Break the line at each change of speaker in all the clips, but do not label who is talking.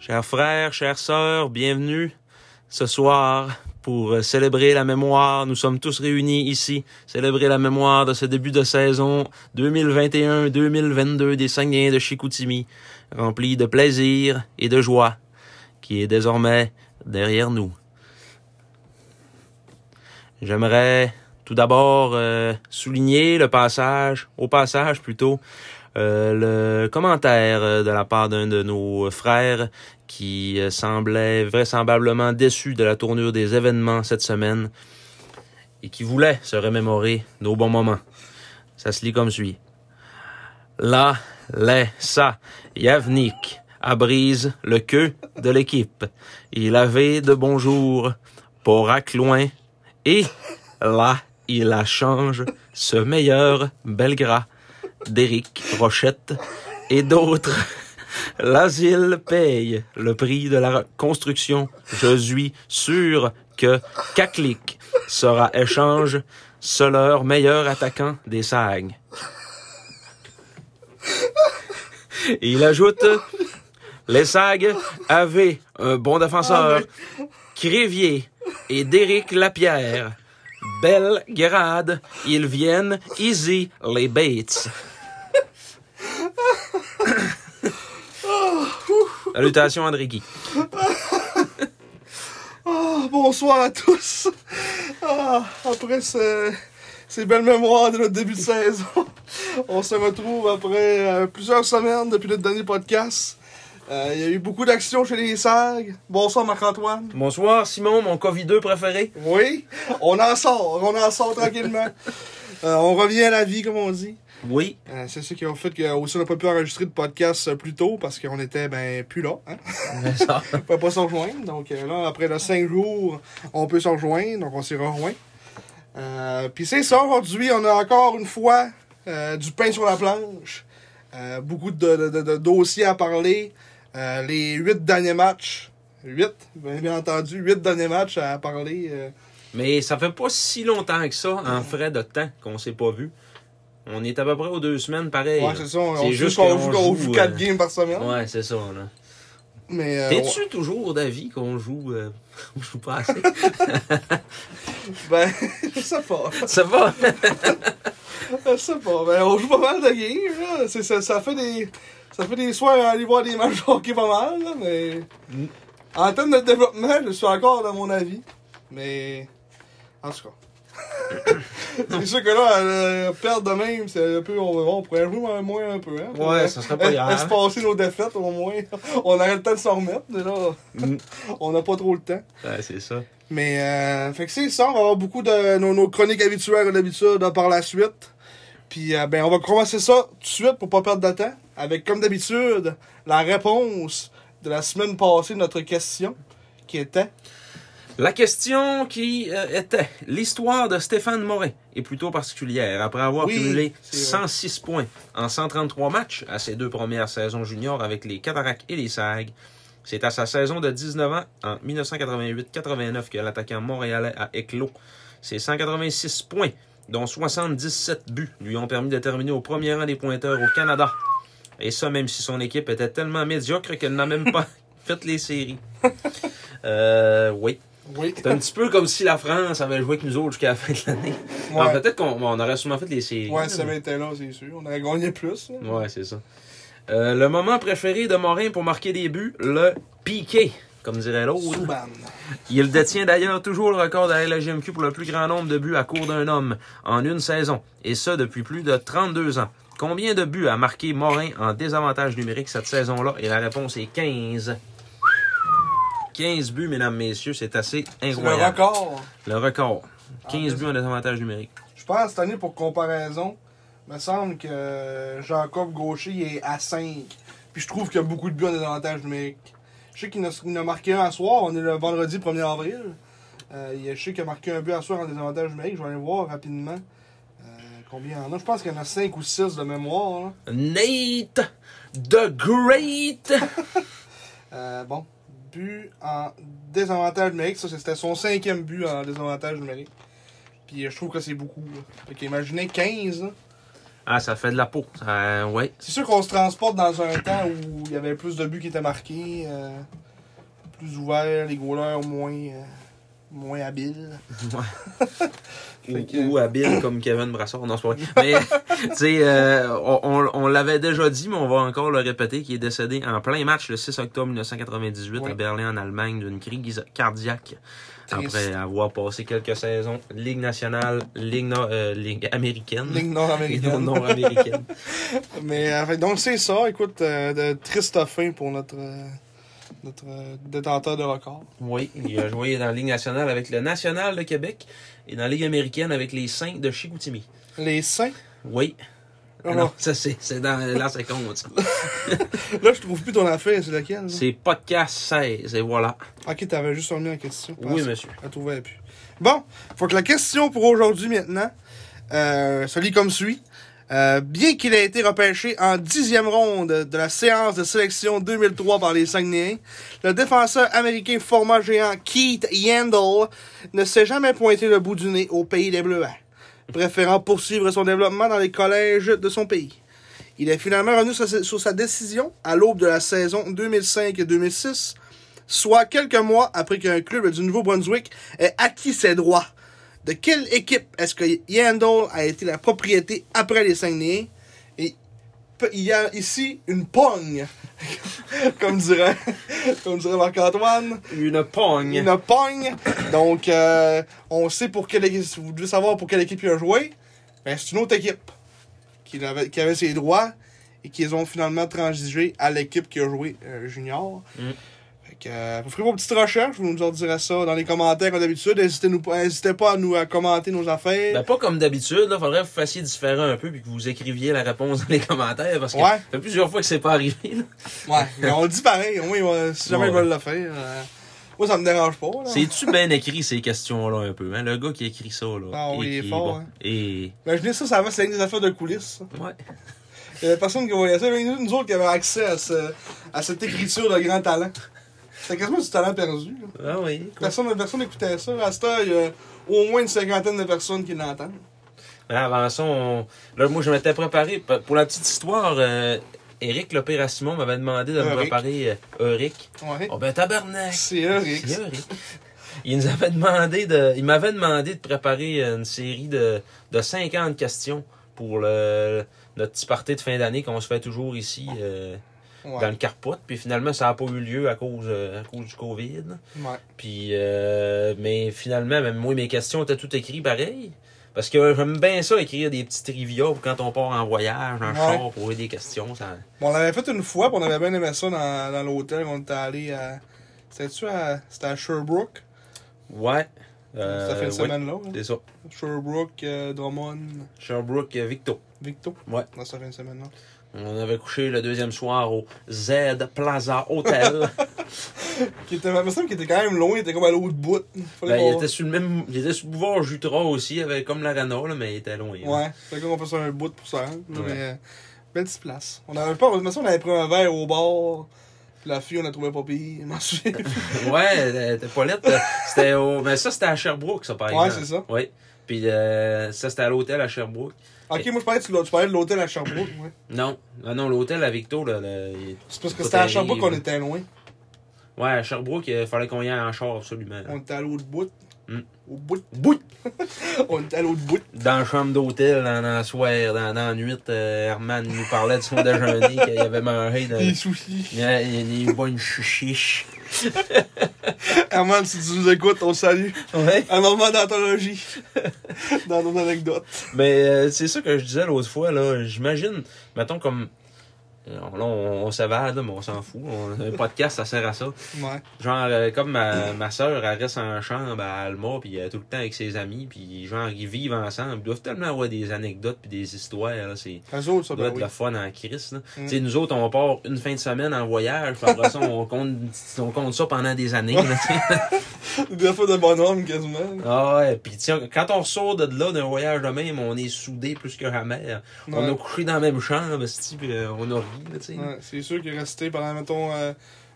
Chers frères, chères sœurs, bienvenue ce soir pour euh, célébrer la mémoire. Nous sommes tous réunis ici, célébrer la mémoire de ce début de saison 2021-2022 des Saguenayens de Chicoutimi, rempli de plaisir et de joie, qui est désormais derrière nous. J'aimerais tout d'abord euh, souligner le passage, au passage plutôt, euh, le commentaire euh, de la part d'un de nos frères qui euh, semblait vraisemblablement déçu de la tournure des événements cette semaine et qui voulait se remémorer nos bons moments. Ça se lit comme suit. La, les, ça, Yavnik abrise le queue de l'équipe. Il avait de bonjour pour loin et là, il la change ce meilleur Belgras d'Éric Rochette et d'autres. L'asile paye le prix de la construction. Je suis sûr que Kaklik sera échange seul leur meilleur attaquant des Sagnes. Et il ajoute, les Sagnes avaient un bon défenseur, Crévier et Déric Lapierre. Belle Guérade, ils viennent easy les Bates. Salutations André Guy.
Ah, bonsoir à tous. Ah, après ce- ces belles mémoires de notre début de saison, on se retrouve après euh, plusieurs semaines depuis notre dernier podcast. Euh, Il y a eu beaucoup d'actions chez les SAG. Bonsoir Marc-Antoine.
Bonsoir Simon, mon COVID-2 préféré.
Oui, on en sort, on en sort tranquillement. Euh, on revient à la vie, comme on dit.
Oui,
Euh, c'est ce qui a fait que aussi on n'a pas pu enregistrer de podcast euh, plus tôt parce qu'on était ben plus là. Hein?
ça.
on pouvait pas se rejoindre. Donc euh, là, après le 5 jours, on peut se rejoindre. Donc on s'est rejoint. Euh, Puis c'est ça, aujourd'hui, on a encore une fois euh, du pain sur la planche. Euh, beaucoup de, de- de- de dossiers à parler. Euh, les huit derniers matchs. Huit, bien bien entendu, huit derniers matchs à parler. euh,
mais ça fait pas si longtemps que ça, en frais de temps, qu'on s'est pas vu. On est à peu près aux deux semaines, pareil.
ouais,
là.
c'est ça. On,
C'est
on
juste
joue, qu'on
qu'on
joue- qu'on
joue,
joue quatre
euh,
games par semaine.
Ouais, c'est ça. Là.
Mais, euh,
T'es-tu toujours d'avis qu'on joue, euh, on joue pas assez?
Ben, je sais pas.
ça va?
Je sais pas. Ben, on joue pas mal de games, là. C'est- Ça, ça fait des. Ça fait des soirs à aller voir des matchs de hockey pas mal, là, mais.
Mm.
En termes de développement, je suis encore dans mon avis. Mais. En tout cas. c'est sûr que là, euh, perdre de même, c'est un peu. On, on pourrait jouer un moins un peu, hein.
Ouais, ça serait pas grave.
grave. Espacer nos défaites, au moins. On aurait le temps de s'en remettre, mais là.
Mm.
on n'a pas trop le temps.
Ouais, c'est ça.
Mais, euh, fait que c'est ça, on va avoir beaucoup de nos, nos chroniques habituelles comme d'habitude euh, par la suite. Puis, euh, ben, on va commencer ça tout de suite pour pas perdre de temps, avec, comme d'habitude, la réponse de la semaine passée de notre question, qui était...
La question qui euh, était l'histoire de Stéphane Morin est plutôt particulière. Après avoir
Oui,
cumulé
c'est vrai.
106 points en 133 matchs à ses deux premières saisons juniors avec les Cataractes et les SAG, c'est à sa saison de 19 ans en 1988-89 que l'attaquant montréalais a éclos. Ses 186 points, dont 77 buts, lui ont permis de terminer au premier rang des pointeurs au Canada. Et ça, même si son équipe était tellement médiocre qu'elle n'a même pas Faites les séries. Euh, oui.
Oui.
C'est un petit peu comme si la France avait joué avec nous autres jusqu'à la fin de l'année. Alors,
Ouais,
Peut-être qu'on bon, on aurait sûrement fait les séries.
ouais
là,
ça avait été là, c'est sûr. On aurait gagné plus. là.
mais- Ouais, c'est ça. Euh, le moment préféré de Morin pour marquer des buts, le piqué, comme dirait l'autre.
Souban.
Il détient d'ailleurs toujours le record de la LGMQ pour le plus grand nombre de buts à court d'un homme en une saison, et ce depuis plus de 32 ans. Combien de buts a marqué Morin en désavantage numérique cette saison-là? Et la réponse est 15. 15 buts, mesdames, messieurs, c'est assez
C'est le
incroyable.
record.
Le record.
Ah,
15
c'est
buts en désavantage numérique.
Je pense cette année, pour comparaison, me semble que Jacob Gaucher il est à 5. Puis je trouve qu'il y a beaucoup de buts en désavantage numérique. Je sais qu'il en a, il en a marqué un à soir. On est le vendredi 1er avril. Euh, il- je sais qu'il a marqué un but à soir en désavantage numérique. Je vais aller voir rapidement euh, combien il en a. Je pense qu'il y en a 5 ou 6 de mémoire. là.
Nate the Great!
Euh, bon, but en désavantage numérique. Ça, c'était son cinquième but en désavantage numérique. Puis euh, je trouve que c'est beaucoup. là. Fait qu'imaginez 15. là.
Ah, ça fait de la peau. Ça- euh, ouais.
C'est sûr qu'on se transporte dans un temps où il y avait plus de buts qui étaient marqués, euh, plus ouvert, les goalers moins, euh, moins habiles.
Ou,
Fait que-
ou habile comme Kevin Brassard. Non, c'est pas vrai. Mais, tu sais, euh, on, on- on l'avait déjà dit, mais on va encore le répéter, qui est décédé en plein match le 6 octobre 1998
Oui.
à Berlin, en Allemagne, d'une crise cardiaque.
Triste.
Après avoir passé quelques saisons, Ligue nationale, Ligue, nor- euh, Ligue américaine.
Ligue
et non
nord-américaine.
nord-américaine.
Mais euh, fait- donc c'est ça, écoute, euh, de triste fin pour notre, euh, notre euh, détenteur de record.
oui, il a joué dans la Ligue nationale avec le National de Québec et dans la Ligue américaine avec les Saints de Chicoutimi.
Les Saints.
Oui.
Oh
Ah non, ça c'est c'est dans la seconde. ça.
Là, je trouve plus ton affaire, c'est lequel? là?
C'est podcast 16 et voilà.
Ok, t'avais juste remis en question.
Oui,
Pense-
monsieur.
Elle trouvait plus. Bon, faut que la question pour aujourd'hui maintenant euh, se lit comme suit. Euh, bien qu'il ait été repêché en dixième ronde de la séance de sélection 2003 par les Saguenayens, le défenseur américain format géant Keith Yandel ne s'est jamais pointé le bout du nez au pays des Bleuets, préférant poursuivre son développement dans les collèges de son pays. Il est finalement revenu sur sa- sur sa décision à l'aube de la saison 2005 et 2006 soit quelques mois après qu'un club du Nouveau-Brunswick ait acquis ses droits. De quelle équipe est-ce que Yandel a été la propriété après les Saguenayens? Et pe- il y a ici une pogne, comme dirait, comme dirait Marc-Antoine.
Une pogne.
Une pogne. Donc, euh, on sait pour quelle équipe, si vous devez savoir pour quelle équipe il a joué, ben, c'est une autre équipe qui avait, qui avait ses droits et qu'ils ont finalement transigé à l'équipe qui a joué euh, junior.
Mm.
Fait que, euh, vous ferez vos petites recherches, vous nous en direz ça dans les commentaires comme d'habitude. N'hésitez nous- n'hésitez pas à nous à commenter nos affaires.
Ben, pas comme d'habitude, là. Faudrait que vous fassiez différent un peu puis que vous écriviez la réponse dans les commentaires parce que
Ouais.
ça fait plusieurs fois que c'est pas arrivé, là.
ouais, mais on le dit pareil, au moins, ils vont- si jamais
Ouais.
ils veulent le faire. euh, moi, ça me dérange pas. là.
C'est-tu bien écrit ces questions-là un peu, hein? Le gars qui écrit ça, là.
Ah oui,
et
il est
qui-
fort,
bon,
hein.
Et.
Imaginez ça, ça va, c'est des affaires de coulisses.
Ouais.
Il y avait personne qui voyait ça, mais nous, nous autres qui avions accès à, ce- à cette écriture de grand talent. C'était quasiment du talent perdu. là.
Ah oui. quoi.
Personne personne n'écoutait ça. À cette heure, il y a au moins une cinquantaine de personnes qui l'entendent.
Mais Hein, avant ça, on- là, moi, je m'étais préparé. P- Pour la petite histoire, euh, Eric Lopéra-Simon m'avait demandé de me
Eric.
préparer euh, Eric.
Ouais.
Oh, ben, tabarnak!
C'est Eric.
C'est Eric. Il nous avait demandé de. Il m'avait demandé de préparer une série de, de 50 questions pour le, notre petit party de fin d'année qu'on se fait toujours ici euh,
Ouais.
dans le Carpote. Puis finalement, ça n'a pas eu lieu à cause, euh, à cause du COVID.
Ouais.
Puis euh, mais finalement, même moi, mes questions étaient toutes écrites pareil. Parce que j'aime bien ça, écrire des petits trivia pour quand on part en voyage, en
Ouais.
char, pour des questions. Ça...
Bon, on l'avait fait une fois, puis on avait bien aimé ça dans, dans l'hôtel. On était allé à. C'était-tu à. C'était à Sherbrooke.
Ouais.
C'était
Euh,
fait une
ouais.
semaine-là. hein.
C'est ça.
Sherbrooke, euh, Drummond,
Sherbrooke euh, Victo.
Victo.
Ouais.
Non, ça fait une semaine-là.
On avait couché le deuxième soir au Z Plaza Hotel.
Qui était, il me semble qu'il était quand même loin, il était comme à l'autre bout. Fallait
Ben, il
qu'on-
était sur le même. Il était sur le boulevard Jutras aussi, avec comme l'Arena, là, mais il était loin. là.
Ouais, c'est qu'on passe un bout pour ça. hein.
Ouais.
Mais, euh, belle petite place. On avait pas, mais ça, on avait pris un verre au bar. Puis la fille, on la trouvait pas pire. Elle m'en souvient.
Ouais, euh, t'es pas lettre. euh, C'était au. Mais ça, c'était à Sherbrooke, ça, par
Ouais,
exemple.
c'est ça.
Oui. Puis euh, ça, c'était à l'hôtel à Sherbrooke.
ok, moi, je parlais, de- tu parlais de l'hôtel à Sherbrooke. Ouais.
Ah Non. Non, non, l'hôtel à Victo, là. le- il-
C'est parce que
Pas
c'était à
terrible.
Sherbrooke qu'on était loin.
Ouais, à Sherbrooke, il fallait qu'on y aille en char absolument.
On est à l'autre bout.
Mm.
Au bout.
Bout!
On est à l'autre bout.
Dans la chambre d'hôtel, dans, dans le soir, dans, dans la nuit, euh, Herman nous parlait de son déjeuner qu'il avait mangé. Dans...
Les sushis.
Il a, il a boit une chichiche.
Herman, si tu nous écoutes, on te salue.
Ouais.
Un moment d'anthologie. Dans nos anecdotes.
Mais euh, c'est ça que je disais l'autre fois, là. J'imagine, mettons comme. euh, Là, on, on s'avale, là, mais on s'en fout. On- un podcast, ça sert à ça.
Ouais.
Genre, euh, comme ma, ma soeur, elle reste en chambre à Alma, puis elle est tout le temps avec ses amis, puis genre, ils vivent ensemble. Ils doivent tellement avoir des anecdotes puis des histoires, là. C'est.
Un autres, ça,
Ça doit
ben
être
oui.
le fun en crise. là.
Mm.
Tu sais, Nous autres, on part une fin de semaine en voyage, puis après ça, on compte, on compte ça pendant des années. là, tu sais.
Des fois de bonhomme, quasiment.
Ah ouais, puis tiens, quand on sort de là d'un voyage de même, on est soudés plus que jamais. On a
Ouais.
couché dans la même chambre, c'ti, puis euh, on a ri, là, tu sais.
Ouais, c'est sûr qu'il est resté pendant, mettons, euh,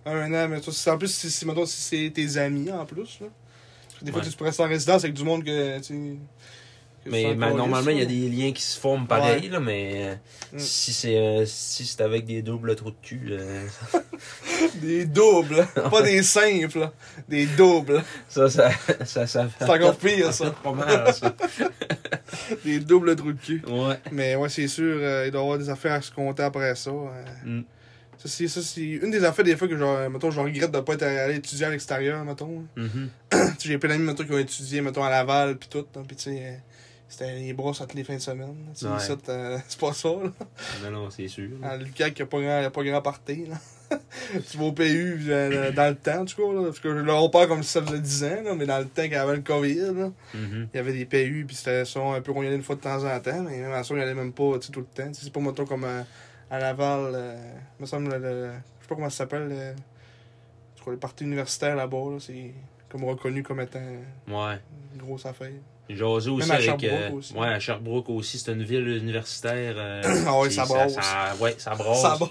un an. Mais toi, si- en plus, si, si, mettons, si c'est tes amis, en plus. Là. Parce que des fois,
Ouais.
tu peux rester en résidence avec du monde que. tu sais, que c'est
Mais
encore
ben,
lisse,
normalement, il y a
là.
des liens qui se forment pareil, là, mais euh,
Mm.
si c'est euh, si c'est avec des doubles trous de cul, euh,
Des doubles. pas des simples. là. Des doubles.
ça, ça, ça, ça, ça fait
C'est encore pire, ça.
pas mal, ça.
Des doubles trous de cul.
Ouais.
Mais ouais, c'est sûr, euh, il doit y avoir des affaires à se compter après ça. euh.
Mm.
Ça, c'est, ça, c'est une des affaires des fois que je, mettons, je regrette de ne pas être allé étudier à l'extérieur, mettons.
Mhm.
Tu sais, J'ai plein d'amis, mettons, qui ont étudié, mettons, à Laval, puis tout. hein, puis tu sais, euh, c'était les brosses à toutes les fins de semaine. là. Tu sais,
Ouais. Mm.
ça, t'as- c'est pas ça, là.
Non, non, c'est sûr. là.
À Lucas, qui a pas grand, y a pas grand party, là. tu vas au PU euh, dans le temps, en tout cas, là. Parce que là, on parle comme si ça faisait 10 ans, là, mais dans le temps, qu'avant le COVID, là,
Mhm.
il y avait des PU, puis c'était ça, un peu qu'on y allait une fois de temps en temps, mais même à ça, on y allait même pas, tu sais, tout le temps. Tu sais, c'est pas, mettons, comme à, à Laval, euh, me semble, le, le- je sais pas comment ça s'appelle, le, en tout cas, le party universitaire là-bas, là, c'est comme reconnu comme étant
Ouais.
une grosse affaire.
J'ai jasé aussi
à
avec.
Sherbrooke
euh,
aussi.
Ouais, à Sherbrooke aussi, c'est une ville universitaire. euh,
Ah ouais,
c'est-
ça brasse.
ça- ouais, ça brasse.
Ça va!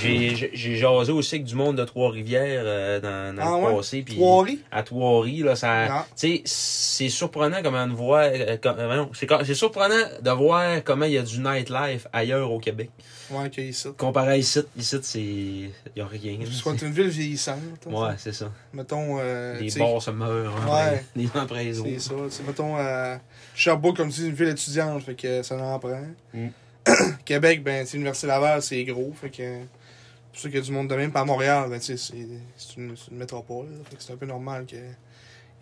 J'ai j'ai- j'ai jasé aussi avec du monde de Trois-Rivières euh, dans, dans
Ah
le
ouais?
passé. puis
Trois-Ris?
À Trois-Rivières, là, ça.
Non.
Tu sais, c'est surprenant comment de voir. euh, com- euh, non, c'est co- c'est surprenant de voir comment il y a du nightlife ailleurs au Québec.
Ouais, qu'il y a ici.
Comparé à ici, ici, c'est. Il n'y a rien. là.
Soit une ville vieillissante. là,
Ouais, c'est ça.
Mettons. Euh,
Les
tu sais,
bars se meurent. hein,
Ouais.
Les gens prison.
C'est ça. tu sais, mettons, euh, Sherbrooke, comme tu dis, une ville étudiante, fait que ça en prend.
Mm.
Québec, ben, tu sais, l'Université Laval, c'est gros, fait que. euh, C'est pour ça qu'il y a du monde de même. Pas à Montréal, ben, tu sais, c'est c'est une, c'est une métropole, là, fait que c'est un peu normal que.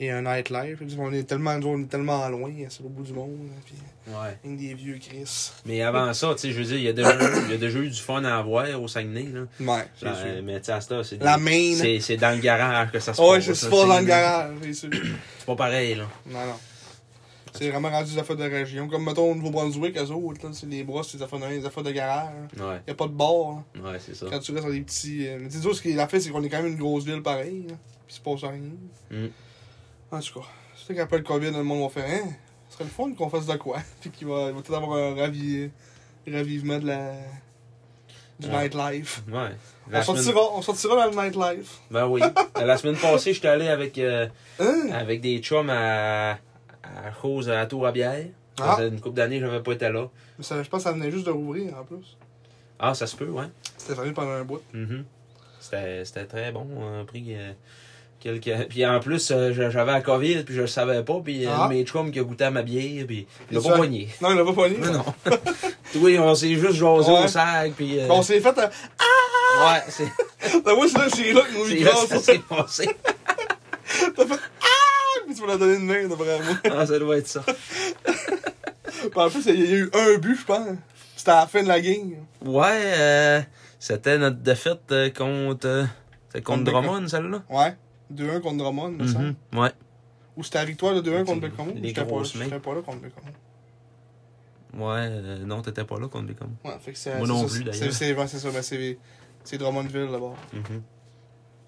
Il y ait un nightlife. Puis, On est tellement, nous, on est tellement loin, hein, c'est au bout du monde. là, Puis,
Ouais.
une des vieux Chris.
Mais avant ça, tu sais, je veux dire, il y, a déjà eu- il y a déjà eu du fun à avoir au Saguenay, là.
Ouais, c'est
Là,
sûr.
euh, mais tu sais, à cette heure, c'est des-
La main.
c'est- c'est dans le garage que ça se
Ouais,
passe.
je
là,
suis
tu
pas
sais,
dans le
là.
garage, c'est sûr.
C'est pas pareil, là.
Non, non. C'est vraiment rendu des affaires de région. Comme, mettons, au Nouveau-Brunswick, eux autres, là, c'est des bras, c'est des affaires de, des affaires de garage.
Ouais,
Il n'y a pas de bar. là.
ouais, c'est ça.
Quand tu restes dans des petits. euh, Mais dis ce qui la fait, c'est qu'on est quand même une grosse ville pareille. là. Puis c'est pas ça rien.
Mm.
En tout cas, c'est sûr qu'après le COVID, le monde va faire Hein, ce serait le fun qu'on fasse de quoi Puis qu'il va, il va peut-être avoir un ravi- ravivement de la. du
Ouais.
nightlife.
Ouais.
On
La semaine...
sortira, on sortira dans le nightlife.
Ben oui. La semaine passée, j'étais allé avec, euh,
Hein
avec des chums à, à Rose, à Tour à Bière. Ça
Ah.
faisait une couple d'années, j'avais pas été là.
Mais ça, je pense que ça venait juste de rouvrir en plus.
Ah, ça se peut, ouais.
C'était fermé pendant un bout.
Mhm. C'était c'était très bon. On a pris euh, quelques. Puis en plus, euh, je- j'avais la COVID, puis je le savais pas. Puis euh,
Ah.
mes chums qui a goûté à ma bière, puis il l'a
Et
pas
tu as-
poigné.
Non, il l'a pas pogné.
Non, non. oui, on s'est juste jasé
Ouais.
au sac, puis. euh,
On s'est fait. euh,
Ouais, c'est
Ben, moi, c'est là, c'est là que mon
c'est là
micro
que ça
ça. Ah!
s'est passé.
Puis tu me l'as donné une main, d'après moi.
Ah, ça doit être ça.
Puis en plus, il y a eu un but, je pense. C'était à la fin de la game.
Ouais, euh, c'était notre défaite euh, contre. euh, c'était contre
Contre
Drummond, celle-là.
Ouais. 2-1 contre Drummond, me semble.
Mhm, Ouais.
Ou c'était la victoire de 2-1 contre
Les
Bécamo. J'étais pas,
grosses mains.
j'étais pas là contre Bécamo.
Ouais, euh, non, t'étais pas là contre Bécom.
Ouais, fait que c'est.
Moi
c'est
non
ça,
plus,
c'est-
d'ailleurs.
C'est ouais, c'est ça, ben, c'est. C'est Drummondville, là-bas.
Mhm.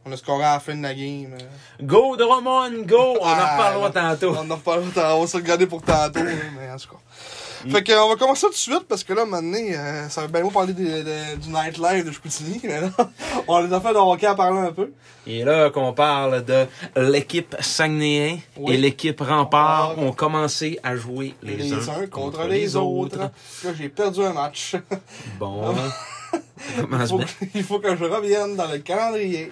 On a scoré à la fin de la game. euh.
Go Drummond, go! On en
Ah,
reparlera
non.
tantôt.
On en reparlera, tantôt, on va se regarder pour tantôt, hein, mais en tout cas. Fait que, euh, on va commencer tout de suite parce que là, maintenant, euh, ça va bien beau parler des- des- du nightlife de Chicoutimi, mais là, on les a fait donc à parler un peu.
Et là qu'on parle de l'équipe Saguenayen
Oui.
et l'équipe Rempart
Ah.
ont commencé à jouer les,
Les, uns, contre, les autres. Là, j'ai perdu un match.
Bon. on commence
Ah. Faut
bien.
que- il faut que je revienne dans le calendrier.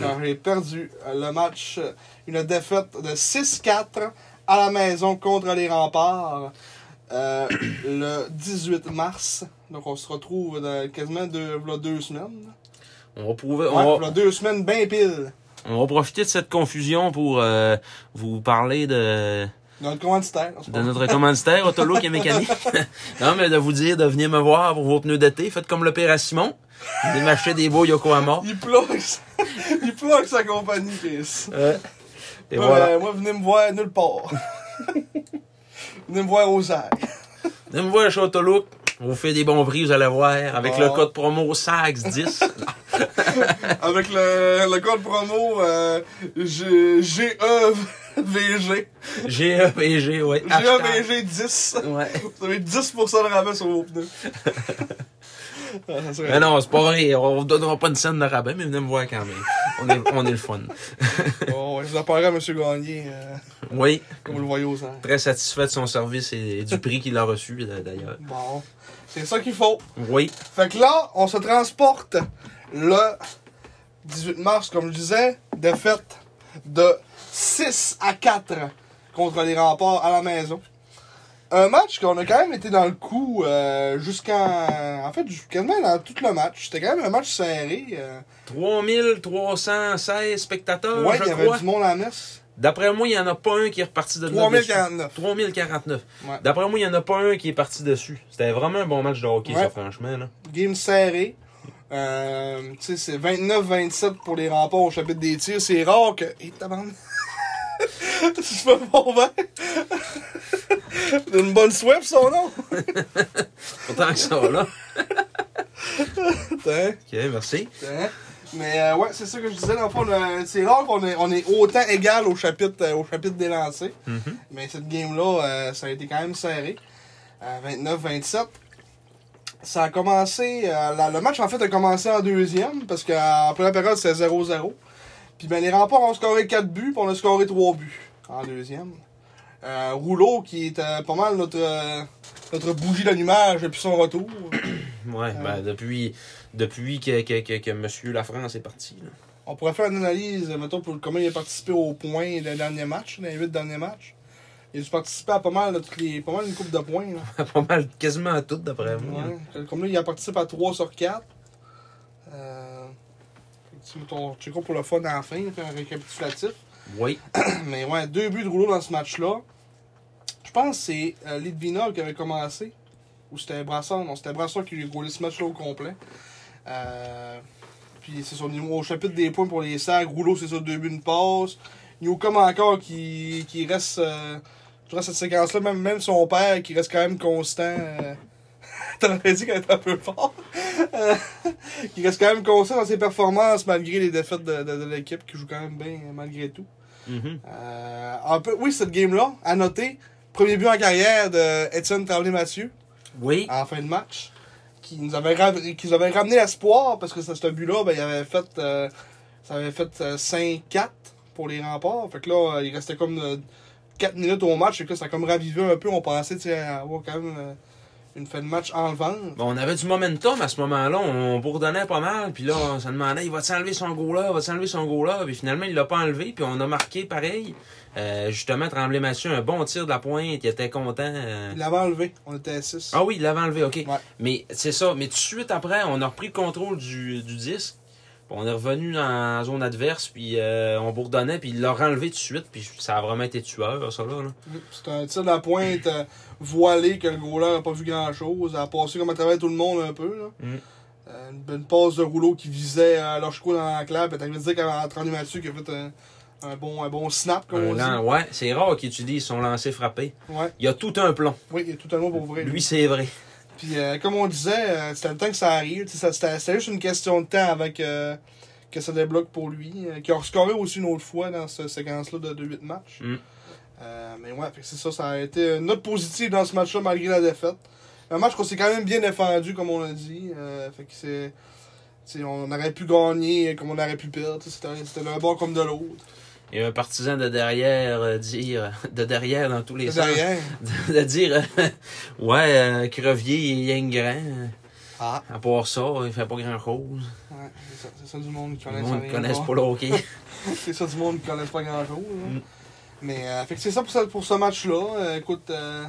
quand j'ai perdu le match, euh, une défaite de 6-4 à la maison contre les remparts euh, le 18 mars. Donc on se retrouve dans quasiment deux, voilà deux semaines.
On va, prouver-
Ouais,
on,
voilà
va,
deux semaines bien pile.
on va profiter de cette confusion pour euh, vous parler de,
Notre commanditaire. en ce
de
moment.
notre commanditaire Autolook et Mécanique. non, mais de vous dire de venir me voir pour vos pneus d'été. Faites comme le père à Simon. Venez m'acheter des beaux Yokohama.
Il plug, sa- il plug sa compagnie, Chris.
Euh, et
Moi,
voilà.
euh, moi, venez me voir nulle part. venez me voir aux airs.
Venez me voir chez Autolook. On vous fait des bons prix, vous allez voir, avec le
Bon.
code promo SAX10.
Avec le, le code promo euh, E G- GEVG.
GEBG, E ouais.
E
Hashtag.
GEVG10.
Ouais.
Vous avez 10% de rabais sur vos pneus. Ah, ça serait-
Mais non, c'est pas vrai. On vous donnera pas une scène de rabais, mais venez me voir quand même. On est, on est le fun.
Bon, ouais, je vous appareille à M. Gagné, euh,
Oui.
comme vous le voyez aux airs.
Très satisfait de son service et du prix qu'il a reçu, d'ailleurs.
Bon, c'est ça qu'il faut.
Oui.
Fait que là, on se transporte le 18 mars, comme je disais, défaite de 6 à 4 contre les remparts à la maison. Un match qu'on a quand même été dans le coup euh, jusqu'en. En fait, jusqu'à- quasiment dans tout le match. C'était quand même un match serré. euh.
3316 spectateurs,
ouais, il y
Euh, je
avait
crois.
du monde à la messe.
D'après moi, il n'y en a pas un qui est reparti de là
3049.
dessus. 3049.
Ouais.
D'après moi, il n'y en a pas un qui est parti dessus. C'était vraiment un bon match de hockey,
Ouais.
ça, franchement. Là.
Game serré. Euh, tu sais, c'est 29-27 pour les remparts au chapitre des tirs. C'est rare que. Hé, tabarnak! Je me bon vent. Une bonne sweep, son nom!
Autant que ça, là.
Putain,
OK, merci.
putain. Hein? Mais euh, ouais, c'est ça que je disais, dans le fond, le- c'est rare qu'on est, on est autant égal au chapitre, euh, au chapitre des lancers.
Mhm.
Mais cette game-là, euh, ça a été quand même serré. Euh, 29-27. Ça a commencé. euh, la- le match, en fait, a commencé en deuxième, parce qu'en première période, c'était 0-0. Puis ben, les remparts ont scoré 4 buts, puis on a scoré 3 buts en deuxième. Euh, Rouleau, qui est euh, pas mal notre, euh, notre bougie d'allumage depuis son retour.
Ouais, ben, depuis, depuis que, que, que, que M. Lafrance est parti. là.
On pourrait faire une analyse, euh, mettons, pour comment il a participé au point des derniers matchs, dans les 8 derniers matchs. Il a dû participer à pas mal, de- les- pas mal une coupe de points. là.
pas mal, quasiment à tout, d'après moi. là.
Ouais. Comme là, il a participé à 3 sur 4. Euh, tu mets ton check-up pour le fun à la fin, on fait un récapitulatif.
Oui.
Mais ouais, deux buts de rouleau dans ce match-là. Je pense que c'est euh, Litvina qui avait commencé. Ou c'était Brassard. Non, c'était Brassard qui a goulé ce match-là au complet. Euh, puis c'est son niveau au chapitre des points pour les sacs. Rouleau, c'est ça, deux buts, une passe. comme encore qui, qui reste. euh, durant cette séquence-là, même, même son père qui reste quand même constant. euh, T'en avais dit qu'elle était un peu fort. Euh, qui reste quand même constant dans ses performances malgré les défaites de, de- de l'équipe qui joue quand même bien euh, malgré tout.
Mhm.
Euh, un peu, oui, cette game-là, à noter, premier but en carrière de Étienne Tremblay-Mathieu
Oui.
en fin de match, qui nous avait, ra- qui nous avait ramené l'espoir parce que ce ce but-là, ben, il avait fait, euh, ça avait fait euh, 5-4 pour les remparts. Fait que là, euh, il restait comme 4 minutes au match, et que ça a comme ravivé un peu. On pensait tu sais, avoir quand même euh, une fin de match enlevante.
Bon, on avait du momentum à ce moment-là, on bourdonnait pas mal, puis là, on se demandait, il va s'enlever son goal-là, va s'enlever son goal-là, puis finalement, il l'a pas enlevé, puis on a marqué pareil. Euh, justement, Tremblay-Mathieu, un bon tir de la pointe, il était content. euh.
Il l'avait enlevé, on était à 6.
Ah oui, il l'avait enlevé, ok.
Ouais.
Mais c'est ça, mais tout de suite après, on a repris le contrôle du, du disque, puis on est revenu dans la zone adverse, puis euh, on bourdonnait, puis il l'a renlevé tout de suite, puis ça a vraiment été tueur, ça là. là.
C'est un tir de la pointe euh, voilé que le goaler n'a pas vu grand chose. Elle a passé comme à travers tout le monde un peu. Là.
Mm.
Euh, une, une passe de rouleau qui visait euh, Lochko dans la clave. T'as envie de dire qu'en train Mathieu qui a fait un, un bon, un bon snap, comme
Un
on
lan- ouais, c'est rare qu'il utilise son lancer frappé.
dit. Ouais.
Il y a tout un plomb.
Oui, il est tout à l'heure pour ouvrir.
Lui, c'est vrai.
Puis euh, comme on disait, euh, c'était le temps que ça arrive. Tu sais, ça- C'était c'était juste une question de temps avec euh, que ça débloque pour lui. Euh, qui a rescoré aussi une autre fois dans cette séquence-là de, de 8 matchs.
Mm.
Euh, mais ouais, fait que c'est ça, ça a été une note positive dans ce match-là malgré la défaite. Un match qu'on s'est quand même bien défendu, comme on l'a dit. Euh, fait que c'est. tu sais, On aurait pu gagner comme on aurait pu perdre. tu sais, C'était c'était d'un bord comme de l'autre.
Et un partisan de derrière euh, dire de derrière dans tous les
C'est
sens
rien.
de, de dire euh, ouais euh, Crevier il est rien de grand
Ah,
À part ça, il fait pas grand-chose.
ouais, c'est ça, c'est ça du monde qui
Le
connaît
monde
rien,
ne connaît
quoi.
pas le hockey.
C'est ça du monde qui connaît pas grand chose. là. Mais euh, fait que c'est ça pour, ça pour ce match-là. Euh, écoute, euh,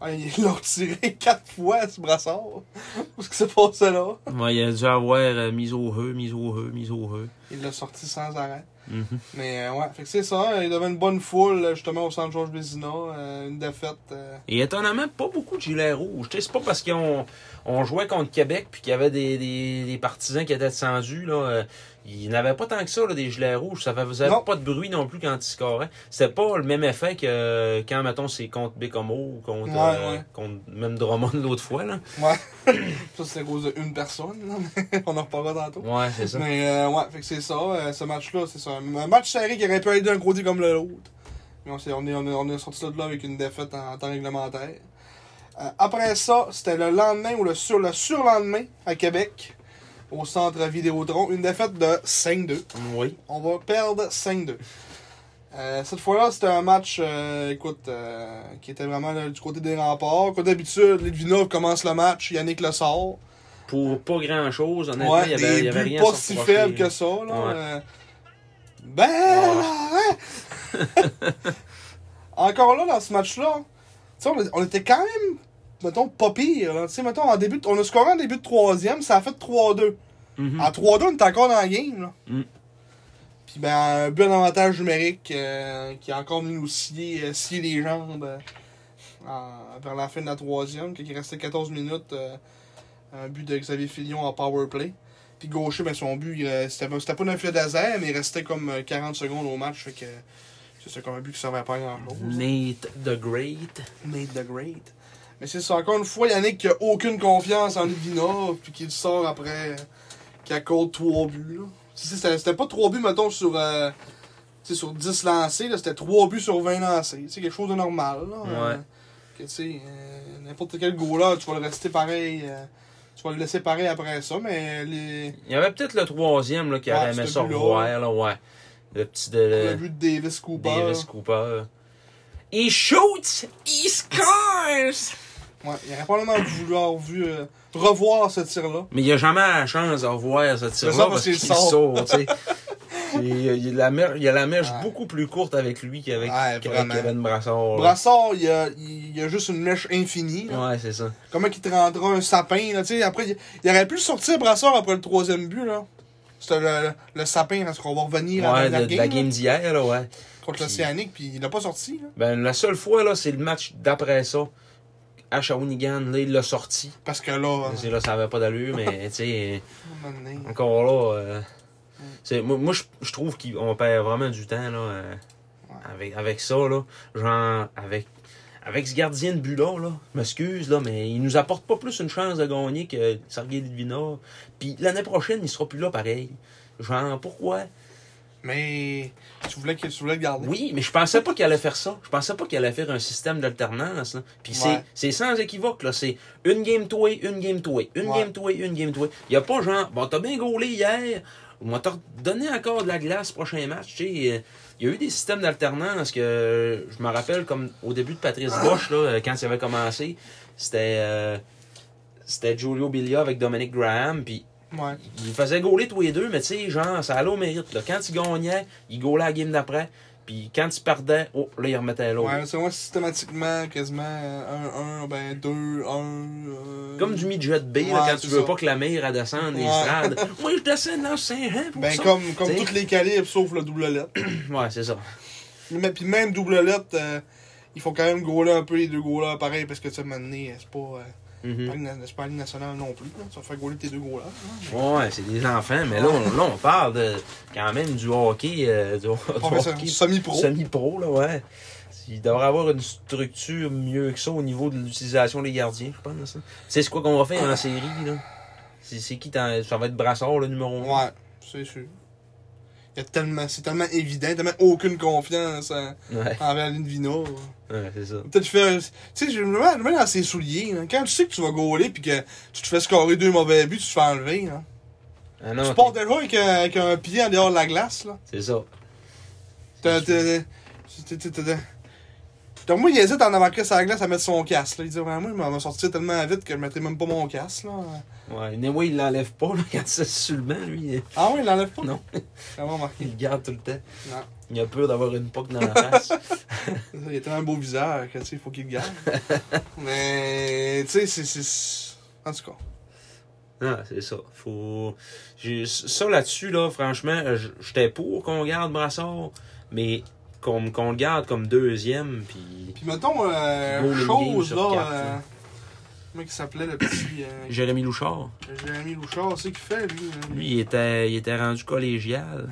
ah, ils l'ont tiré quatre fois ce brassard. Où ce qui s'est passé là?
Ouais, il a dû avoir euh, mise au jeu, mise au jeu, mise au jeu.
Il l'a sorti sans arrêt.
Mhm.
Mais euh, ouais, fait que c'est ça. Il avait une bonne foule là, justement au centre Georges Bézina. Euh, une défaite. euh,
Et étonnamment, pas beaucoup de gilets rouges. Tu sais, C'est pas parce qu'on on jouait contre Québec puis qu'il y avait des, des, des partisans qui étaient descendus. Là, euh, il n'y en avait pas tant que ça, là, des gilets rouges. Ça faisait
Non.
pas de bruit non plus quand ils scoraient. C'était pas le même effet que euh, quand, mettons, c'est contre Bécomo ou contre,
Ouais,
euh,
ouais.
contre même Drummond l'autre fois. Là.
Ouais. ça, c'est à cause d'une personne. Là, mais on en reparlera tantôt.
Ouais, c'est ça.
Mais euh, ouais, fait que c'est ça. euh, ce match-là, c'est ça. Un match serré qui aurait pu aller d'un côté comme de l'autre. Mais on, s'est- on, est, on, est, on est sorti de là avec une défaite en, temps réglementaire. Euh, après ça, c'était le lendemain ou le, sur, le surlendemain à Québec, au centre Vidéotron. Une défaite de 5-2.
Oui.
On va perdre 5-2. Euh, cette fois-là, c'était un match, euh, écoute, euh, qui était vraiment là, du côté des remparts. Comme d'habitude, Litvinov commence le match, Yannick le sort.
Pour pas grand-chose, honnêtement,
Ouais,
il y avait,
des
il y avait
buts
rien à
pas
se
si
reprocher,
faibles
là.
que ça, là.
Ouais.
Euh, Ben, arrête! Encore là, dans ce match-là, tu sais, on, on était quand même, mettons, pas pire. là. Tu sais, mettons, en début, de- on a scoré en début de troisième, ça a fait 3-2.
Mhm.
En 3-2, on était encore dans la game, là.
Mm.
Puis, ben, un but d'avantage numérique euh, qui a encore venu nous scier, euh, scier les jambes euh, en- vers la fin de la troisième, quand il restait 14 minutes, euh, un but de Xavier Fillon en power play. Puis Gaucher, ben, son but, il, euh, c'était pas c'était pas dans le filet désert, mais il restait comme euh, 40 secondes au match. Fait que c'est ça, comme un but qui servait pas à grand-chose.
Nate the Great.
Made the great. Mais c'est ça, encore une fois, Yannick qui a aucune confiance en Livina, puis qu'il sort après, euh, qui accorde 3 buts. là. Tu sais, C'était c'était pas 3 buts, mettons, sur, euh, tu sais, sur 10 lancés, là, c'était 3 buts sur 20 lancés. C'est quelque chose de normal. Là, Euh,
Ouais.
que, tu sais, euh, n'importe quel goaler, tu vas le rester pareil, euh, tu vas le laisser pareil après ça, mais les,
Il y avait peut-être le troisième là, qui
Ouais,
aurait aimé
ce
ça
but-là.
revoir, là, ouais. Le petit de
le but de Davis Cooper.
Euh, Davis Cooper. He shoots, he scores!
Ouais, il aurait probablement voulu avoir vu, euh, revoir ce tir-là.
Mais il n'y a jamais la chance de revoir ce
ça,
tir-là
parce
parce
qu'il
qu'il
sort.
sort, tu sais. C'est- Il y a- il y a la mer- il y a la mèche
Ouais.
beaucoup plus courte avec lui qu'avec
Ouais,
qu'avec
vraiment.
Kevin Brassard. là.
Brassard, il y a, il y a juste une mèche infinie. là.
Ouais, c'est ça.
Comment qu'il te rendra un sapin, là, tu sais, après, il, il aurait pu le sortir Brassard après le troisième but, là. C'était le, le sapin, parce qu'on va revenir à
Ouais,
la,
de, de la
game,
game
là,
d'hier, là, ouais.
contre l'Océanique, puis il l'a pas sorti, là.
Ben, la seule fois, là, c'est le match d'après ça. À Shawinigan, là, il l'a sorti.
Parce que là,
C'est Là, ça n'avait pas d'allure, mais, tu sais...
à un moment donné,
Encore là, euh, c'est- moi, moi, je, je trouve qu'on perd vraiment du temps là, euh, avec, avec ça. Là, genre, avec, avec ce gardien de but là, là, je m'excuse, là, mais il nous apporte pas plus une chance de gagner que Sergei Lidvina. Puis l'année prochaine, il sera plus là pareil. Genre, pourquoi?
mais tu voulais, que, tu voulais le garder.
Oui, mais je pensais pas qu'il allait faire ça. Je pensais pas qu'il allait faire un système d'alternance. là. Puis
Ouais.
c'est- c'est sans équivoque. là. C'est une game touée, une game touée, une
Ouais.
game touée, une game touée. Il n'y a pas genre, bon, t'as bien gaulé hier, on va te redonner encore de la glace prochain match. Tu sais, euh, il y a eu des systèmes d'alternance que euh, je me rappelle comme au début de Patrice Bosch, là, euh, quand il avait commencé, c'était euh, c'était Julio Bilia avec Dominic Graham. Puis
Ouais.
il faisait gauler tous les deux, mais tu sais, genre, ça allait au mérite. Là. Quand il gagnait, il gaulait la game d'après. Puis quand il perdait, oh, là, il remettait l'autre.
Ouais, c'est moi systématiquement, quasiment 1-1, ben euh, 2-1.
Comme du midget B, là,
Ouais,
quand
c'est
tu veux
ça.
pas que la mère elle descende les
Ouais.
strades. Moi, je descends dans 5 ans pour
Ben,
ça.
comme, comme
T'sais.
toutes les calibres, sauf le double lettre.
Ouais, c'est ça.
Mais puis même double lettre, euh, il faut quand même gauler un peu les deux goalers pareil parce que tu sais, à un moment donné, c'est pas, euh,
Mhm.
pas une- c'est pas la Ligue nationale non plus. là. Tu vas faire gauler tes deux goalers. là.
Ouais, c'est des enfants, mais là, on, là, on parle de, quand même du hockey, euh, du, du
Professeur
hockey
semi-pro.
semi-pro, là, ouais. Il devrait avoir une structure mieux que ça au niveau de l'utilisation des gardiens, je pense. hein. Tu sais, c'est quoi qu'on va faire en série, là? C'est c'est qui, t'en- ça va être Brassard, le numéro 1?
Ouais, c'est sûr. Il y a tellement, c'est tellement évident, tellement aucune confiance en-
Ouais,
envers Lindvino.
ouais, c'est ça.
Peut-être faire, tu sais, je me mets je me mets dans ses souliers. là. Quand tu sais que tu vas gauler puis que tu te fais scorer deux mauvais buts, tu te fais enlever. là.
Ah non,
Tu pars déjà avec, un- avec un pied en dehors de la glace là.
c'est ça.
T'as- t'as- t'as- t'as- t'as- t'as- Donc, moi, il hésite en avant Chris à la glace à mettre son casque. Là. Il dit, ouais, moi, je m'en vais sortir tellement vite que je mettrai même pas mon casque. Là.
Ouais, anyway, il l'enlève pas là, quand c'est sur le banc, lui. il-
Ah oui, il l'enlève pas?
Non.
Ça m'a marqué.
Il le garde tout le temps.
Non.
Il a peur d'avoir une poque dans la face.
Il a tellement un beau visage que, tu sais, il faut qu'il le garde. Mais, tu sais, c'est- c'est. En tout cas.
Ah, c'est ça. Faut. j'ai- Ça là-dessus, là, franchement, j- j'étais pour qu'on garde Brassard, mais qu'on qu'on le garde comme deuxième, puis
Puis mettons, euh,
Bowling game
chose
sur
là.
quatre,
euh,
là.
Comment il s'appelait le petit. euh,
Jérémy Louchard.
Jérémy Louchard, c'est qu'il fait, lui. hein?
Lui, il était, il était rendu collégial.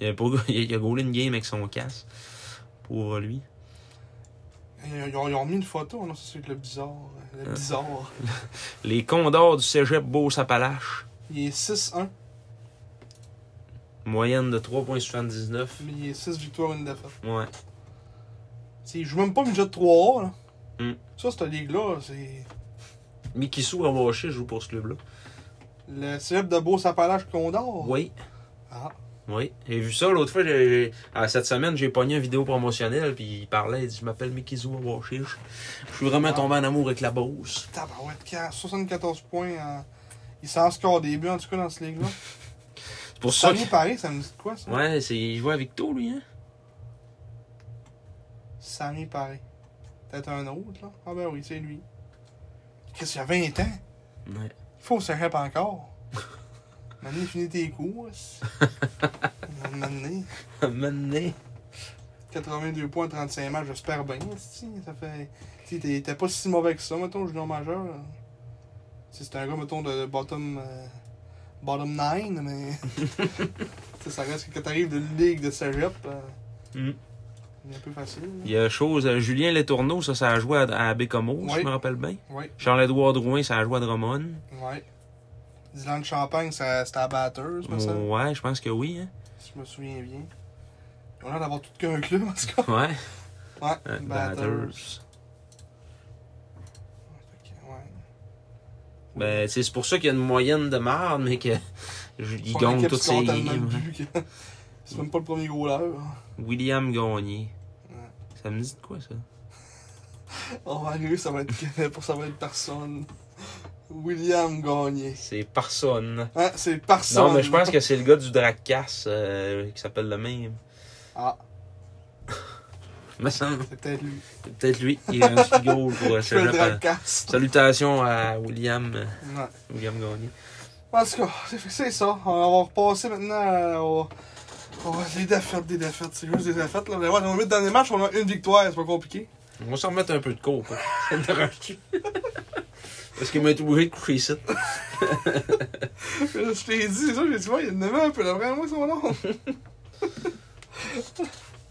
Il a, pas, il a gaulé une game avec son casse pour lui.
euh, Ils, ils ont, ils ont mis une photo, non, ça c'est le bizarre. euh, Le
Ah.
bizarre.
Les Condors du cégep Beauce-Appalaches,
Il est 6-1,
moyenne de 3,79.
mais il est 6 victoires, une défaite.
Ouais.
T'sais, il joue même pas au midget 3A, là.
Mm.
Ça, cette ligue-là, c'est.
Mikisu Awashi joue pour ce club-là.
Le célèbre de Beauce-Appalaches Condor.
Oui.
Oh. Ah.
Oui, j'ai vu ça l'autre fois. j'ai- j'ai- à cette semaine, j'ai pogné une vidéo promotionnelle, puis il parlait, il dit Je m'appelle Mikizu Awashish. Je suis vraiment tombé en amour avec la Beauce.
Tabarouette, quand- 74 points. en- Il s'en score des buts, en tout cas, dans cette ligue-là.
C'est pour ça.
Sammy
Que...
Paris, ça me dit de quoi, ça
Ouais, c'est, il jouait avec toi, lui, hein
Sammy Paris. Peut-être un autre, là. Ah, ben oui, c'est lui. Qu'est-ce qu'il y a 20 ans
Ouais.
Il faut que ça répète encore. Maintenant, finis tes cours. est-ce. Maintenant,
Maintenant.
82 points, 35 matchs, j'espère bien. esti. Ça fait. Tu sais, t'es- t'es pas si mauvais que ça, mettons, junior majeur. là. Tu sais, C'est un gars, mettons, de de bottom. euh, bottom 9, mais. Tu sais, ça reste que quand t'arrives de ligue de cégep, euh,
Mm.
c'est un peu facile.
Il y a chose, euh, Julien Letourneau, ça, ça a joué à, à Bécomo, si
Oui.
je me rappelle bien.
Oui,
Charles-Édouard Drouin, ça a joué à Drummond.
oui. Dylan de Champagne, ça- c'était à batteuse, me semble,
Ouais, je pense que oui, hein.
si je me souviens bien. On a l'air d'avoir tout qu'un club, en tout cas.
Ouais.
Ouais,
Euh,
batteuse.
Batters.
Fait que, ouais.
Ben, tu sais, c'est pour ça qu'il y a une moyenne de marde, mais que. je- Il
Son
gagne
équipe
toutes
score
ses
tellement de
games. hein.
buts que C'est même pas le premier goaler.
William Gagné.
Ouais.
Ça me dit de quoi, ça?
On va arriver, ça va être pour ça va être personne. William Gagné.
C'est personne.
Hein, c'est personne.
Non, mais je pense que c'est le gars du Dracas euh, qui s'appelle le même.
Ah,
Me semble.
c'est peut-être lui.
C'est peut-être lui. Il est un figo pour euh,
Je fais le
Cégep.
drag cast.
Salutations à William, euh,
Ouais.
William Gagné.
En tout cas, c'est fait que c'est ça. On va repasser maintenant euh, au. au- les défaites, des défaites. C'est juste des défaites. Là. Mais ouais, dans les huit derniers matchs, on a une victoire, c'est pas compliqué.
On va s'en remettre un peu de cours. quoi. Ça me dérange-tu? Parce qu'il m'a été obligé de coucher ici.
je t'ai dit, c'est ça, j'ai dit, ouais, il y a une un peu, là, vraiment, son nom.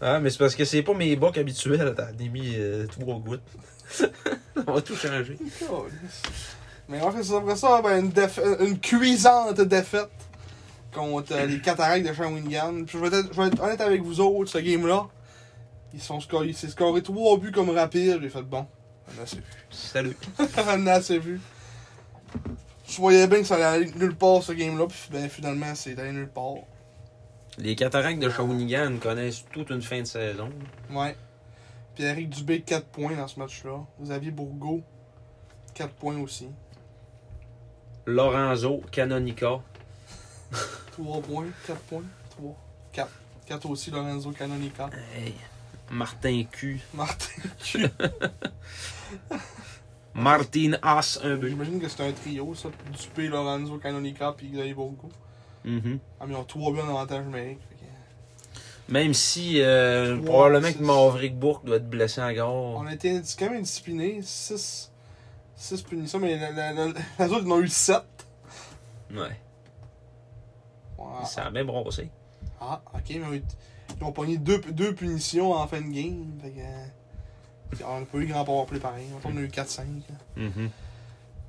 Ah, mais c'est parce que c'est pas mes bocs habituels. T'en as mis euh, trois gouttes. On va tout changer.
Câlisse. Mais en fait, c'est après ça, ben, une, défa- une cuisante défaite contre euh, les cataractes de Shawinigan. Puis je vais, être, je vais être honnête avec vous autres, ce game-là. Ils sont scorés, il s'est scoré 3 buts comme rapide. J'ai fait bon, on a assez vu.
Salut.
on a assez vu. Je voyais bien que ça allait aller nulle part ce game-là, puis ben, finalement, c'est allé nulle part.
Les cataractes de Shawinigan connaissent toute une fin de saison.
Ouais. Puis Eric Dubé, 4 points dans ce match-là. Xavier Bourgault, 4 points aussi.
Lorenzo, Canonica,
3 points, 4 points, 3, 4. 4 aussi, Lorenzo Canonica.
Hey, Martin Q.
Martin.
Martin As, un but.
J'imagine que c'est un trio, ça. Dupé, Lorenzo Canonica, puis Xavier Bourgo.
Mhm.
Ah, mais ils ont 3 buts en avantage numérique. fait que-
Même si euh,
Wow,
probablement que
c'est-
Maverick Bourque doit être blessé encore.
On a été quand même disciplinés, 6, 6 punitions, mais la, la, la- les autres, ils en ont eu 7.
Ouais.
Ouais.
Ça a bien brossé.
Ah, ok, mais ils ont eu- ils ont pogné 2 deux, deux punitions en fin de game. Fait que... puis On n'a pas eu grand powerplay pareil. On a eu hein. 4-5. là.
Mm-hmm.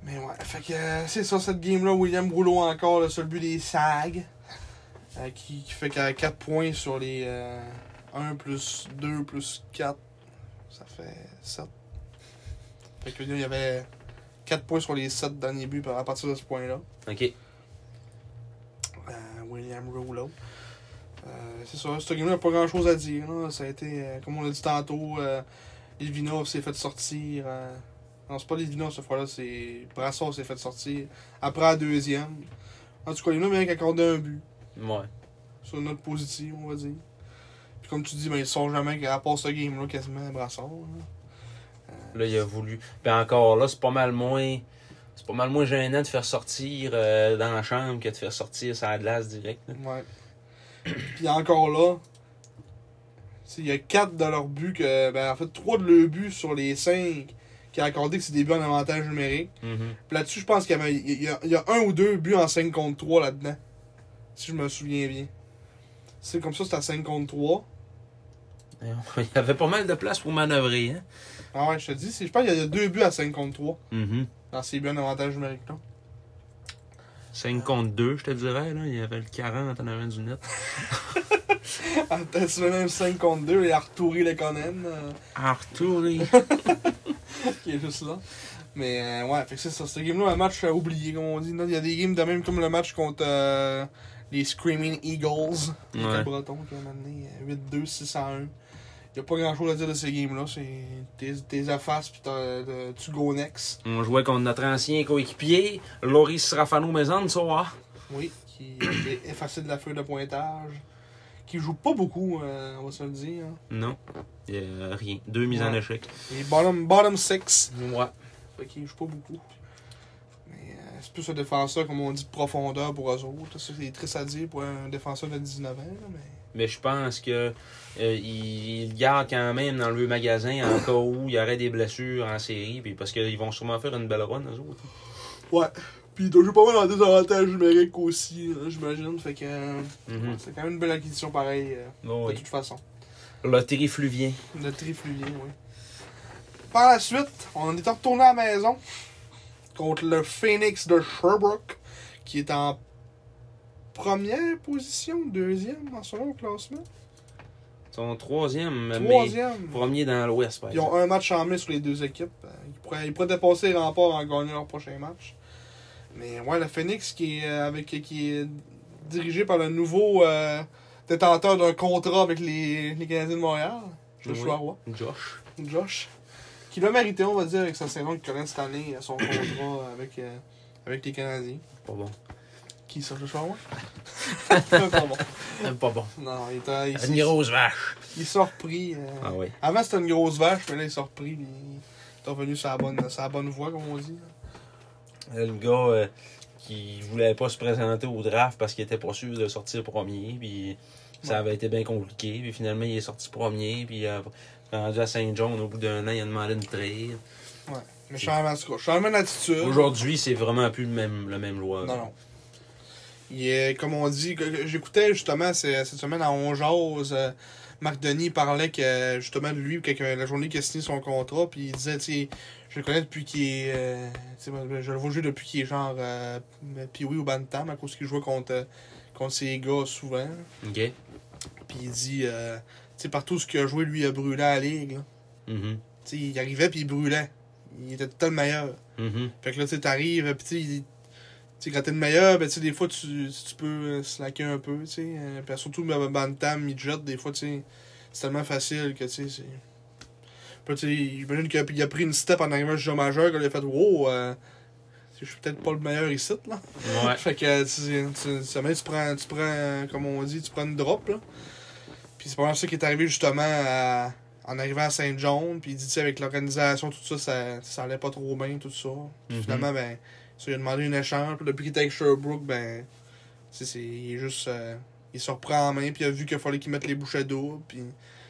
Mais ouais, fait que euh, c'est ça cette game-là. William Rouleau encore, le seul but des SAG. euh, qui, qui fait qu'à 4 points sur les euh, 1 plus 2 plus 4, ça fait 7. Fait que là, il y avait 4 points sur les 7 derniers buts à partir de ce point-là.
Ok.
Euh, William Rouleau. Euh, c'est ça, ce game-là, pas grand-chose à dire. là. Ça a été, euh, comme on l'a dit tantôt, euh, Ilvinov s'est fait sortir. euh, Non, c'est pas Ilvinov cette fois-là, c'est Brassard s'est fait sortir après la deuxième. En tout cas, il y en a bien qui accordé un but
Ouais.
sur une note positive, on va dire. Puis comme tu dis, ben, ils sont jamais qu'à part ce game-là quasiment à Brassard. là.
Là, il a voulu. Puis encore là, c'est pas mal moins. C'est pas mal moins gênant de faire sortir euh, dans la chambre que de faire sortir sur la glace direct. là.
Ouais. Puis encore là, tu sais, il y a 4 de leurs buts que. Ben, en fait, 3 de leurs buts sur les 5 qui a accordé que c'est des buts en avantage numérique.
Mm-hmm.
Puis là-dessus, je pense qu'il y, avait- il y a, il y a un ou deux buts en 5 contre 3 là-dedans. Si je me souviens bien. C'est comme ça, c'est à 5 contre 3.
Et on- Euh, Il y avait pas mal de place pour manœuvrer. Hein?
Ah ouais, je te dis, c'est- je pense qu'il y a deux buts à 5 contre 3
Mm-hmm.
dans ces buts en avantage numérique là.
5 contre 2, je te dirais. Là. Il y avait le 40 en avant du net.
Attends, c'est le même 5 contre 2, il a retourné le Conan. euh,
Arthur, lui.
qui est juste là. Mais euh, ouais, fait que c'est ça. Ce game-là, un match à oublier, comme on dit. là. Il y a des games de même comme le match contre euh, les Screaming Eagles. Les
Ouais.
Bretons qui ont mené euh, 8-2, 601. Il n'y a pas grand-chose à dire de ces games-là. C'est tes, tes affaces puis t'as- t'as- tu go next.
On jouait contre notre ancien coéquipier, Loris Rafano Maison, de soir.
Oui, qui a été effacé de la feuille de pointage. Qui joue pas beaucoup, euh, on va se le dire. hein.
Non. Il y a rien. Deux mises en
Ouais.
échec.
Et bottom, bottom six.
Ouais.
Fait qu'il joue pas beaucoup. Mais euh, c'est plus un défenseur, comme on dit, de profondeur pour eux autres. Ça, c'est triste à dire pour un défenseur de 19 ans, là, mais.
Mais je pense que euh, il, il garde quand même dans le magasin en cas où il y aurait des blessures en série. Puis parce qu'ils vont sûrement faire une belle run, eux autres.
Ouais. Puis il doit jouer pas mal en désavantage numérique aussi, hein, j'imagine. Fait que. euh,
Mhm.
C'est quand même une belle acquisition pareil, euh,
Oh,
de
oui.
toute façon.
Le Thierry Fluvien.
Le trifluvien, oui. Par la suite, on est retourné à la maison contre le Phoenix de Sherbrooke, qui est en première position, deuxième en selon le classement.
Son troisième, Euh, mais
Troisième.
premier dans l'Ouest, par
Ben, Ils ont
exemple.
un match en main sur les deux équipes. Euh, Ils pourraient, ils pourraient dépasser les remparts en gagnant leur prochain match. Mais ouais, le Phoenix qui est, euh, avec, qui est dirigé par le nouveau euh, détenteur d'un contrat avec les, les Canadiens de Montréal, Joshua
Oui.
Roy,
Josh.
Josh, qui l'a mérité, on va dire, avec sa saison qu'il connaît cette année, euh, son contrat avec, euh, avec les Canadiens.
Pas bon.
Qui ça, Joshua Roy? Pas bon.
Ah, Pas bon.
Non, il, était- il,
Une
s'est-
grosse vache.
il s'est repris. euh,
Ah oui.
avant, c'était une grosse vache, mais là, il s'est repris. puis Il est revenu sur la bonne, sur la bonne voie, comme on dit.
Le gars euh, qui voulait pas se présenter au draft parce qu'il était pas sûr de sortir premier, puis
Ouais.
ça avait été bien compliqué, puis finalement il est sorti premier, puis euh, rendu à Saint-John, au bout d'un an, il a demandé une trade.
Ouais. Mais changement, en tout cas, changement d'attitude.
Aujourd'hui, c'est vraiment plus le même, le même joueur.
Non, non. Il est, comme on dit, que- que j'écoutais justement c'est- cette semaine à Ongeause, euh, Marc Denis parlait que justement de lui, quelqu'un- la journée qu'il a signé son contrat, puis il disait, tu sais, je le connais depuis qu'il est. euh, tu sais, moi, je le vois jouer depuis qu'il est genre. Euh, oui ou Bantam, à cause qu'il jouait contre, euh, contre ses gars souvent.
OK?
Puis il dit, euh, tu sais, partout ce qu'il a joué, lui, il a brûlé à la ligue. là.
Mhm.
Tu sais, il arrivait puis il brûlait. Il était tout le temps le meilleur.
Mhm.
Fait que là, tu sais, t'arrives, pis tu sais, il- tu sais, quand t'es le meilleur, ben, tu sais, des fois, tu, tu peux euh, slacker un peu, tu sais. euh, pis surtout, ben, Bantam, Midget, des fois, tu sais, c'est tellement facile que, tu sais, c'est. Pis là, tu sais, j'imagine qu'il a, il a pris une step en arrivant chez le majeur, qu'il a fait, wow, euh, tu sais, je suis peut-être pas le meilleur ici, là.
Ouais.
Fait que, tu sais, tu, tu, tu, tu prends, tu prends, euh, comme on dit, tu prends une drop, là. Puis c'est pas mal ça qui est arrivé, justement, à- en arrivant à Saint-John, puis il dit, tu sais, avec l'organisation, tout ça, ça, ça allait pas trop bien, tout ça.
Mhm.
Finalement, ben, ça, il a demandé une échange. Puis depuis qu'il était avec Sherbrooke, ben, tu sais, c'est, il est juste. euh, il se reprend en main, puis il a vu qu'il fallait qu'il mette les bouchées d'eau, puis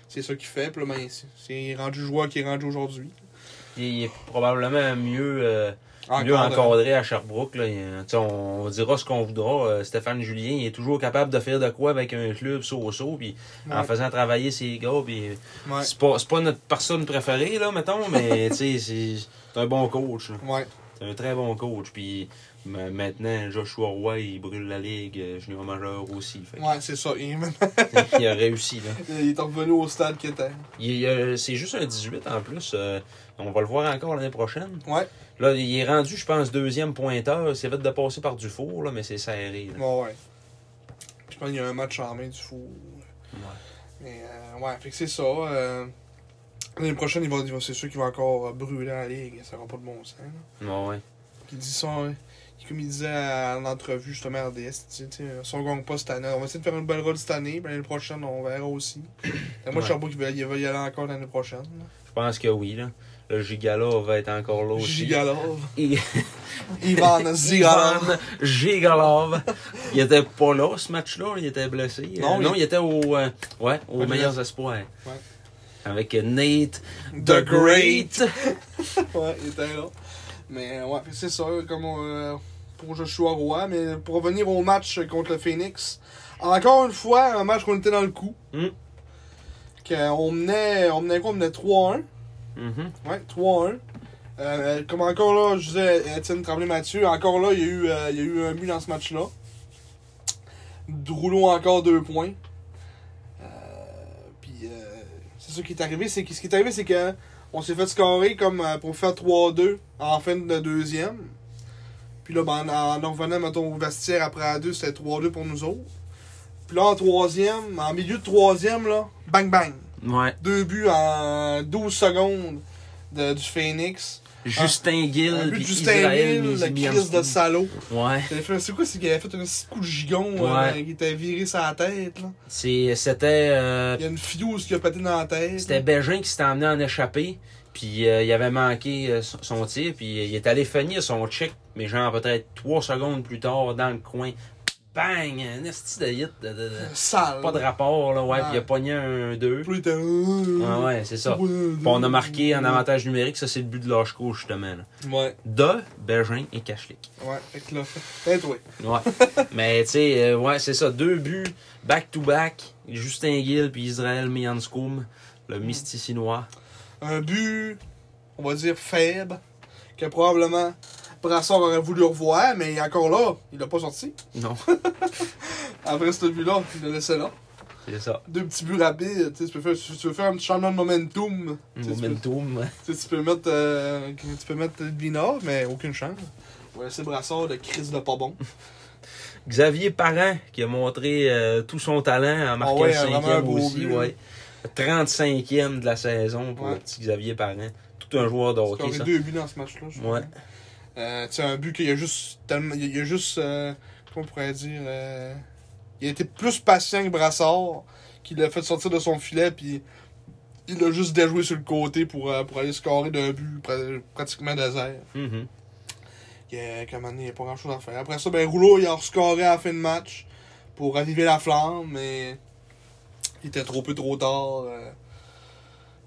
c'est ça qu'il fait. Puis là, ben, c'est- c'est rendu joueur qui est rendu aujourd'hui.
Il, il est probablement mieux, euh, mieux encadré à Sherbrooke. Là. Il- tu sais, on, on dira ce qu'on voudra. euh, Stéphane Julien il est toujours capable de faire de quoi avec un club so-so, puis en
Ouais.
faisant travailler ses gars, puis
euh, Ouais.
C'est pas, c'est pas notre personne préférée, là, mettons, mais tu sais, c'est c'est un bon coach. là.
Ouais.
C'est un très bon coach. Puis ma- maintenant, Joshua Roy, il brûle la ligue euh, junior majeur aussi. Fait que,
Ouais, c'est ça. Il,
il a réussi. Là.
il est revenu au stade qu'il était.
Il- euh, c'est juste un 18 en plus. euh, on va le voir encore l'année prochaine.
Ouais.
Là, il est rendu, je pense, deuxième pointeur. C'est vite de passer par Dufour, là, mais c'est serré. là.
Ouais, ouais. Puis Je pense qu'il y a un match en main du fou.
Ouais.
Mais euh, ouais, fait que c'est ça. euh, L'année prochaine, il va, il va- c'est sûr qu'il va encore euh, brûler en ligue. Ça n'aura pas de bon sens. là.
Ouais, ouais.
Qui dit son, qui, comme il disait à- en entrevue justement à RDS, tu sais, tu sais, euh, si on gagne pas cette année, on va essayer de faire une belle rôle cette année, puis l'année prochaine, on verra aussi. Et moi,
Ouais.
Sherbrooke, il va, il va y aller encore l'année prochaine.
Je pense que oui, là. Le Gigala va être encore là aussi.
Gigalov.
Et-
Ivan Zigalov.
Ivan Gigalov. Il était pas là, ce match-là. Il était blessé. Euh,
Non,
Non,
il-
il... était au, euh, ouais, aux
Ouais,
meilleurs espoirs.
Ouais.
Avec Nate
The Great. ouais, il était là. Mais euh, ouais, puis c'est ça, comme euh, pour Joshua Roy. Mais pour revenir au match contre le Phoenix, encore une fois, un match qu'on était dans le coup.
Mm.
Qu'on menait, on menait quoi On menait 3-1.
Mhm.
Ouais, 3-1. Euh, comme encore là, je disais Étienne Tremblay-Mathieu, encore là, il y, a eu, euh, il y a eu un but dans ce match-là. Droulon encore deux points. Euh, puis, euh, c'est ça qui est arrivé. C'est que- ce qui est arrivé, c'est que on s'est fait scorer comme euh, pour faire 3-2 en fin de deuxième. Puis là, ben, en, en revenant, mettons, au vestiaire après à 2, c'était 3-2 pour nous autres. Puis là, en troisième, en milieu de troisième, là, bang bang.
Ouais.
Deux buts en 12 secondes de- du Phoenix.
Justin Gill.
Ah. Un but de
puis
Justin
Israël
Hill, le
Mizibianski.
Chris de salaud.
Ouais.
Il avait fait- C'est quoi, c'est qu'il avait fait un petit coup de gigon
Ouais.
euh, qui était viré sur la tête, là.
C'est- C'était. euh,
Il y a une fiouse qui a pété dans la tête.
C'était Bégin qui s'était emmené en échappé, puis euh, il avait manqué euh, son, son tir, puis euh, il est allé finir son check, mais genre peut-être trois secondes plus tard dans le coin. Bang! Un esti de hit. de- de- de-
sale.
Pas de rapport, là, ouais,
Ouais.
puis il a pogné un 2.
Puis là, il était, euh,
Ouais, ouais, c'est ça. Puis
euh,
on a marqué en avantage numérique, ça c'est le but de Lashko justement. là.
Ouais,
De Bégin et Kachlik.
ouais. Fait que là, peut-être, ouais.
Ouais. Mais tu sais, euh, ouais, c'est ça. Deux buts, back-to-back, Justin Gill puis Israël Mianskoum,
Mm.
le mysticinois.
Un but, on va dire faible, que probablement Brassard aurait voulu revoir, mais encore là, il l'a pas sorti.
Non,
Après ce but-là, il l'a laissé là.
c'est ça.
Deux petits buts rapides, tu sais, tu peux faire, tu peux faire un petit changement de momentum. Tu sais, tu peux-
Momentum.
Tu sais, tu peux mettre euh, tu peux mettre Vina, mais aucune chance. Ouais, c'est Brassard de crise de pas
Oh,
bon.
Xavier Parent qui a montré euh, tout son talent en marquant
Ah ouais,
le
vraiment un
cinquième
beau
aussi.
but, là.
Ouais. 35e de la saison pour
Ouais.
le petit Xavier Parent. Tout un joueur de
Il a
hockey,
scoré
ça.
deux buts dans ce match-là. je
Ouais.
crois. Euh, tu sais, un but qu'il y a juste tellement. Il y a- il y a juste. euh, comment on pourrait dire. euh, il a été plus patient que Brassard, qu'il l'a fait sortir de son filet, puis il l'a juste déjoué sur le côté pour, euh, pour aller scorer d'un but pra- pratiquement désert.
Mhm.
Il y a, comme on dit, il y a pas grand chose à faire. Après ça, ben, Rouleau, il a rescoré à la fin de match pour raviver la flamme, mais il était trop peu trop tard. euh.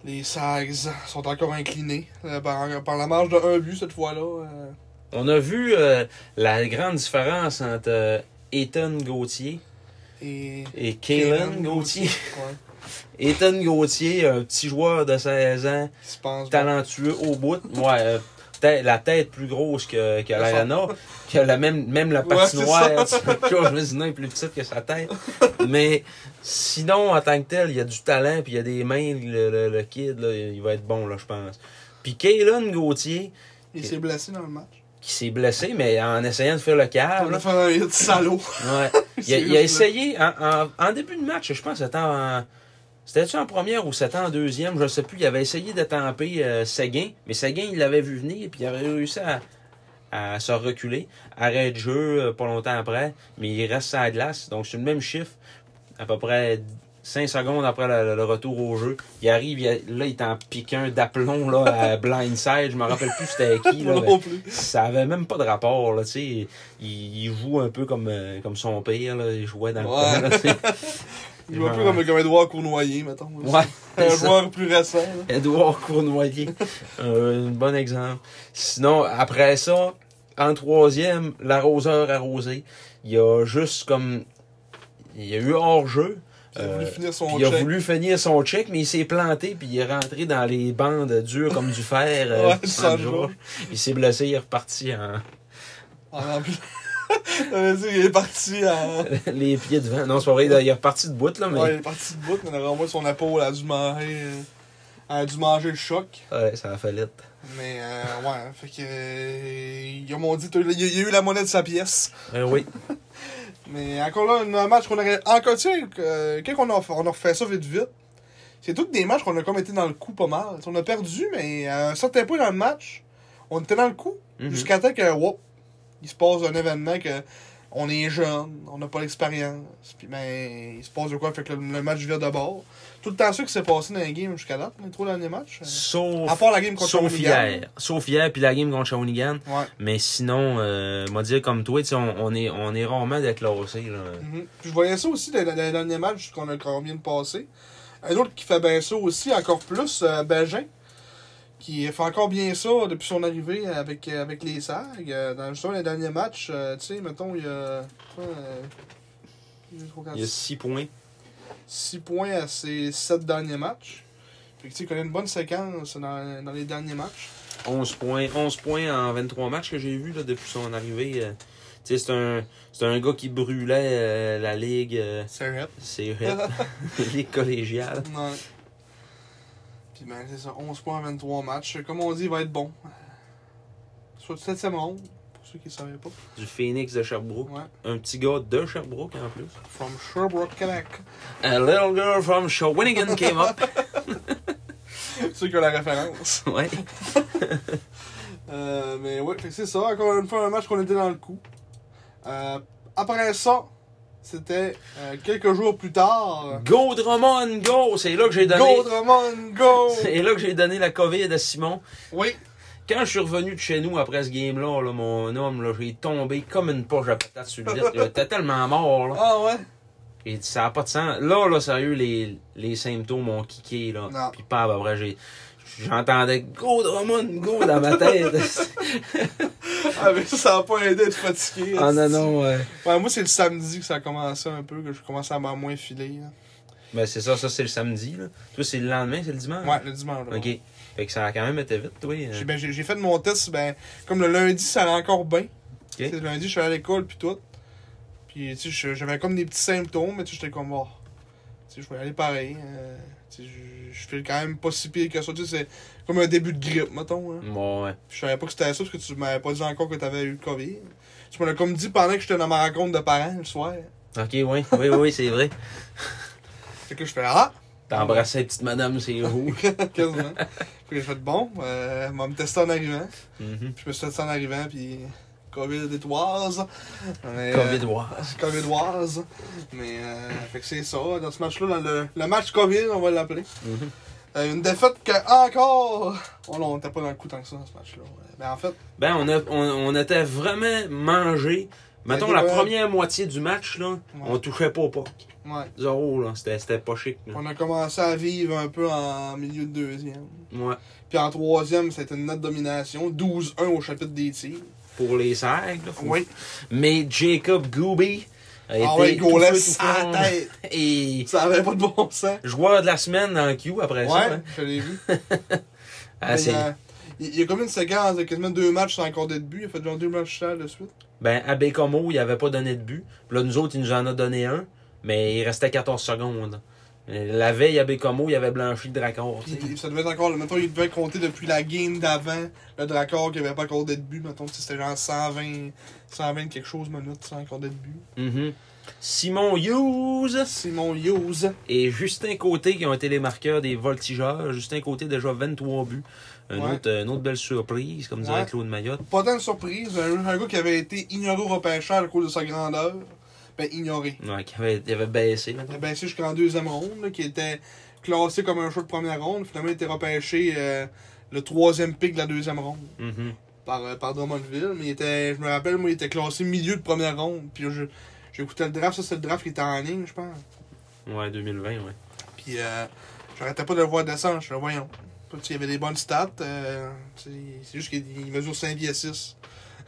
Les Sags sont encore inclinés euh, par, par la marge de 1 but cette fois-là. euh.
On a vu euh, la grande différence entre euh, Ethan Gauthier
et.
et Kalen Gauthier.
Ouais.
Ethan Gauthier, un petit joueur de 16 ans,
Il se pense.
talentueux au bout. Ouais, euh, tête- la tête plus grosse que, que l'Arena, que la même, même la
Ouais,
patinoire,
c'est
tu peux- je me dis non, elle est plus petite que sa tête. Mais sinon, en tant que tel, il y a du talent, puis il y a des mains, le, le- le kid, là, il va être bon, là, je pense. Puis Kalen Gauthier,
Il s'est blessé dans le match.
qui s'est blessé, mais en essayant de faire le
On
câble,
a fait un hit salaud.
Ouais. Il, a, il a essayé en, en- en début de match, je pense, c'était en, c'était-tu en première ou c'était en deuxième, je sais plus. Il avait essayé de tamper euh, Séguin, mais Séguin, il l'avait vu venir, puis il avait réussi à, à se reculer. Arrêt de jeu euh, pas longtemps après, mais il reste à la glace. Donc, c'est le même chiffre, à peu près 5 secondes après le, le retour au jeu. Il arrive, il a- là, il est en piquant d'aplomb là, à blindside. Je me rappelle plus c'était qui. là,
Moi
mais-
non plus.
ça avait même pas de rapport, là, tu sais. Il, il joue un peu comme, euh, comme son père, là. Il jouait dans le
Ouais.
coin, là, tu sais.
Il va un peu comme, comme Edouard Cournoyer, mettons.
Ouais,
Un
c'est ça.
joueur plus récent. là.
Edouard Cournoyer. Euh, un bon exemple. Sinon, après ça, en troisième, l'arroseur arrosé. Il y a juste comme. Il y a eu hors-jeu.
Il a voulu
Euh,
finir
puis
son
il a
check.
voulu finir son check, mais il s'est planté, puis il est rentré dans les bandes dures comme du fer. euh,
Ouais,
sans
sans
le
jour.
jour. Il s'est blessé, il est reparti en
En ambulance. il est parti en.
les pieds devant. Non, c'est pas vrai, il est reparti de bout, là, mais.
Ouais, il est parti de bout, mais on envoyé son épaule, elle a dû manger, euh, elle a dû manger le choc.
Ouais, ça a fait l'être.
Mais euh, ouais, fait que. euh, ils m'ont dit, il y a- il y a eu la monnaie de sa pièce.
Euh, oui.
Mais encore là, un match qu'on aurait. Encore, tu sais, euh, quand on a, on a refait ça vite vite, c'est toutes des matchs qu'on a comme été dans le coup pas mal. Tu sais, On a perdu, mais à un certain point dans le match, on était dans le coup.
Mhm.
Jusqu'à temps que, whoop, il se passe un événement que on est jeune, on n'a pas l'expérience. Puis, ben, il se passe de quoi, fait que le, le match vire de bord. Tout le temps ça qui s'est passé dans les games jusqu'à date, les trois derniers matchs. euh,
Sauf,
À part la game contre
sauf
Shawinigan.
hier. Sauf hier, puis la game contre Shawinigan.
Ouais.
Mais sinon, euh, moi dire comme toi, tu sais, on, on est, on est rarement déclassé. Là.
Mhm. Puis je voyais ça aussi dans dans les derniers matchs qu'on a- qu'on vient de passer. Un autre qui fait bien ça aussi, encore plus, euh, Belgin, qui fait encore bien ça depuis son arrivée avec, euh, avec les SAG. Euh, Dans justement les derniers matchs, euh, tu sais, mettons, il y a.
Il y a 6 points.
6 points à ses 7 derniers matchs. Fait que tu sais, il connaît une bonne séquence dans, dans les derniers matchs.
11 points, 11 points en 23 matchs que j'ai vu là, depuis son arrivée. euh, tu sais, c'est un, c'est un gars qui brûlait euh, la ligue. euh,
C'est vrai.
c'est la ligue collégiale.
Ouais. Puis ben, c'est ça, 11 points en 23 matchs. Comme on dit, il va être bon. Soit 7 ronde, pour ceux qui ne savaient pas.
Du Phoenix de Sherbrooke.
Ouais.
Un petit gars de Sherbrooke en plus.
From Sherbrooke, Québec.
A little girl from Shawinigan came up.
ceux qui ont la référence.
ouais.
Euh, mais ouais, fait que c'est ça. Encore une fois, un match qu'on était dans le coup. Euh, après ça, c'était euh, quelques jours plus tard.
Go Drummond, go! C'est là que j'ai donné.
Go Drummond, go!
C'est là que j'ai donné la COVID à Simon.
Oui,
Quand je suis revenu de chez nous après ce game-là, là, mon homme, là, j'ai tombé comme une poche à patate sur le lit. là. T'es tellement mort, là.
ah ouais.
J'ai dit, ça n'a pas de sens. Là, là, sérieux, les, les symptômes ont kické, là.
Non.
Puis paf, après, j'ai... J'entendais Go Drummond, go dans ma tête.
Ah, mais ça, ça n'a pas aidé à être fatigué.
ah non, non. ouais.
Ouais, moi, c'est le samedi que ça a commencé un peu, que je commençais à m'en moins filer. là.
Ben, c'est ça, ça c'est le samedi. Là. Toi, c'est le lendemain, c'est le dimanche.
Ouais, le dimanche. là.
Ah. OK. Fait que ça a quand même été vite, toi. euh,
J'ai ben, j'ai- j'ai fait de mon test, ben, comme le lundi, ça allait encore bien. Tu sais, Le lundi, je suis allé à l'école, puis tout. Puis, tu sais, je- j'avais comme des petits symptômes, mais tu sais, j'étais comme, oh, tu sais, je vais y aller pareil. euh, tu sais, je- je fais quand même pas si pire que ça. Tu sais, c'est comme un début de grippe, mettons. hein.
Bon, ouais.
Puis, je savais pas que c'était ça, parce que tu m'avais pas dit encore que t'avais eu le COVID. Tu me l'as comme dit pendant que j'étais dans ma rencontre de parents le soir.
OK, oui, oui, oui, oui, c'est vrai.
Fait que je fais, ah,
T'embrassais la petite madame, c'est roux.
quasiment. puis, j'ai fait, bon, euh, on va me tester en arrivant.
Mhm.
Puis je me suis fait ça en arrivant, puis COVID étoise. Mais,
Covid,
euh,
ouais.
Covidoise. Mais, euh, fait que c'est ça. Dans ce match-là, dans le, le match Covid, on va l'appeler.
Mhm.
Euh, une défaite que, encore. Oh non, on était pas dans le coup tant que ça dans ce match-là. Mais en fait,
Ben, on, a, on, on était vraiment mangé. Mettons,
Ouais,
la
ouais.
première moitié du match, là, on touchait pas au puck.
ouais.
Zéro, là. C'était c'était pas chic. Là.
On a commencé à vivre un peu en milieu de deuxième.
Ouais.
Puis en troisième, c'était une nette domination. 12-1 au chapitre des tirs.
Pour les sacs, là. faut- Mais Jacob Gooby a
Ah ouais,
tout
Gaulet,
feu, tout
sa
flamme.
tête.
Et
Ça avait pas de bon sens.
joueur de la semaine dans le Q après
Ouais,
ça. hein.
je l'ai vu.
Ah,
Mais,
c'est-
euh, Il il y a comme une séquence de quasiment deux matchs sans encore de but. Il a fait genre deux matchs sales de suite.
Ben, à Bécomo, il avait pas donné de but. Puis là, nous autres, il nous en a donné un, mais il restait 14 secondes. Euh, La veille, à Bécomo, il avait blanchi le dracon. tu sais.
Puis, ça devait être encore, mettons, il devait compter depuis la game d'avant, le Dracor qui avait pas encore d'être but, mettons, tu sais, c'était genre 120, 120 quelque chose minutes sans encore d'être but.
Mhm. Simon Hughes
Simon Hughes,
et Justin Côté qui ont été les marqueurs des voltigeurs. Justin Côté déjà 23 buts. Un
Ouais.
autre, une autre belle surprise, comme dirait
Ouais.
Claude Mayotte.
pas tant de surprise, un, un gars qui avait été ignoré au repêchage à cause de sa grandeur, ben ignoré.
Ouais, qui avait, il avait baissé. là.
Il a baissé jusqu'en deuxième ronde, là, qui était classé comme un choix de première ronde, finalement il était repêché euh, le troisième pick de la deuxième ronde.
Mhm.
par, euh, par Drummondville, mais il était, je me rappelle, moi, il était classé milieu de première ronde. Puis je- j'écoutais le draft, ça c'est le draft qui était en ligne, je pense.
Ouais, 2020, ouais.
Puis euh, j'arrêtais pas de le voir descendre, je le voyons. Puis, tu sais, Il avait des bonnes stats, euh, tu sais, c'est juste qu'il il mesure 5 pieds 6.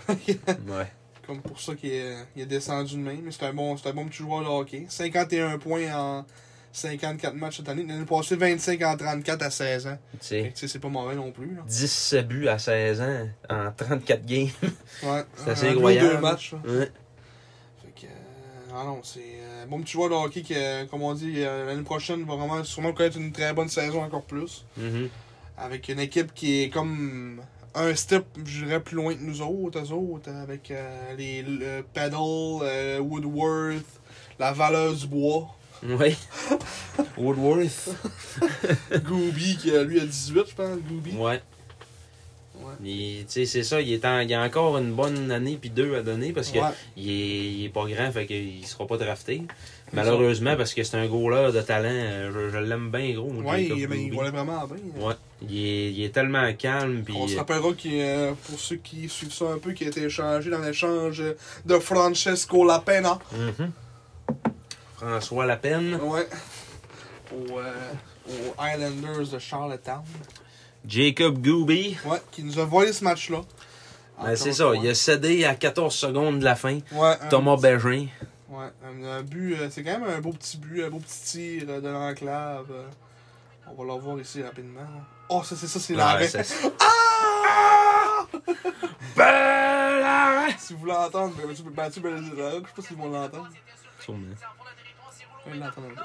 ouais.
Comme pour ça qu'il est, il est descendu de même, mais c'est un, bon, c'est un bon petit joueur de hockey. 51 points en 54 matchs cette année. L'année passée, 25 en 34 à 16 ans.
Tu
Fait
sais,
que, tu sais, C'est pas mauvais non plus. là.
17 buts à 16 ans en 34 games.
Ouais,
C'est assez
Un but,
incroyable.
deux matchs, là.
Ouais.
Fait que, euh, ah non, c'est euh, un bon petit joueur de hockey qui, euh, comme on dit, euh, l'année prochaine va vraiment sûrement connaître une très bonne saison encore plus.
Mhm.
Avec une équipe qui est comme un step, je dirais, plus loin que nous autres, eux autres, avec euh, les le Paddle, euh, Woodworth, la Valeuse Bois.
Oui. Woodworth.
Gooby, qui euh, lui a 18, je pense, Gooby.
Ouais.
Ouais.
Il- Tu sais, c'est ça, il, est en- il a encore une bonne année puis deux à donner parce que
Ouais.
il, est, il est pas grand, fait qu'il sera pas drafté. Malheureusement, parce que c'est un goaler de talent, euh, je, je l'aime bien gros. moi,
Ouais,
Jacob
il, mais il
Ruby.
volait vraiment bien.
Ouais. Il est, il est tellement calme. Puis,
On se rappellera qu'il, euh, pour ceux qui suivent ça un peu, qui a été échangé dans l'échange euh, de Francesco Lapena.
Mhm. François Lapeine.
Ouais. Au, euh, aux Islanders de Charlottetown.
Jacob Gooby.
Ouais, qui nous a volé ce match-là.
Ben, c'est
Encore
ça,
une
il a cédé à 14 secondes de la fin.
fois. Ouais, un-
Thomas Bergin.
Ouais, un, un but, euh, c'est quand même un beau petit but, un beau petit tir euh, de l'enclave. euh. on va le revoir ici rapidement. là. Oh, ça, c'est ça, c'est l'arrêt.
Ouais, ça-
Ah!
Bel arrêt!
si vous l'entendez, ben, Mathieu, Mathieu Belzerog, euh, je sais pas s'ils vont l'entendre.
Sûrement.
Ils l'entendent un peu.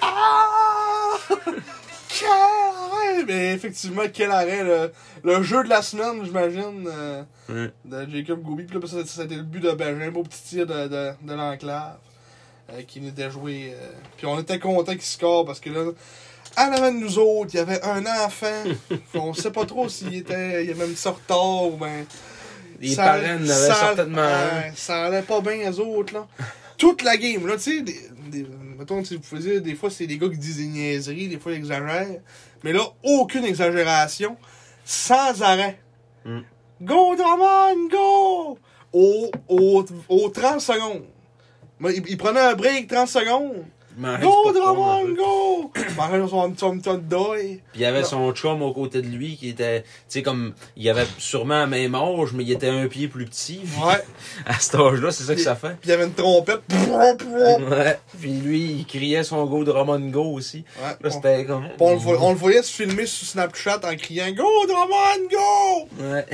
Ah! Quel arrêt! Mais effectivement, quel arrêt! Le, le jeu de la semaine, j'imagine, euh,
Ouais.
de Jacob Gobi. Puis là, ça, ça a été le but de Benjamin, beau petit tir de, de, de l'enclave euh, qui nous était joué. euh. puis on était content qu'il score parce que là, à l'avant de nous autres, il y avait un enfant. Puis on sait pas trop s'il était, il avait une sorte tard ou ben.
Les
Ça-
parents en avaient
ça-
certainement
ouais,
un.
ça allait pas bien les autres, là. Toute la game, là, tu sais, des, des- mettons, si vous faisiez, des fois, c'est des gars qui disent des niaiseries, des fois, ils exagèrent. Mais là, aucune exagération, sans arrêt.
Mm.
Go, Drummond, go! Au, au, au 30 secondes. Moi, Il, il prenait un break 30 secondes.
Je m'en rappelle
Go,
pas trop,
Drummond,
mais-
go! Par son petit ton d'oeil.
Puis il y avait
Non.
son chum aux côtés de lui qui était, tu sais, comme, il avait sûrement la même âge, mais il était un pied plus petit.
Ouais.
À cet âge-là, c'est ça que ça fait.
Puis il y avait une trompette.
Ouais. Puis lui, il criait son go de Roman Go aussi.
Ouais,
Là,
on-
c'était comme.
Puis on, le voy- on le voyait se filmer sur Snapchat en criant Go Drummond, go!
Ouais.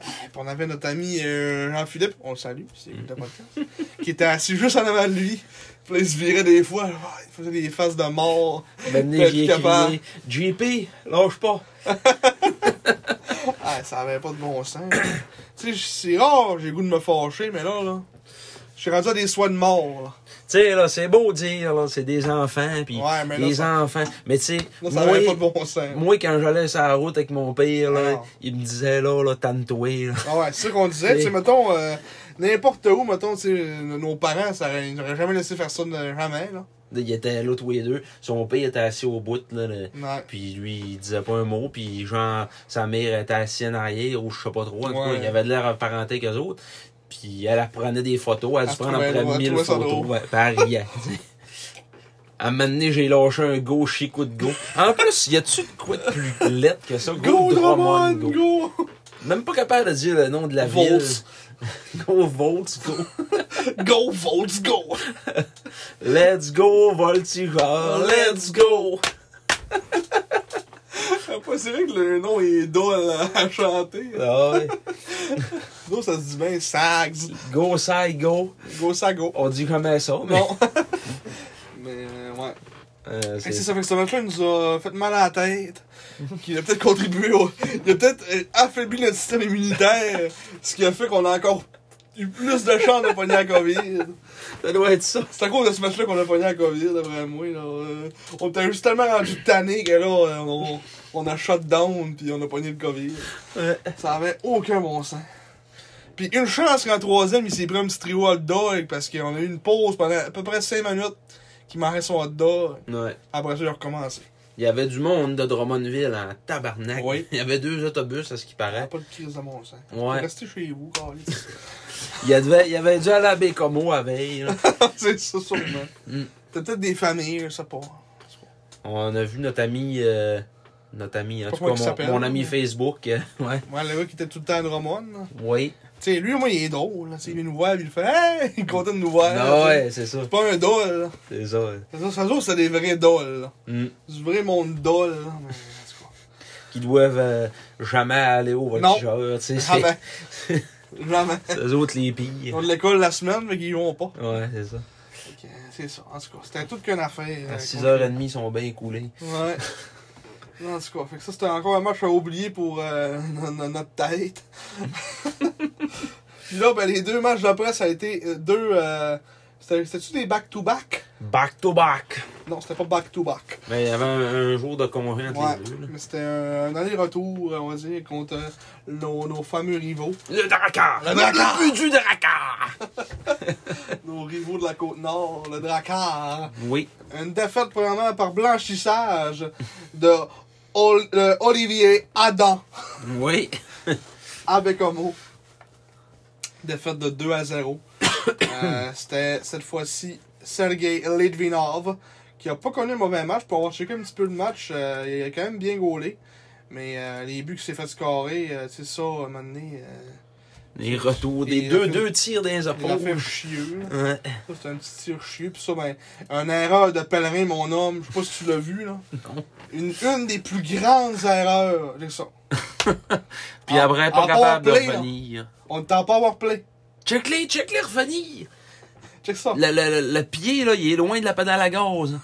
Puis on avait notre ami euh, Jean-Philippe, on le salue, c'est le podcast, qui était assis juste en avant de lui. Puis là, il se virait des fois, Ah, il faisait des faces de mort.
Maintenant, j'y ai
Peut-être capable.
crié. JP, lâche pas.
Ah, ça avait pas de bon sens. tu sais, c'est rare, j'ai le goût de me fâcher, mais là, là, je suis rendu à des soins de mort. Là.
Tu sais, là, c'est beau dire, là, c'est des enfants, puis
Ouais, mais là,
les
ça-
enfants. Mais tu sais,
Là, ça avait
moi,
pas de bon Ah. sens.
moi, quand j'allais sur la route avec mon père, là,
Alors.
il me disait, là, là, tanne-toi, là.
Ah ouais, c'est ça qu'on disait. Tu sais, mettons, euh, n'importe où, mettons, tu sais, euh, nos parents, ça aurait- ils n'auraient jamais laissé faire ça, euh, jamais, là.
Il était là tous les deux. Son père était assis au bout, là. le-
Ouais.
Puis lui, il disait pas un mot. Puis genre, sa mère était assise en arrière ou je sais pas trop. En tout cas,
Ouais.
il avait de l'air apparenté qu'eux autres. Puis elle, elle prenait des photos. Elle,
Elle
se prend
trouvait
après
drôle, elle
mille
trouvait ça
photos.
drôle.
Ouais, puis elle riait, tu sais. À un moment donné, j'ai lâché un go chico de go. En plus, y a-tu de quoi de plus lettre que ça?
Go,
Drummond,
Drummond, go!
Même pas capable de dire le nom de la
Volts.
ville. Go Volts, go.
Go, Volts, go!
Let's go, Voltigeur, let's go.
Après, c'est vrai que le nom est dole à chanter.
Ah ouais.
Nous, ça se dit bien Sags.
Go, Sai, go.
Go, Sago.
On dit jamais ça, mais.
Non. Mais euh, ouais.
Euh,
Fait que c'est
c'est-
ça, fait que ce match-là nous a fait mal à la tête. Qui a peut-être contribué au. Il a peut-être euh, affaibli notre système immunitaire. Ce qui a fait qu'on a encore eu plus de chances de pogner la COVID.
ça doit être ça.
C'est à cause de ce match-là qu'on a pogné la COVID, d'après moi. Là. Euh, on était juste tellement rendu tanné que là, euh, on, on a shut down puis on a pogné le COVID.
Ouais.
Ça avait aucun bon sens. Puis une chance qu'en troisième, il s'est pris un petit trio hot dog parce qu'on a eu une pause pendant à peu près 5 minutes qui mangeait son hot dog.
Ouais.
Après ça, il a recommencé.
Il y avait du monde de Drummondville en tabarnak.
Oui.
Il y avait deux autobus, à ce qui
Il n'y a
paraît.
pas de crise de mon sang.
Ouais.
Restez chez vous, câlisse.
Il y avait, il y avait dû aller à Bécomo à veille. là.
C'est ça, sûrement.
Mm.
T'as peut-être des familles, je sais pas.
On a vu notre ami. euh, notre ami, en
Pas
tout
moi qui
cas, mon,
s'appelle,
mon ami
mais-
Facebook. euh, ouais.
Moi, le gars qui était tout le temps à Drummond, là.
Oui.
Tu sais, lui, au moins, il est drôle. là. Tu sais, Il vient nous voir, puis il fait Hey! Il est content de nous voir.
Non,
là, tu sais.
Ah ouais, c'est ça.
C'est pas un doll. là.
C'est ça. ouais.
Ça, ça, ça, c'est des vrais dolls. là.
Mm.
Du vrai monde doll. là. Mais, en tout cas.
Qui doivent euh, jamais aller au voltigeur. tu sais, c'est-
Jamais. Jamais.
C'est eux autres les
Ils
pires.
ont de l'école la semaine, mais qu'ils y vont pas.
Ouais, c'est ça.
Fait que, euh, C'est ça. En tout cas, c'était toute qu'une affaire.
À
euh,
6h30, ils sont bien coulés.
Ouais. Non, en tout cas, fait que ça c'était encore un match à oublier pour euh, no- no- notre tête. Puis là, ben, les deux matchs d'après, ça a été euh, deux. euh, c'était- C'était-tu des back-to-back
Back to back.
Non, c'était pas back-to-back.
Mais Ben, il y avait un, un jour de congé entre
Ouais,
les deux. là.
mais c'était un, un aller-retour, on va dire, contre euh, nos, nos fameux rivaux.
Le Drakkar!
Le Drakkar!
plus du Drakkar!
Nos rivaux de la Côte-Nord, le Drakkar.
Oui.
Une défaite, premièrement, par blanchissage de Ol- euh, Olivier Adam.
Oui.
avec un mot. Défaite de 2 à 0. Euh, C'était cette fois-ci Sergei Litvinov qui a pas connu un mauvais match. Pour avoir checké un petit peu le match, euh, il a quand même bien gaulé. Mais euh, les buts qu'il s'est fait scorer, euh, c'est ça, à un moment donné, euh,
Les retours des
Et-
deux, deux tirs des
il a fait
apôtres.
chieux. là.
Ouais.
Ça, C'est un petit tir chieux. Puis ça, ben, une erreur de pèlerin, mon homme. Je sais pas si tu l'as vu, là. Une, une des plus grandes erreurs. C'est ça.
Puis
En-
après,
en
pas capable de
powerplay, là.
revenir.
On ne t'en pas avoir play.
Check-les, check-les, revenir!
Check ça.
Le, le- le- le pied, là, il est loin de la pédale à gaz.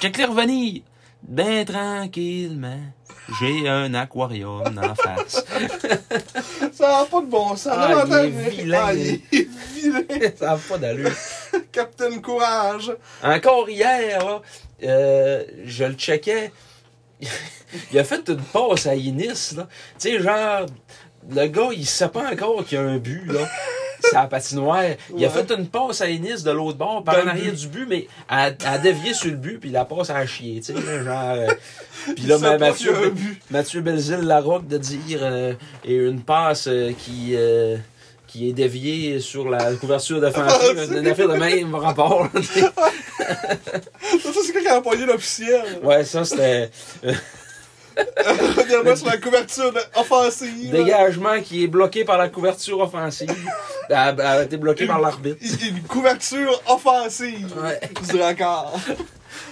Check-les, revenir! Ben tranquillement, j'ai un aquarium dans la face.
Ça n'a pas de bon sens.
Ah,
Non,
il est
mais-
vilain.
Ah, il est vilain.
Ça n'a pas d'allure.
Captain Courage.
Encore hier, là, euh, je le checkais. il a fait une passe à Inis, là. Tu sais, genre, le gars, il sait pas encore qu'il y a un but, là. C'est la patinoire. Il a
Ouais.
fait une passe à Inis de l'autre bord, par
Dans
en
le
arrière
but.
du but, mais à, à dévier sur le but, puis la passe à chier, tu sais, là, genre. euh, puis
Il
là,
sait
ma-
pas
Mathieu,
qu'il y a un but.
Mathieu Belzile-Larocque de dire euh, et une passe euh, qui. euh, qui est déviée sur la couverture défensive, une affaire de même rapport. là, tu sais.
Ça, c'est quelqu'un qui a empoigné l'officiel.
Ouais, ça c'était
Regardez-moi sur la couverture de- offensive.
dégagement qui est bloqué par la couverture offensive. Elle a- elle a été bloquée par l'arbitre
Il- il- Une couverture offensive
Ouais.
du record.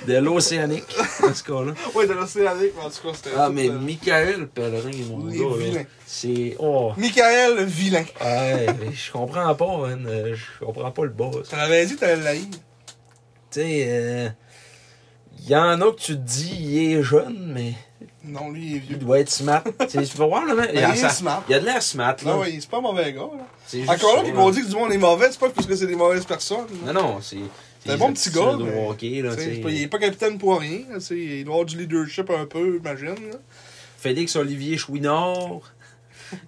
de l'Océanique, dans ce cas-là.
Ouais, de l'Océanique, mais en tout cas, c'était.
Ah,
tout,
mais
euh,
Michael Pellerin, mon
Oui,
gars, là,
vilain.
c'est... Oh,
Michael le Vilain.
ouais, mais je comprends pas, man. Euh, Je comprends pas le boss.
Tu l'avais dit, t'allais l'haïr.
Tu sais, euh, y en a que tu te dis, il est jeune, mais
Non, lui, il est
il
vieux.
doit être smart. Tu sais, tu vas voir, le mec. Il
Mais
a
Ben, il est
ça-
smart.
il a de l'air smart, là.
Non, ouais, c'est pas un mauvais gars. là.
C'est juste
Encore là,
ça,
puis qu'on dit que du monde est mauvais, c'est pas parce que c'est des mauvaises personnes. là.
Non, non, c'est...
C'est un bon petit gars,
de
mais-
hockey, là,
Tu sais,
tu sais.
c'est pas- il est pas capitaine pour rien. là, tu sais, Il doit avoir du leadership un peu, j'imagine. là.
Félix Olivier Chouinard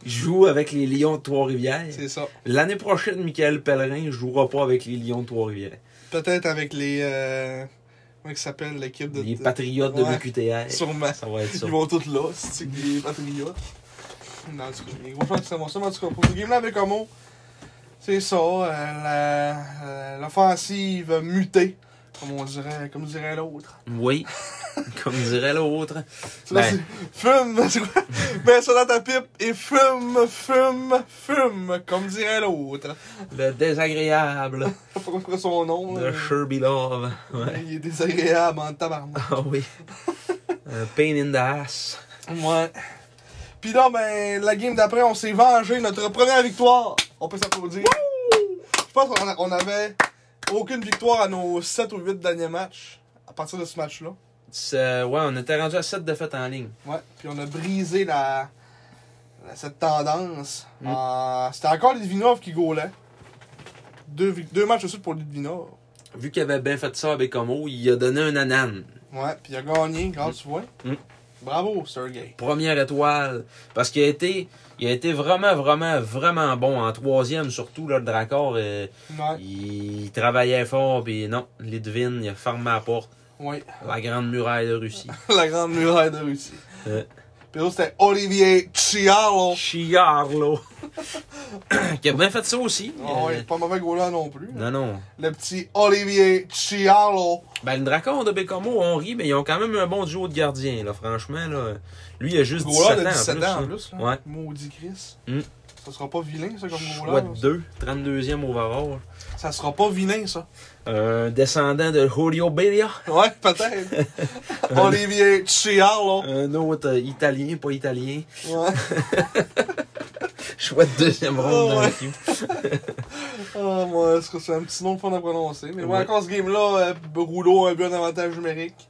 joue avec les Lions de Trois-Rivières.
C'est ça.
L'année prochaine, Michael Pellerin jouera pas avec les Lions de Trois-Rivières.
Peut-être avec les. Euh, comment ils s'appellent l'équipe de.
Les
de-
Patriotes de
Ouais.
l'UQTR.
Sûrement.
Ça va être ça.
Ils vont tous là, c'est que les patriotes. Non, en tout cas, les gros joueurs qui s'avancent ça, mais en tout cas, pour ce game-là avec un mot, c'est ça. euh, la- euh, L'offensive mutée, comme on dirait, comme dirait l'autre.
Oui. Comme dirait l'autre.
Ça,
Ben.
c'est- Fume, c'est quoi? Mets ça dans ta pipe et fume, fume, fume, comme dirait l'autre.
Le désagréable
Je sais pas pourquoi son nom.
de
là.
Sherby Love. Ouais.
Il est désagréable en tabarnak.
Ah oui. Un pain in the ass.
Ouais. Puis là, ben, la game d'après, on s'est vengé. Notre première victoire. On peut s'applaudir. Je pense qu'on a- on avait aucune victoire à nos 7 ou 8 derniers matchs. À partir de ce match-là.
C'est- Ouais, on était rendu à 7 défaites en ligne.
Ouais. Puis on a brisé la, la- cette tendance. Euh, C'était encore Litvinov qui gaulait. Deux, vic- deux matchs de suite pour Litvinov.
Vu qu'il avait bien fait ça avec Homo, il a donné un anan.
Ouais. Puis il a gagné, grâce tu vois.
Mm.
Bravo, Sergey.
première étoile. Parce qu'il a été, il a été vraiment, vraiment, vraiment bon. En troisième, surtout, là, le Dracor, euh,
Ouais.
il travaillait fort. Puis non, Lidvin, il a fermé la porte.
Ouais.
La grande muraille de Russie.
la grande muraille de Russie.
Ouais.
Puis là, c'était Olivier Chialo.
Chiarlo. qui a bien fait ça aussi.
Ah ouais,
Euh,
pas mauvais goaler non plus.
non,
hein.
non.
Le petit Olivier Chialo.
Ben, le Dracor de Bécomo, on rit, mais ils ont quand même un bon duo de gardiens, là, franchement. Là. Lui, il a juste 17
Goaler
ans.
de
en
17
plus,
ans en
là.
plus. là.
Ouais.
Maudit Chris.
Mm.
Ça sera pas vilain, ça, comme
Choix
goaler.
de
là.
2, 32e overall.
Ça sera pas vilain, ça.
Un descendant de Julio Beria.
Ouais, peut-être. Olivier Chialo.
Un autre euh, italien, pas italien.
Ouais.
Choix de deuxième ronde dans
Oh, Ouais.
le cul.
Ah, moi, est-ce que c'est un petit nom fun à prononcer? Mais moi,
Ouais.
encore ce game-là, euh, Rouleau a un but d'avantage numérique.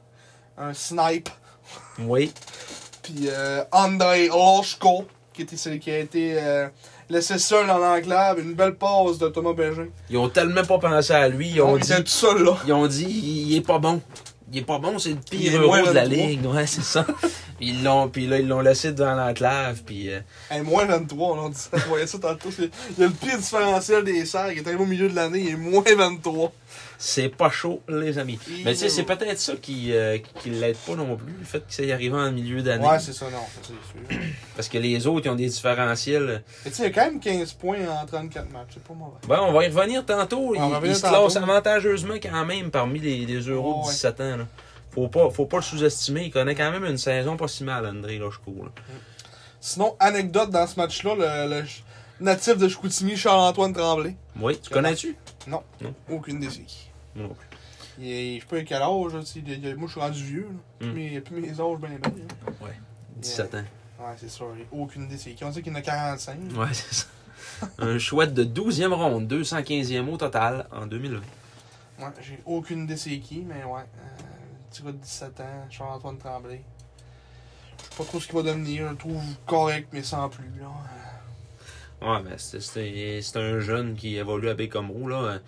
Un snipe.
Oui.
Puis euh, Andrei Loshko. qui, était, qui a été euh, laissé seul dans l'enclave. Une belle passe de Thomas Bégin.
Ils ont tellement pas pensé à lui. Ils ont
il
dit,
était tout seul, là.
ils ont dit, il est pas bon. Il est pas bon, c'est le
Il est
pire euro
moins
de la
23.
ligue. Ouais, c'est ça. Puis ils l'ont, puis là, ils l'ont laissé devant l'enclave. Puis euh,
Hey, moins 23, là, on, disait, on voyait ça tantôt. c'est- Il y a le pire différentiel des serres qui est arrivé au milieu de l'année, il est moins 23.
c'est pas chaud, les amis.
Il-
Mais tu sais, c'est peut-être ça qui, euh, qui l'aide pas non plus, le fait que ça y arrive en milieu d'année.
Ouais, c'est ça, non, ça, c'est sûr.
parce que les autres, ils ont des différentiels.
Mais tu sais, il y a quand même 15 points en 34 matchs, c'est pas mauvais.
Ben, on va y revenir tantôt.
On va
Ils
revenir
il se
tantôt.
classent avantageusement quand même parmi les, les euros
Ouais,
de
ouais.
17 ans. Là. Faut pas, faut pas le sous-estimer. Il connaît quand même une saison pas si mal, André Lochko. là.
Sinon, anecdote dans ce match-là, le, le ch- natif de Chicoutimi, Charles-Antoine Tremblay.
Oui, tu
Comment?
connais-tu?
Non,
Non.
aucune des qui.
Moi non plus.
Il est- Je sais pas quel âge, là, tu sais, il y a- moi je suis rendu vieux, là.
Hmm.
mais il y a plus mes âges, ben, ben. là.
17 ans.
Ouais, c'est sûr, il y a aucune des qui. On dit qu'il y en a 45.
Ouais, c'est ça. Un chouette de 12e ronde, 215e au total en 2020.
Ouais, j'ai aucune idée c'est qui, mais ouais. Euh, petit gars de 17 ans, Charles-Antoine Tremblay. Je sais pas trop ce qu'il va devenir, je le trouve correct, mais sans plus. Là.
Ouais, mais c'est- c'est c'est un jeune qui évolue à Bécombeau, là.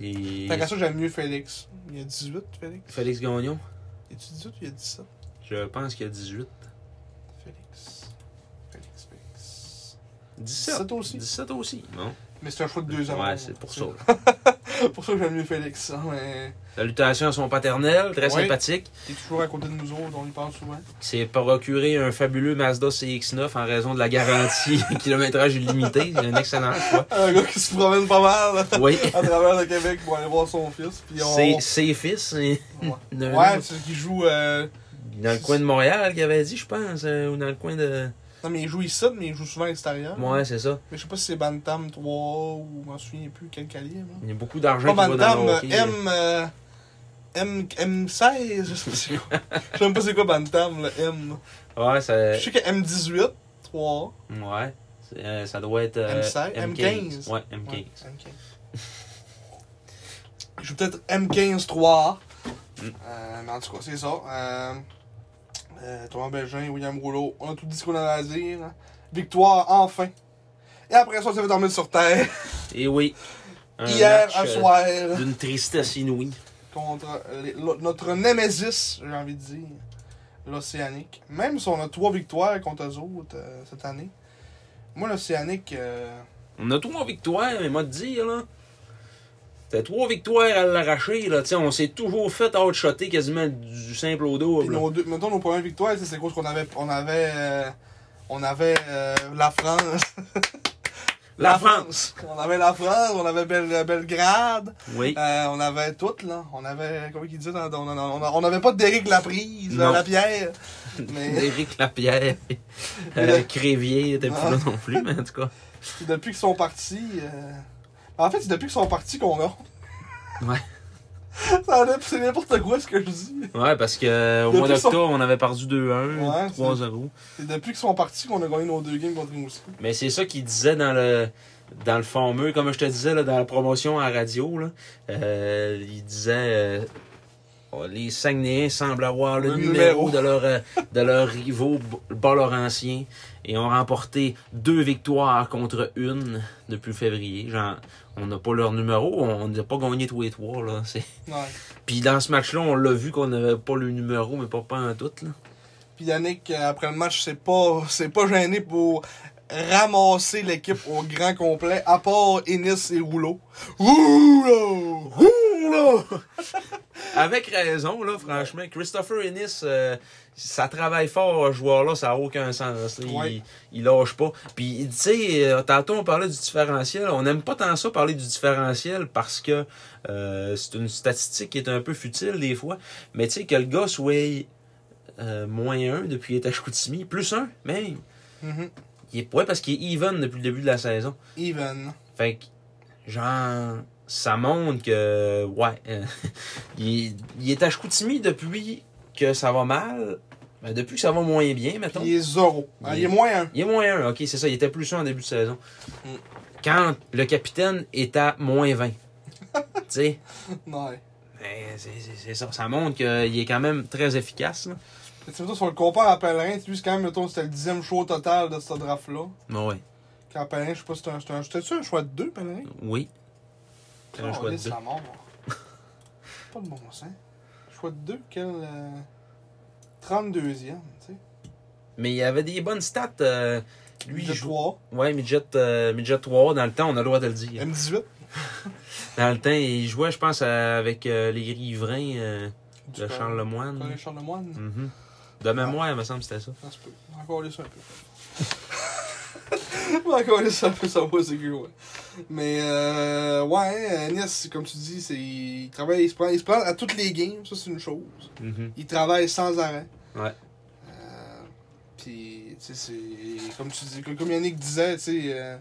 Il-
Tant qu'à ça, j'aime mieux Félix. Il a 18, Félix
Félix Gagnon,
Il a-tu 18 ou il a 17
je pense qu'il a 18.
Félix. Félix, Félix.
17
aussi.
17 aussi, non?
Mais c'est un choix de deux ans.
Ouais, c'est pour ça. là.
C'est pour ça que j'aime mieux Félix. hein, mais
Salutations à son paternel, très
Ouais.
sympathique.
il est toujours à côté de nous autres, on y parle souvent.
qui s'est procuré un fabuleux Mazda CX-9 en raison de la garantie kilométrage illimité. C'est un excellent choix.
Un gars qui se promène pas mal là,
Oui.
à travers le Québec pour aller voir son fils. Puis on...
C'est ses fils, et-
Ouais,
d'un
ouais
autre.
c'est qui joue. euh,
dans le coin de Montréal qu'il avait dit, je pense, euh, ou dans le coin de...
Non, mais il joue ici, mais il joue souvent à l'extérieur.
Ouais, c'est ça.
Mais je sais pas si c'est Bantam 3 ou je m'en souviens plus quel calibre. là.
Il y a beaucoup d'argent
Pas
qui va dans
Bantam,
le
euh,
hockey.
M, euh, M, M16, je sais pas c'est quoi. je sais même pas c'est quoi Bantam, le M. là.
Ouais, ça...
Je sais que M18, 3,
Ouais. C'est, euh, ça doit être... euh,
M16, M15.
Ouais, M15.
Ouais, M15. Je joue peut-être M15, 3.
Mm.
Euh, mais en tout cas, c'est ça. Euh, euh, Thomas Belgin, William Rouleau, on a tout dit ce qu'on avait à dire. hein. Victoire, enfin. Et après ça, on s'est fait dormir sur terre.
Et oui. Un
Hier,
match,
un
euh,
soir.
D'une tristesse inouïe.
contre les- l'o- notre némésis, j'ai envie de dire, l'Océanique. Même si on a trois victoires contre eux autres euh, cette année, moi, l'Océanique, euh,
On a trois victoires, mais moi te dire, là. T'as trois victoires à l'arracher, là. T'sais, on s'est toujours fait outshotter quasiment du simple au
puis
double.
nos deux, mettons nos premières victoires, c'est c'est quoi ce qu'on avait On avait, euh, on avait euh, la France.
La France!
On avait la France, on avait Bel- Belgrade,
Oui.
euh, on avait toutes, là. On avait, comment il dit, on, on, on, on avait pas d'Éric Laprise,
Non.
la pierre. Mais
Éric Lapierre.
Mais
euh,
le-
Crévier était
Non.
plus là non plus, mais en tout cas.
depuis qu'ils sont partis. euh, En fait, c'est depuis qu'ils sont partis qu'on a.
Ouais.
Ça en est- C'est n'importe quoi ce que je dis.
Ouais, parce que euh, au
Depuis
mois
son-
d'octobre, on avait perdu 2-1,
Ouais,
3-0.
C'est depuis qu'ils sont partis qu'on a gagné nos deux games contre Rimouski.
Mais c'est ça qu'il disait dans le dans le fameux, comme je te disais là, dans la promotion à la radio, là, euh, il disait euh, Oh, les Saguenayens semblent avoir le,
Le numéro.
numéro, de leur euh, de leurs rivaux b- bas Laurentiens et ont remporté deux victoires contre une depuis février. Genre, on n'a pas leur numéro, on n'a pas gagné tous les trois là. C'est-
Ouais.
Puis dans ce match-là, on l'a vu qu'on n'avait pas le numéro, mais pas pas en tout là.
Puis Yannick, euh, après le match, c'est pas, c'est pas gêné pour ramasser l'équipe au grand complet, à part Ennis et Rouleau. Rouleau!
Avec raison, là, franchement. Christopher Ennis, euh, ça travaille fort, ce joueur-là, ça n'a aucun sens. là. Il,
Ouais.
il lâche pas. Puis, tu sais, euh, tantôt, on parlait du différentiel. On n'aime pas tant ça parler du différentiel parce que euh, c'est une statistique qui est un peu futile des fois. Mais tu sais, que le gars soit euh, moins 1 depuis les Chicoutimi, plus 1, même.
Mhm.
Il est, ouais, parce qu'il est even depuis le début de la saison.
Even.
Fait que, genre, ça montre que, ouais, euh, il, il est à Chicoutimi depuis que ça va mal, ben, depuis que ça va moins bien,
Puis
mettons.
il est zéro. Ah, il est moins un.
Il est moins 1, ok, c'est ça, il était plus 1 en début de saison.
Mm.
Quand le capitaine est à moins 20, tu sais,
Ouais.
ben, c'est- c'est c'est ça, ça montre qu'il est quand même très efficace. là.
Tu sais, mettons, si on le compare à Pellerin, lui, c'est quand même, mettons, c'était le dixième choix total de ce draft-là.
Ben Ouais.
Quand Pellerin, je sais pas si c'était un, c'était un, c'était-tu un choix de deux, Pellerin?
Oui. C'est un
Oh,
choix de
laisse
deux.
la mort. pas de bon sens. Choix de deux, quel. euh, 32e, tu sais.
Mais il avait des bonnes stats. euh, lui, il
de
jouait.
3,
Ouais, midget, euh, midget 3, dans le temps, on a le droit de le dire.
M18,
Dans le temps, il jouait, je pense, à- avec euh, les riverains euh,
du
de Charles Lemoine.
Colin Charlemagne. Ah,
Mhm. De mémoire, il me semble que c'était ça.
Ça se peut. On va encore laisser un peu. On va encore laisser un peu, ça va, c'est gros, ouais. Mais, euh, ouais, euh, Nice, comme tu dis, c'est, il travaille, il se, prend, il se prend à toutes les games, ça c'est une chose.
Mhm.
Il travaille sans arrêt.
Ouais.
Euh, Puis, tu sais, c'est, comme tu dis, comme Yannick disait, tu sais, euh,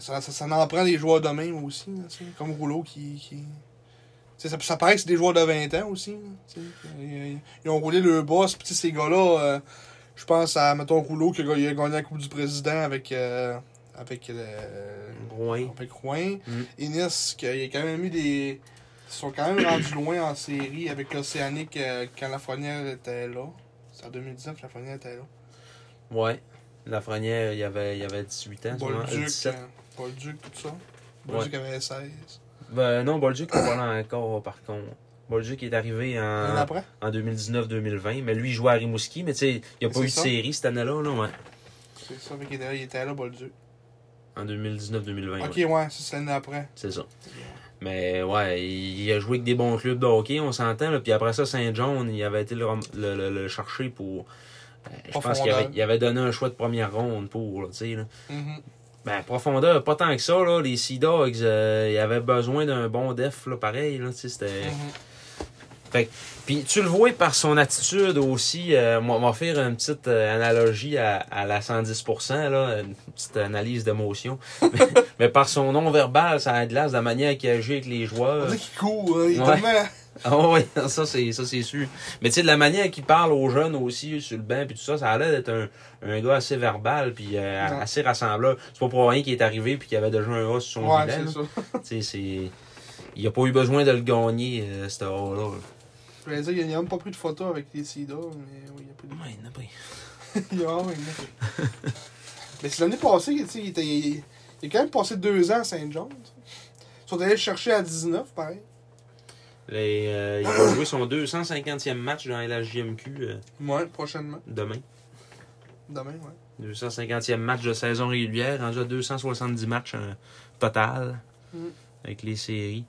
ça, ça, ça en prend des joueurs de même aussi, là, tu sais, comme Rouleau qui. qui... tu sais, Ça, ça paraît que c'est des joueurs de 20 ans aussi. là, tu sais. euh, Ils, ils ont roulé le boss. Puis tu sais, ces gars-là, euh, je pense à, mettons, Rouleau qui a il a gagné la Coupe du Président avec, euh, avec, euh,
Rouen.
avec Rouen.
Mhm.
Innis, qui a quand même eu des. Ils sont quand même rendus loin en série avec l'Océanique euh, quand la Fournière était là. C'est en 2019 que la Fournière était là.
Ouais. Lafrenière, il y avait, il y avait 18 ans, sûrement.
Bolduc,
17.
euh, Bolduc, tout ça. Bolduc avait 16.
Ben, non, Bolduc n'est pas là encore, par contre. Bolduc est arrivé
L'année
en,
après?
en 2019-2020, mais lui, il jouait à Rimouski, mais tu sais, il n'y a pas
C'est
eu de
ça.
série cette année-là, là, ouais.
C'est ça, mais il était là, il était là, Bolduc.
En 2019-2020,
Ok,
ouais.
ouais, ça, c'est l'année après.
c'est ça. Mais ouais, il a joué avec des bons clubs de hockey, on s'entend. là. Puis après ça, Saint-John, il avait été le, rom- le, le- le chercher pour. euh, je
Pas
pense qu'il avait,
fondant.
il avait donné un choix de première ronde pour, là, tu sais. là.
Mhm.
Ben, profondeur, pas tant que ça, là. Les Sea Dogs, euh, ils avaient besoin d'un bon def, là, pareil, là, tu sais, c'était...
Mhm.
Puis tu le vois par son attitude aussi. euh, moi, on va faire une petite euh, analogie à, à la 110%, là, une petite analyse d'émotion. mais, mais par son non-verbal, ça aide glace, de la manière qu'il agit avec les
On
joueurs.
dit qu'il court, hein, il est
Ouais.
tellement.
Ah oui, ça c'est ça c'est sûr. Mais tu sais, de la manière qu'il parle aux jeunes aussi sur le banc puis tout ça, ça a l'air d'être un, un gars assez verbal puis euh,
Ouais.
assez rassembleur. C'est pas pour rien qu'il est arrivé puis qu'il avait déjà un A sur son
Ouais,
bilan,
c'est
là.
ça.
Tu sais, c'est. Il a pas eu besoin de le gagner, euh, ce rôle-là.
Je voulais dire, il n'y a même pas pris de photo avec les SIDA, mais oui, il n'y a pas de.
Ouais, il n'a pas.
Il y a vraiment une- Ah Mais c'est l'année passée, tu sais, il, était- il, il a quand même passé deux ans à Saint-Jean. tu sais. Ils sont allés le chercher à 19, pareil.
Les, euh, il va jouer son 250e match dans la JMQ euh,
Ouais, prochainement.
demain.
Demain, ouais.
250e match de saison régulière, rendu à 270 matchs euh, total
Mm.
avec les séries.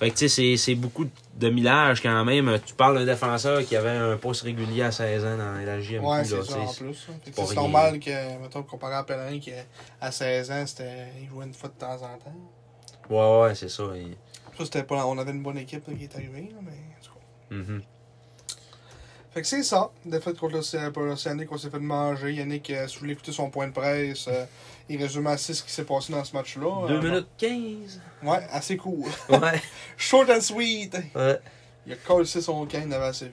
Fait que tu sais, c'est- c'est beaucoup de millage quand même. Tu parles d'un défenseur qui avait un poste régulier à 16 ans dans la JMQ.
Ouais,
là,
c'est
tu
ça, en
sais.
plus. hein. Fait que
pas
C'est
rien.
normal que, mettons, comparé à Pellerin, qui à 16 ans, c'était, il jouait une fois de temps en temps.
ouais, ouais, c'est ça. il-
Ça, c'était pas. On avait une bonne équipe là, qui est arrivée, là, mais en tout cas.
Mhm.
Fait que c'est ça. Défaite contre l'Océ- pour l'Océanique, on s'est fait manger. Yannick, euh, si vous voulez écouter son point de presse, euh, il résume assez ce qui s'est passé dans ce match-là.
2
Euh,
minutes 15.
Ouais, assez court.
Ouais.
Short and sweet.
ouais.
Il a collé son camp, il avait assez vu.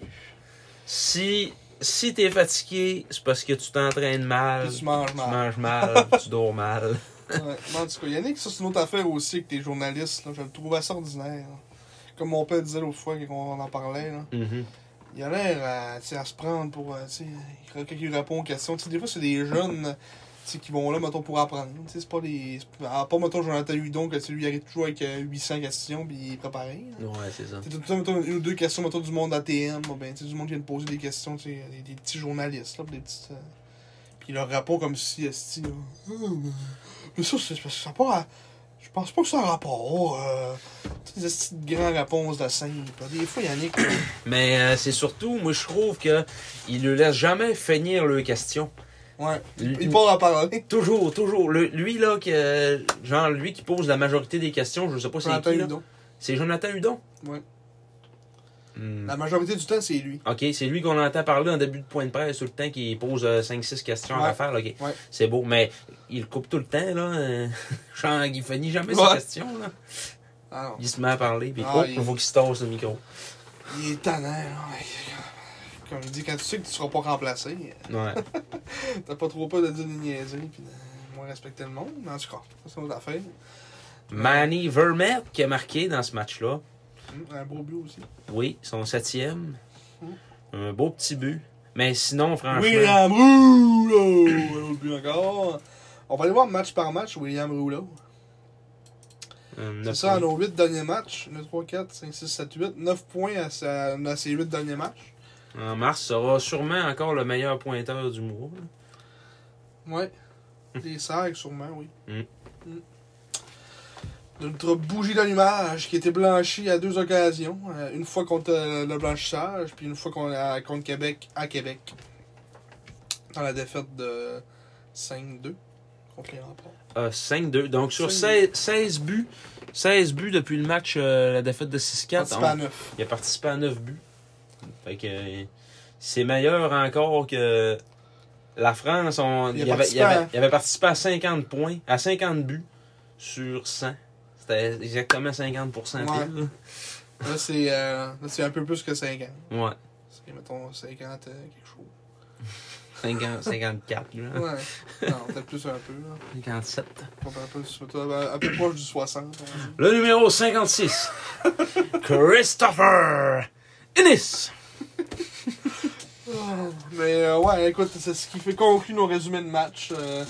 Si, si t'es fatigué, c'est parce que tu t'entraînes mal,
Puis tu manges
tu
mal.
manges mal, tu dors mal.
Ouais. Non, En tout cas, Yannick, ça c'est une autre affaire aussi que les journalistes. Là, je le trouve assez ordinaire. là. Comme mon père disait l'autre fois quand on en parlait. Là.
Mm-hmm.
Il a l'air à, tu sais, à se prendre pour. euh, tu sais, Quand il répond aux questions. Tu sais, des fois, c'est des jeunes euh, tu sais, qui vont là, mettons, pour apprendre. Tu sais, C'est pas des. c'est pas- ah, pas, mettons, Jonathan Hudon, que tu sais, lui, il arrive toujours avec euh, 800 questions, puis il est préparé. là.
Ouais, c'est ça.
T'as tout le temps, mettons, une ou deux questions mettons, du monde ATM, bon, ben, tu sais, du monde qui vient de poser des questions, tu sais, des, des petits journalistes, là, des petites. euh, Puis il leur répond comme si, esti, là, Hum, Mais ça, c'est parce que ça a pas. à- Je pense pas que ça a rapport. Euh... Toutes des petites grandes réponses de scène. Des fois, Yannick.
Mais euh, c'est surtout, moi je trouve que il ne laisse jamais finir leurs questions.
ouais.
Lui-
Il part à parler.
Toujours, toujours. Le- lui là, que, genre lui qui pose la majorité des questions, je sais pas c'est
Jonathan
qui. là.
Hudon.
C'est Jonathan Hudon.
Ouais.
Hmm.
La majorité du temps, c'est lui.
Ok, c'est lui qu'on entend parler en début de point de presse tout le temps qui pose 5-6 questions
Ouais.
à faire. là, ok.
Ouais.
C'est beau, mais il coupe tout le temps, là. euh, genre, il finit jamais
Ouais.
ses questions, là.
Ah non.
Il se met à parler, puis
Ah,
oh,
il-
il faut qu'il se tasse le micro.
Il est tannant, là. Comme je dis, quand tu sais que tu seras pas remplacé,
Ouais.
T'as pas trop peur de dire des niaiseries pis de moins respecter le monde, mais en tout cas, ça, c'est une autre affaire.
Manny Vermette qui a marqué dans ce match-là.
Hum, Un beau but aussi.
Oui, son septième.
Mm.
Un beau petit but. Mais sinon, franchement.
William Rouleau! Un autre but encore. On va aller voir match par match William Rouleau.
euh,
C'est
neuf
ça, à
points.
nos 8 derniers matchs. 1, 2, 3, 4, 5, 6, 7, 8. 9 points à, sa- à ses 8 derniers matchs.
En mars, sera sûrement encore le meilleur pointeur du mois. là.
Ouais. Des sacs, sûrement, oui.
Mm.
Mm. De notre bougie d'allumage qui a été blanchie à deux occasions. Euh, Une fois contre euh, le blanchissage, puis une fois qu'on- à- contre Québec à Québec. Dans la défaite de 5-2 contre les remparts.
Euh, 5-2. Donc, sur 16,
5-2.
16 buts, 16 buts depuis le match, euh, la défaite de 6-4.
Participant à
on-
neuf.
il a participé à 9 buts. Fait que euh, c'est meilleur encore que la France. On, il,
Il a
avait,
participé
il avait-
à-
il avait participé à 50 points, à 50 buts sur 100. C'était exactement 50% pile.
Là, c'est euh, là, c'est un peu plus que 5 ans.
là. Ouais.
C'est, mettons, 50 euh, quelque chose.
50, 54, là.
Ouais. non, peut-être plus un peu. Là.
57.
On peut Un peu, ben, un peu- un peu proche du 60. on va dire.
Le numéro 56. Christopher Innis.
Oh, Mais euh, ouais, écoute, c'est ce qui fait conclure nos résumés de match. Euh,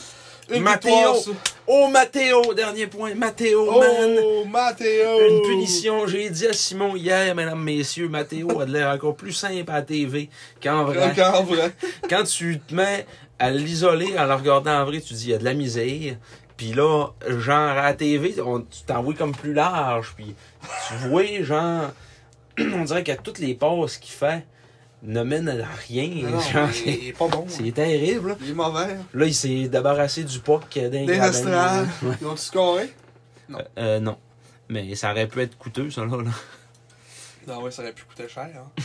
une
Matteo.
victoire sur-
Oh, Mathéo, dernier point. Mathéo, man.
Oh, Matteo!
Une punition. J'ai dit à Simon hier, mesdames, messieurs, Mathéo a de l'air encore plus simple à la TV qu'en vrai.
Encore vrai.
Quand tu te mets à l'isoler en le regardant en vrai, tu dis, il y a de la misère. Puis là, genre, à la TV, on, tu t'envoies comme plus large. Puis tu vois, genre, on dirait que toutes les passes qu'il fait ne mènent à rien.
Non, non,
Genre,
il,
c'est-
il est pas bon. hein.
c'est terrible. là.
Il est mauvais. hein.
Là, il s'est débarrassé du puck d'un
Des
gradin.
Nostrades.
hein.
Ils ont scoré?
Euh, non. Mais ça aurait pu être coûteux, ça, là. là.
Non, ouais, ça aurait pu coûter cher.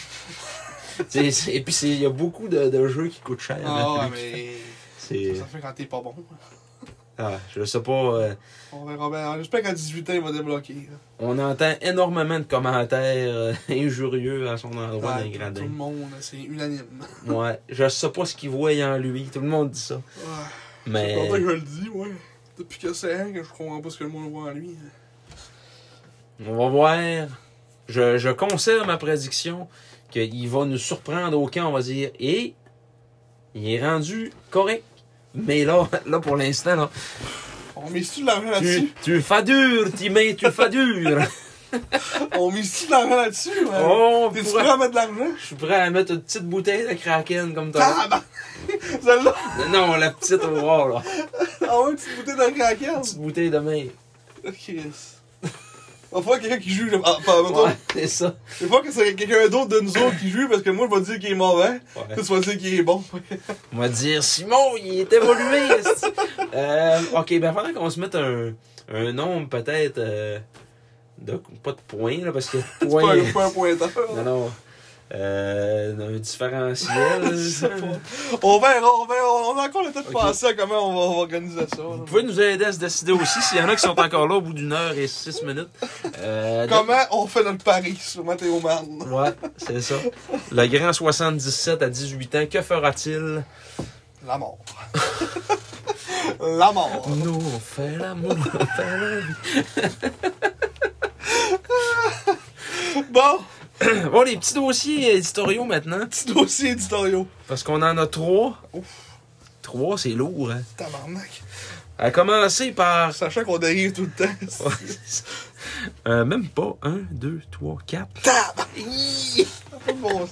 Hein.
C'est- c'est- et puis, c'est- il y a beaucoup de, de jeux qui coûtent cher. hein.
Ah ouais, mais.
C'est...
Ça fait quand t'es pas bon. hein.
Ah, je sais pas. euh,
On verra bien. J'espère qu'à 18 ans, il va débloquer. là.
on entend énormément de commentaires euh, injurieux à son endroit
Ouais,
d'un
Ah, tout,
gradin.
le monde, c'est unanime.
Ouais, je sais pas ce qu'il voit en lui. Tout le monde dit ça.
Ouais. C'est
Mais.
pour ça que Ah. je le dis, ouais. Depuis que c'est un que je comprends pas ce que le monde voit en lui.
On va voir. Je, je conserve ma prédiction qu'il va nous surprendre au camp. On va dire, et il est rendu correct. Mais là, là pour l'instant, là,
On mise-tu de l'argent là-dessus?
tu, tu fais dur, Timé, tu fais dur.
On mise-tu de l'argent là-dessus? Ouais.
Oh, on
T'es-tu
pourrait-
prêt à mettre de l'argent?
Je suis prêt à mettre une petite bouteille de Kraken comme toi.
Tabarnak! Celle-là,
Non, la petite au bras, là.
en une petite bouteille de
Une
craquage.
petite bouteille de mer.
Chris. Va falloir quelqu'un qui juge. Ah, pas, mettons.
Ouais, c'est ça.
Il faut que c'est quelqu'un d'autre de nous autres qui juge parce que moi, je vais dire qu'il est mauvais.
Ouais.
Toi, tu vas dire qu'il est bon.
On va dire, Simon, il est évolué. esti. euh, ok, ben pendant qu'on se mette un, un nombre peut-être euh, de pas de points, là, parce que
C'est pas
points.
un- pas un pointeur.
Non, non. Euh, un différentiel.
Je sais
là.
pas. On verra, on verra. On a encore le temps de
Ok.
penser à comment on va, on va organiser ça. là.
Vous pouvez nous aider à se décider aussi s'il y en a qui sont encore là au bout d'une heure et six minutes. Euh,
Comment on fait notre pari sur Matteo Mann?
Ouais, c'est ça. Le grand 77 à 18 ans, que fera-t-il?
La mort. La mort.
Nous, on fait l'amour, on fait la vie.
Bon,
Bon, les petits dossiers éditoriaux maintenant,
petit dossier éditorial.
parce qu'on en a trois. Trois, c'est lourd. Hein?
Tabarnak.
À commencer par...
Sachant qu'on dérive tout le temps.
Euh, même pas. Un, deux, trois, quatre. Hi!
Pas de bon sens.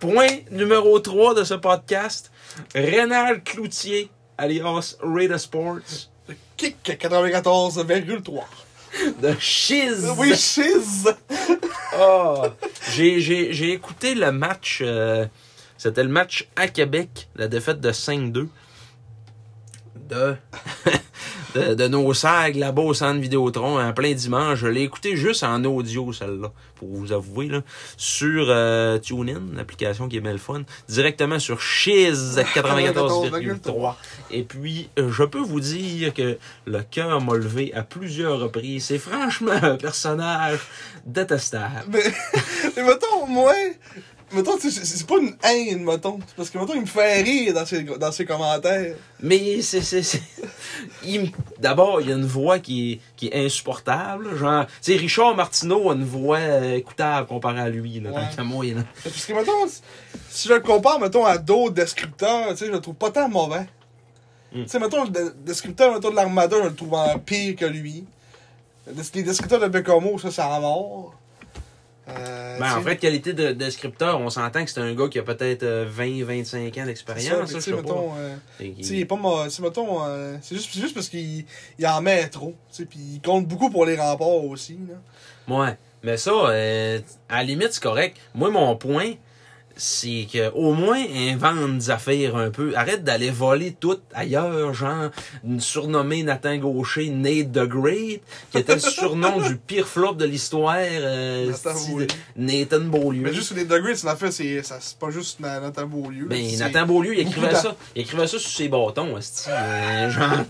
Point numéro 3 de ce podcast. Rénal Cloutier, alias Raider Sports,
Le Kick à 94,3.
de Shiz.
Oui, shiz!
Oh, j'ai, j'ai, j'ai écouté le match. euh, c'était le match à Québec, la défaite de 5-2 de, de, de nos sags là-bas au centre Vidéotron en plein dimanche. Je l'ai écouté juste en audio, celle-là, pour vous avouer, là, sur euh, TuneIn, l'application qui est belle fun, directement sur Shiz 94,3. Et puis, euh, je peux vous dire que le cœur m'a levé à plusieurs reprises. C'est franchement un personnage détestable.
Mais, mais mettons, moi, Mettons, tu sais, c'est c'est pas une haine, mettons. C'est Parce que, mettons, il me fait rire dans ses, dans ses commentaires.
Mais c'est. c'est- c'est- il me- D'abord, il y a une voix qui est, qui est insupportable. là, Genre, tu sais, Richard Martineau a une voix euh, écoutable comparée à lui, là,
Ouais.
tant qu'à moi. là.
Parce que, mettons, si- si je le compare, mettons, à d'autres descripteurs, tu sais, je le trouve pas tant mauvais.
Mm.
Tu sais, mettons, le de- descripteur mettons, de l'Armada, je le trouve en pire que lui. Le des- Les descripteurs de Bécomo, ça, c'est à mort. Euh,
Ben,
tu
en
sais,
vrai, de qualité de descripteur, on s'entend que c'est un gars qui a peut-être euh, 20-25 ans
c'est ça, mais
d'expérience.
tu
ça, je
sais,
sais pas.
mettons, euh,
Et
tu
il-
sais, il est pas mo- tu sais, mettons, euh, c'est juste, c'est juste parce qu'il il en met trop. tu sais, Puis il compte beaucoup pour les remparts aussi. Là.
Ouais. Mais ça, euh, à la limite, c'est correct. Moi, mon point, c'est que au moins invente des affaires un peu. Arrête d'aller voler tout ailleurs, genre surnommé Nathan Gaucher Nate the Great, qui était le surnom du pire flop de l'histoire. euh,
Nathan
sti-
Beaulieu.
Nathan Beaulieu.
Mais juste les degrés, c'est l'affaire, c'est ça- c'est pas juste na- Nathan Beaulieu.
Ben,
c'est-
Nathan Beaulieu, il écrivait
d'a-
ça. Il écrivait ça sur ses bâtons, esti. Euh, genre,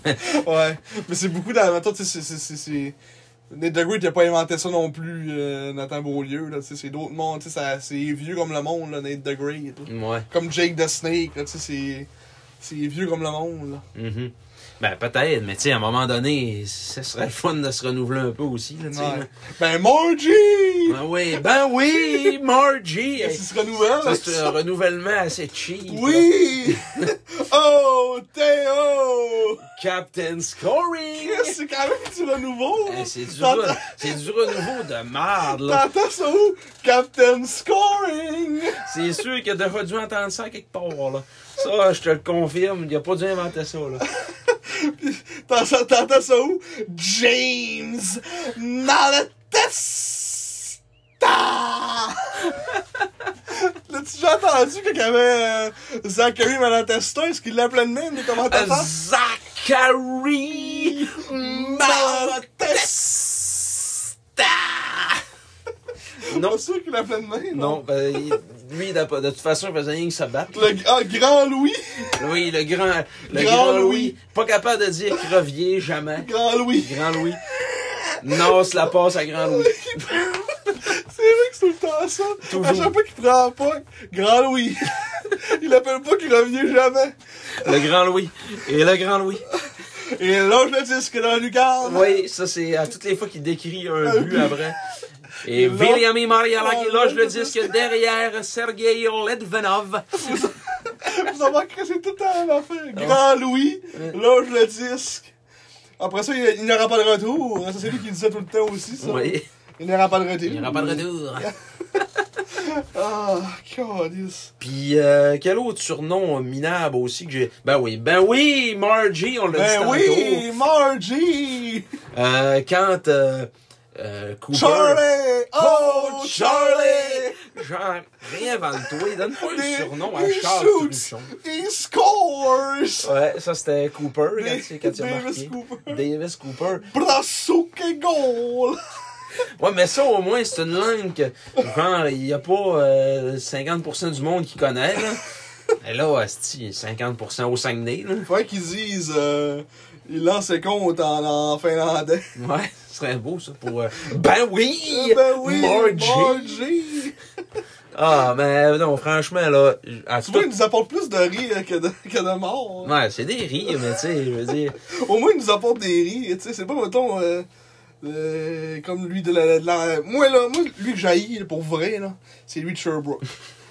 Ouais, mais c'est beaucoup dans. Mettons, tu sais, c'est- c'est. c'est- c'est- Nate DeGree, il a pas inventé ça non plus, euh, Nathan Beaulieu, là. tu sais, C'est d'autres mondes, tu sais, ça- c'est vieux comme le monde, là, Nate DeGree. là.
ouais.
Comme Jake the Snake, là, tu sais, c'est. C'est vieux comme le monde, là.
mhm. Ben, peut-être, mais tu sais, à un moment donné, ce serait le fun de se renouveler un peu aussi, là, tu sais, là.
Ouais. Ben, Margie!
Ben oui, ben oui, Margie!
Qu'est-ce qui se renouvelle?
Ça,
avec
c'est euh, un
ça?
renouvellement assez cheap.
Oui! oh, Théo!
Captain Scoring!
Chris, c'est quand même du renouveau, là.
Eh, c'est du,
T'entends-
re- c'est du renouveau de merde, là.
T'entends ça où? Captain Scoring!
C'est sûr qu'il a déjà dû entendre ça quelque part, là. Ça, je te le confirme, il a pas dû inventer ça, là.
T'entends t'entends ça où? James Malatesta! L'as-tu déjà entendu quand il y avait euh, Zachary Malatesta? Est-ce qu'il l'appelait de même, les commentateurs?
Euh, Zachary Malatesta!
Pas
Non,
sûr qu'il l'appelait de même. hein?
non, ben, il- lui, il a pas- de toute façon, il faisait rien que se battre.
Le ah, grand Louis!
Oui, le grand, le
Grand
grand, Louis.
Louis.
Pas capable de dire crevier jamais.
Grand Louis!
Grand Louis. Non, se la passe à Grand Louis.
C'est vrai que c'est tout le temps ça. À
Toujours.
chaque fois qu'il prend un poc, Grand Louis! il l'appelle pas qu'il revient jamais.
Le Grand Louis. Et le Grand Louis.
Et là, je le disque dans la lucarne.
Oui, ça c'est à toutes les fois qu'il décrit un but après. Et
Non.
Viliami Mariala qui loge le disque derrière Sergei Ledvenov.
Vous avez que c'est tout à l'affaire.
Ah
Grand Louis, là, je le disque. Après ça, il, il n'aura pas de retour. Ça, c'est lui qui le disait tout le temps aussi, ça.
Oui,
Il n'aura pas de retour.
il n'y aura pas de retour.
Ah, calice.
Puis, euh, quel autre surnom minable aussi que j'ai... Ben oui, ben oui, Margie, on l'a
Ben
dit tantôt.
oui, Margie!
Euh, quand euh, euh, Cooper...
Charlie! Oh, Charlie!
Genre, réinvente-toi, donne-toi
Des-
le surnom à
des
Charles
shoots.
Truchon.
He scores!
Ouais, ça c'était Cooper, quand
Des-
tu sais, quand il a
Davis
marqué.
Cooper.
Davis Cooper.
Brassouk et goal!
Ouais, mais ça au moins c'est une langue que, genre, il n'y a pas euh, 50% du monde qui connaît, là. Et là, asti, 50% au Saguenay, là.
Faudrait qu'ils disent, euh, il lance ses comptes en, en finlandais.
Ouais, ce serait beau, ça, pour... euh, ben oui!
ben oui,
Margie!
Margie.
Ah, mais non, franchement, là... à
Tu vois,
tout-
il nous apporte plus de rire que de, que de mort. hein.
Ouais, c'est des rires, mais tu sais, je veux dire...
Au moins, il nous apporte des rires, tu sais. C'est pas, mettons, euh, euh, comme lui de la, de la- Moi, là, moi, lui que j'haïs, là, pour vrai, là, c'est lui de Sherbrooke.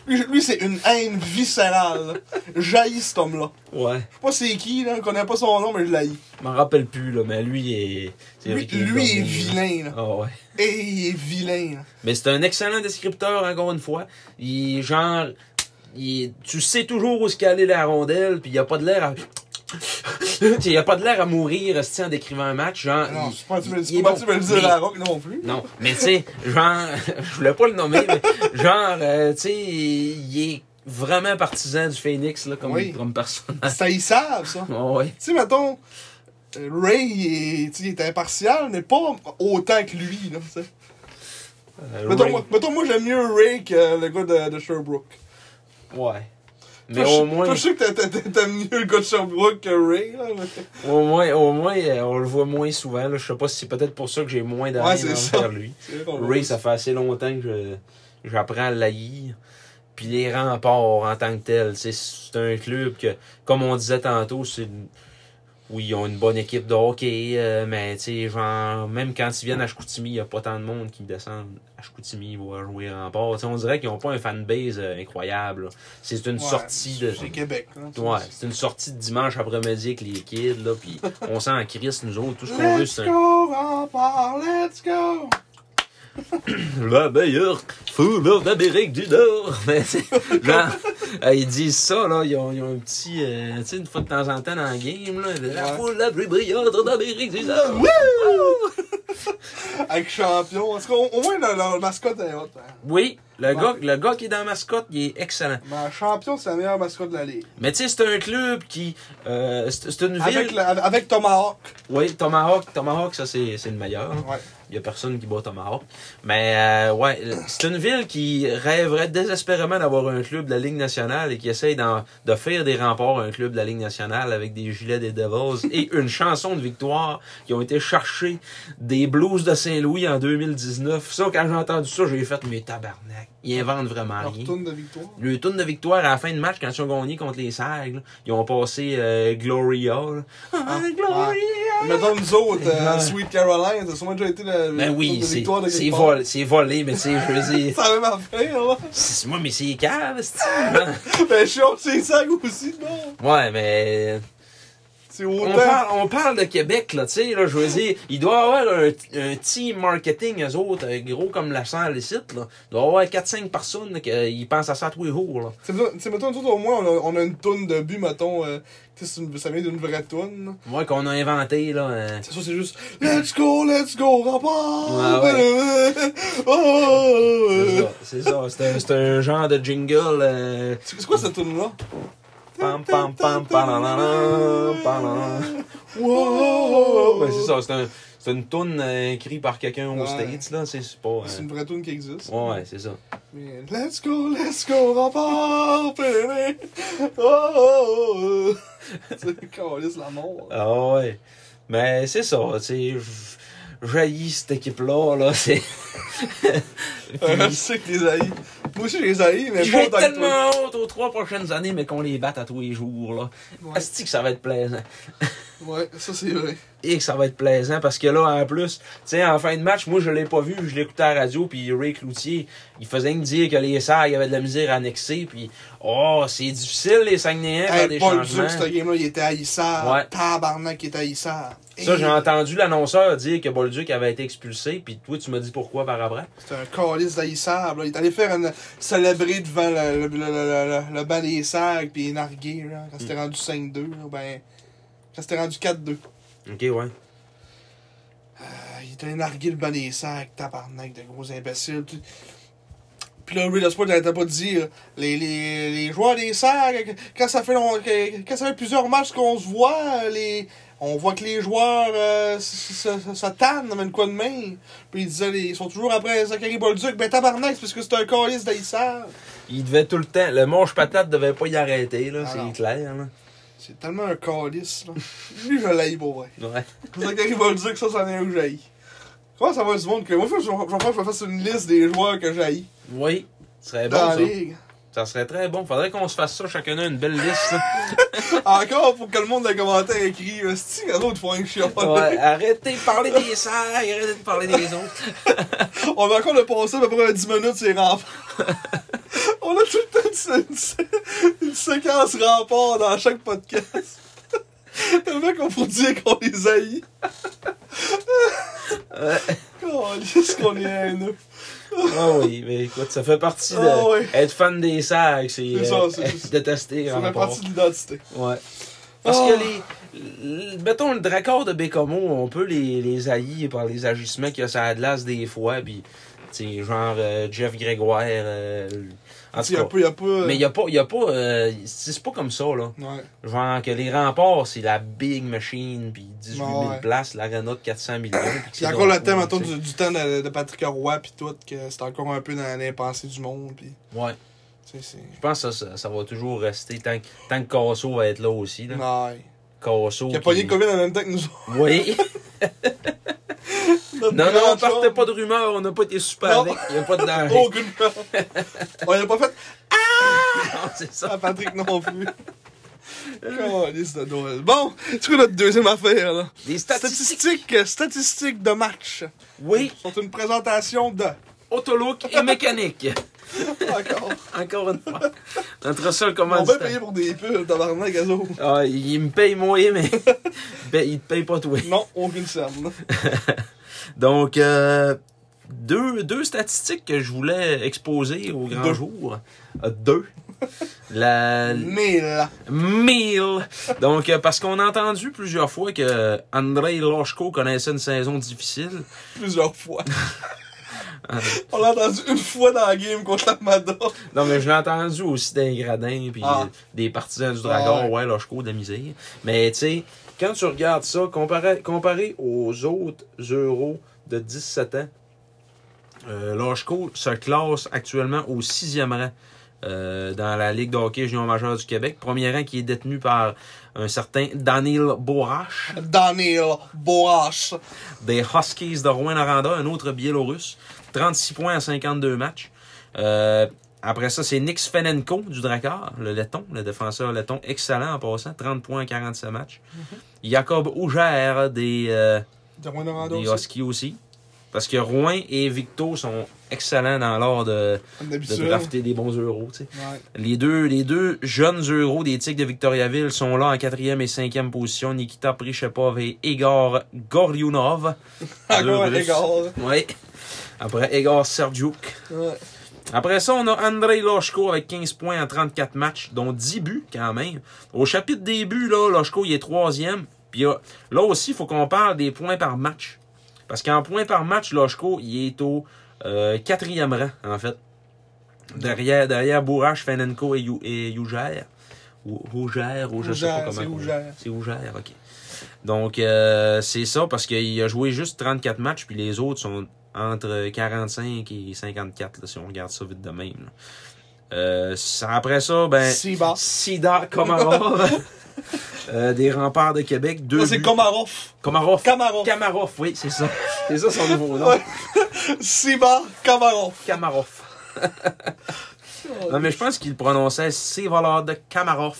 Lui, lui, c'est une haine viscérale. là. J'haïs cet homme-là.
Ouais,
Je sais pas c'est qui, là, je connais pas son nom, mais je l'haïs.
je m'en rappelle plus, là, mais lui est... c'est
Lui,
vrai qu'il
lui est
comme-
vilain, là.
Ah ouais.
Et il est vilain, là.
Mais c'est un excellent descripteur, encore une fois. Il, genre, il, tu sais toujours où se caler la rondelle, puis il n'y a pas de l'air à... Tu sais, il n'y a pas de l'air à mourir esti, en décrivant un match. Genre,
Non,
il-
c'est pas tu
il- il
veux
est
pas
bon.
tu veux le dire
Mais-
la rock non plus.
Non, mais tu sais, genre, je voulais pas le nommer, mais genre, euh, tu sais, il est vraiment partisan du Phoenix, là, comme,
Oui.
comme personnage.
Ça, ils savent, ça.
Oh, ouais.
Tu sais, mettons, euh, Ray, il est, tu sais, il est impartial, mais pas autant que lui, là, tu sais.
Euh,
Mettons,
Ray-
moi- mettons, moi, j'aime mieux Ray que euh, le gars de, de Sherbrooke.
ouais. Mais
Toi, je-
au moins,
toi, je sais que t'a- t'a- t'a- t'aimes mieux le gars de Sherbrooke que Ray, là. mais-
au moins, au moins, euh, on le voit moins souvent. là. Je sais pas si c'est peut-être pour ça que j'ai moins
Ouais,
d'arrives
c'est ça.
envers lui.
C'est vrai qu'on-
Ray, ça fait assez longtemps que je- j'apprends à l'haïr. puis les remparts en tant que tels. C'est- C'est un club que, comme on disait tantôt, c'est une- oui, ils ont une bonne équipe de hockey, euh, mais tu sais, genre, même quand ils viennent à Chicoutimi, il n'y a pas tant de monde qui descend à Chicoutimi voir jouer Rempart. Tu sais, on dirait qu'ils n'ont pas un fanbase euh, incroyable. là. C'est une
Ouais,
sortie de.
C'est Québec. hein, c'est-
Ouais, c'est une sortie de dimanche après-midi avec les kids, là, puis on s'en crisse, nous autres, tout ce qu'on veut,
Let's
c'est hein. un-
go, rempart, let's go!
la meilleure fouleur d'Amérique du Nord. Mais c'est- là, euh, ils disent ça, là, ils ont, ils ont un petit, euh, tu sais, une fois de temps en temps dans le game, là, la
Ouais.
foule la plus brillante d'Amérique du Nord.
Avec champion. En tout cas, au- au moins, leur, leur mascotte est haute. hein.
Oui, le,
Ouais.
gars, le gars qui est dans mascotte, il est excellent.
Mais champion, c'est la meilleure mascotte de la ligue.
Mais tu sais, c'est un club qui, euh, c'est c'est une
Avec,
ville.
le- avec Tomahawk.
Oui, Tomahawk, Tomahawk, ça c'est c'est le meilleur. là.
Ouais.
Il n'y a personne qui bat Tomahawk. Mais euh, ouais, c'est une ville qui rêverait désespérément d'avoir un club de la Ligue nationale et qui essaye d'en- de faire des remparts à un club de la Ligue nationale avec des gilets des Devils et une chanson de victoire qui ont été cherchés des Blues de Saint-Louis en 2019. Ça, quand j'ai entendu ça, j'ai fait mes tabarnak. Ils inventent vraiment
Leur
rien.
tourne de victoire.
Le tour de victoire à la fin de match, quand ils ont gagné contre les Sags, là, ils ont passé euh, Gloria. là. Ah, Gloria!
Mettons nous autres, euh,
Ouais.
Sweet Caroline, ça a sûrement déjà été la,
Ben
la
oui,
tourne de
c'est
victoire de
c'est
quelque part.
vol- c'est volé, mais tu sais, je veux dire,
C'est la même affaire, là.
c'est- moi, mais c'est cave, c'est
Ben, je suis honte, c'est ça aussi, non.
Ouais, mais
C'est
on
autant.
parle, on parle de Québec, là, tu sais, là, je veux dire, il doit avoir un, un team marketing, eux autres, euh, gros comme la salle les sites, là. Il doit avoir 4-5 personnes qui pensent à ça tous les jours, là.
C'est mettons, c'est, mettons, nous autres, au moins, on a, on a une tourne de but, mettons. euh, tu sais, c'est une- ça vient d'une vraie tourne. là.
Moi, qu'on a inventé, là. euh,
C'est sûr, c'est juste Let's go, let's go, rempart!
Ouais,
Oh!
C'est ça, c'est un- c'est un, genre de jingle. euh,
C'est c'est quoi cette tune là
Pam, pam, pam, pam, pam, Ouais,
Wow!
Oh, ben, c'est ça, c'est un- c'est une toune euh, écrite par quelqu'un aux
Ouais.
States, là. C'est c'est pas. euh,
C'est une vraie tune qui existe.
Ouais, ouais, c'est ça.
Mais let's go, let's go, rempart! bébé. Oh, oh, oh! C'est calisse la mort.
Ah ouais. Mais c'est ça, tu sais. je- J'haïs cette équipe-là, là. C'est.
Euh, je sais que les haïs. Moi aussi, je les haïs, mais pas
J'ai
autant que toi.
tellement hâte aux trois prochaines années, mais qu'on les batte à tous les jours, là.
Ouais.
Asti que ça va être plaisant.
Ouais, ça c'est vrai.
et que ça va être plaisant parce que là en plus tu sais en fin de match moi je l'ai pas vu je l'écoutais à la radio puis Ray Cloutier il faisait me dire que les Sags avaient de la misère à annexer puis oh c'est difficile les Saguenayens faire
Hey,
des
Paul
changements
Duke, ce game-là, il était haïssable.
Ouais.
Tabarnak, il était haïssable.
ça
Hey,
j'ai entendu l'annonceur dire que Bolduc avait été expulsé puis toi tu me dis pourquoi par après
C'était un calice d'haïssable. là. Il est allé faire une... célébrer devant le, le, le, le, le- le banc des sacs, puis il est nargué, là, quand
Hmm.
c'était rendu 5-2. là, Ben, quand c'était rendu 4-2.
ok ouais
Ah, il était allé narguer le banc des sacs, tabarnak, de gros imbéciles. Puis- Puis là, Ray Sport n'arrêtait pas de dire les, les, les joueurs des sacs, quand ça fait, long- que- quand ça fait plusieurs matchs qu'on se voit, les, on voit que les joueurs euh, s- s- se tannent, mais une quoi de main. Puis il disait les- ils sont toujours après Zachary Bolduc, ben tabarnak, c'est parce que c'est un calice d'haïssable.
il devait tout le temps le manche patate devait pas y arrêter là
Ah non.
c'est clair là.
C'est tellement un calice, là. Lui, je l'ai pour vrai.
ouais
C'est ça qu'il va le dire que ça, ça en est où j'haïs. Comment ça va du monde que moi, je je- je pense que je me fasse une liste des joueurs que j'haïs
oui ce serait bon
dans la
ça.
ligue.
ça serait très bon faudrait qu'on se fasse ça chacun une belle liste là.
Encore pour que le monde dans les commentaires écrit euh, « Si, les autres font un chiant.
Ouais, arrêtez de parler des sages, arrêtez de parler des autres.
On a encore le passé à peu près 10 minutes sur les remparts. On a tout le temps une, une- une séquence rempart dans chaque podcast. Tellement qu'on pourrait dire qu'on les haït. Calisse qu'on est haineux.
Ah oui, mais écoute, ça fait partie de.
Ah oui.
Être fan des sages, c'est.
C'est ça,
euh,
c'est- c'est-
détester
Ça fait
rapport.
partie de l'identité.
Ouais. Parce
Ah.
que les. l- Mettons le dracard de Bécomo, on peut les, les haïr par les agissements qu'il y a sur la glace des fois, puis. Tu sais, genre euh, Jeff Grégoire. euh, en
Il
tout
y a
cas.
pas, il y a pas...
Mais il n'y a pas. Y a pas euh, c'est c'est pas comme ça, là.
euh, Ouais.
Genre que les remparts, c'est la big machine, puis 18 000
Ouais.
places, l'arena de 400 millions. puis que
Puis
c'est
encore le
drôle,
thème,
tu
mettons,
sais.
du, du temps de, de Patrick Roy pis tout, que c'est encore un peu dans les pensées du monde, pis...
Ouais.
Tu sais, c'est...
Je pense que ça, ça, ça va toujours rester tant que, tant que Casso va être là aussi. Là.
Non.
Casso.
Il a
qui-
pogné le COVID en même temps que nous autres.
Oui.
Notre
non, non, on
grand
partait
chum.
pas de rumeurs, on n'a pas été super
Non.
avec. Il n'y a pas de danger.
Aucune. On n'a pas fait.
Non, c'est ça.
À Patrick non plus. Calisse de Noël. Bon, c'est quoi notre deuxième affaire, là?
Des statistiques.
Statistiques, euh, statistiques de match
Oui,
sont une présentation de.
autolook et mécanique.
Encore.
Encore une fois. Notre seul
On va
commanditaire.
payer pour des pubs, tabarnak, gazo.
Ah, il me paye moi, mais ben, il te paye pas toi.
Non, aucune scène.
Donc, euh, deux, deux statistiques que je voulais exposer au grand
Deux.
jour. Euh, deux. La
Mais là.
mille. Donc, euh, parce qu'on a entendu plusieurs fois que Andrei Loshko connaissait une saison difficile.
plusieurs fois. On l'a entendu une fois dans la game contre l'Armada.
Non, mais je l'ai entendu aussi d'un gradin, puis
Ah.
des partisans du
Ah
dragon,
ouais.
ouais, Loshko, de la misère. Mais tu sais, quand tu regardes ça, comparé, comparé aux autres euros de 17 ans, euh, Loshko se classe actuellement au sixième rang. euh, dans la Ligue de hockey junior majeur du Québec. Premier rang qui est détenu par un certain Daniel Borash
Daniel Boash.
des Huskies de Rouen-Aranda, un autre Biélorusse. 36 points à 52 matchs. Euh, après ça, c'est Nick Svenenko du Drakkar, le letton, le défenseur letton, excellent en passant, 30 points à 47 matchs. Jacob Ouger des, euh,
De Rouen Armada
des
aussi.
Huskies aussi. Parce que Rouen et Victo sont excellents dans l'art de,
Comme
de
d'habitude.
drafter des bons euros. tu sais.
Ouais.
Les deux, les deux jeunes euros des Tigres de Victoriaville sont là en quatrième et cinquième position. Nikita Prichepov et Igor Goryunov.
Encore un
Deux Russes.
égard.
Oui. Après Egor Serdiuk.
Ouais.
Après ça, on a Andrei Loshko avec 15 points en 34 matchs, dont 10 buts quand même. Au chapitre des buts, là, Loshko, il est troisième. Puis euh, là aussi, il faut qu'on parle des points par match. Parce qu'en points par match, Loshko, il est au euh, quatrième rang, en fait. Derrière, derrière Bourrache, Fenenko et, You- et Ujair. Ou Ujair, ou je sais pas
Ujair,
comment.
c'est
qu'on-
Ujair.
C'est Ujair, ok. Donc, euh, c'est ça, parce qu'il a joué juste 34 matchs, puis les autres sont entre 45 et 54, là, si on regarde ça vite de même. là. Euh, ça- après ça, ben,
C'est bas.
Sida Komarov, euh, des remparts de Québec, deux
Ça, c'est
buts.
Komarov.
Komarov.
Komarov.
Komarov, oui, c'est ça. C'est ça son nouveau nom.
Ouais. Siba Komarov.
Komarov. Non, mais je pense qu'il le prononçait de Komarov.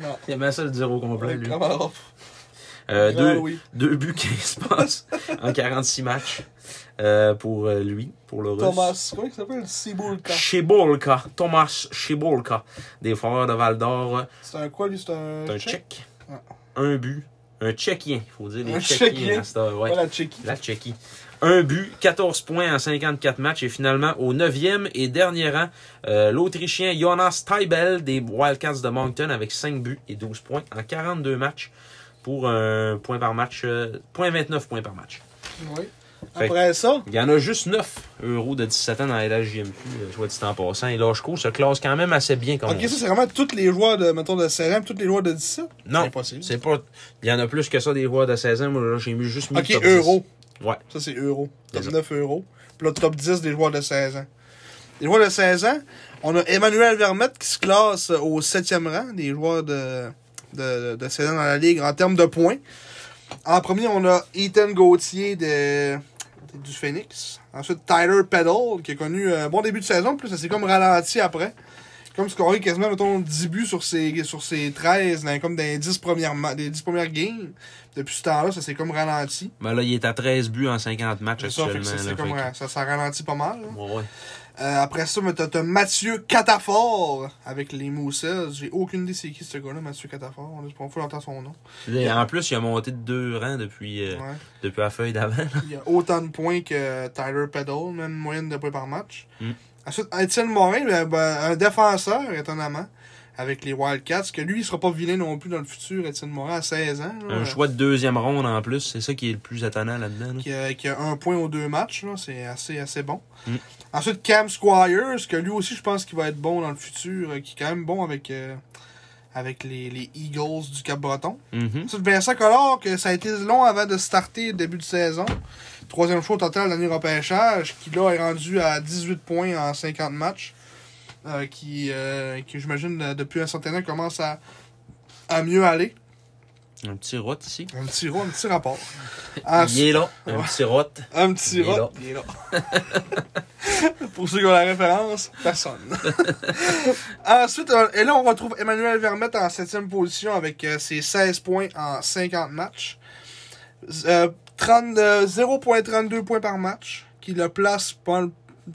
Non.
Il aimait ça le dire au complet, lui.
Komarov.
Euh,
Ah,
deux,
oui.
deux buts, 15 passes en 46 matchs euh, pour euh, lui, pour le Russe.
Thomas. Comment il s'appelle? Sibulka.
Shibolka, Thomas Shibolka, des Foreurs de Val d'Or,
C'est un quoi, lui? C'est un.
C'est un
Tchèque?
Tchèque.
Ah.
Un but, un Tchéquien, il faut dire les
Un
Tchéquiens
Tchéquien.
à cette heure, ouais.
Ouais, la Tchéquie.
La Tchéquie. Un but, 14 points en 54 matchs et finalement au 9e et dernier rang, euh, l'Autrichien Jonas Taibel des Wildcats de Moncton avec 5 buts et 12 points en 42 matchs pour un point par match, euh, point 29 points par match.
Oui.
Fait-
Après ça,
Il y en a juste 9 euros de 17 ans dans la LHJMQ, euh, soit dit en passant. Et Lochko se classe quand même assez bien comme
ok,
on
ça, c'est vraiment tous les joueurs de, mettons, de Serem, tous les joueurs de 17.
Non,
C'est impossible.
c'est pas. Il y en a plus que ça des voix de 16 ans. Moi, là, j'ai mis juste mis
Ok,
le top
euros.
10. Ouais.
Ça, c'est euros. Top
Déjà.
9 euros. Puis le top 10 des joueurs de 16 ans. Les joueurs de 16 ans, on a Emmanuel Vermette qui se classe euh, au 7e rang des joueurs de, de, de 16 ans dans la Ligue en termes de points. En premier, on a Ethan Gauthier de, du Phoenix. Ensuite, Tyler Peddle qui a connu un bon début de saison. Puis là, ça s'est comme ralenti après. Comme scoré quasiment, mettons, 10 buts sur ses, sur ses 13, dans, comme dans les 10 premières, ma- les 10 premières games. Depuis ce temps-là, ça s'est comme ralenti.
Ben là, il est à 13 buts en 50 matchs
C'est ça, fait que
actuellement.
ça, c'est
là,
comme,
fait
euh, ça, ça ralentit pas mal. là.
que- Ouais, ouais.
Euh, après ça, mais t'as t'as Mathieu Catafort avec les Mousses. J'ai aucune idée c'est qui ce gars-là, Mathieu Catafort. On a pas longtemps son nom.
Puis là, En plus, il a monté de deux rangs depuis, euh,
Ouais.
depuis la feuille d'avant. là.
Il a autant de points que Tyler Peddle, même moyenne de points par match.
Mm.
Ensuite, Étienne Morin, ben, ben, un défenseur, étonnamment, avec les Wildcats, que lui, il sera pas vilain non plus dans le futur, Étienne Morin, à 16 ans. là.
Un choix de deuxième ronde en plus. C'est ça qui est le plus étonnant là-dedans. là.
qui a, qui a un point aux deux matchs. là. C'est assez, assez bon.
Mm.
Ensuite, Cam Squires, que lui aussi, je pense qu'il va être bon dans le futur, euh, qui est quand même bon avec, euh, avec les, les Eagles du Cap-Breton.
Mhm.
Ensuite, Vincent Collard, que ça a été long avant de starter début de saison. Troisième choix au total de l'année repêchage, qui là est rendu à 18 points en 50 matchs. euh, qui, euh, qui j'imagine, euh, depuis un certain temps, commence à, à mieux aller.
Un petit rot ici.
Un petit rot, un petit rapport. Ensuite-
Il est là, un petit rot.
Un Ah,
Il
petit
est
rat.
là.
Il est là. Pour ceux qui ont la référence, personne. Ensuite, euh, et là, on retrouve Emmanuel Vermette en 7 position avec euh, ses 16 points en 50 matchs. Euh, 30, euh, 0.32 points par match, qui le place pas-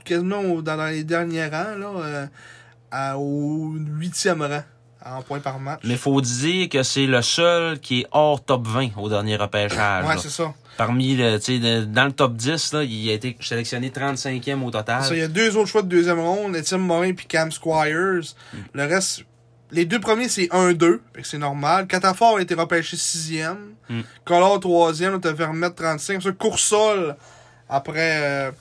quasiment au- dans, dans les derniers rangs, là, euh, à- au 8e rang en points par match.
Mais faut dire que c'est le seul qui est hors top 20 au dernier repêchage.
Ouais,
là.
c'est ça.
Parmi le, tu sais, de- dans le top 10, là, il a été sélectionné 35e au total.
Ça, il y a deux autres choix de deuxième ronde, Étienne Morin puis Cam Squires.
Mm.
Le reste, les deux premiers, c'est 1-2, fait que c'est normal. Catafort a été repêché sixième.
Mm.
Collard troisième, là, t'as Vermette 35. Ça, Coursol, après, euh,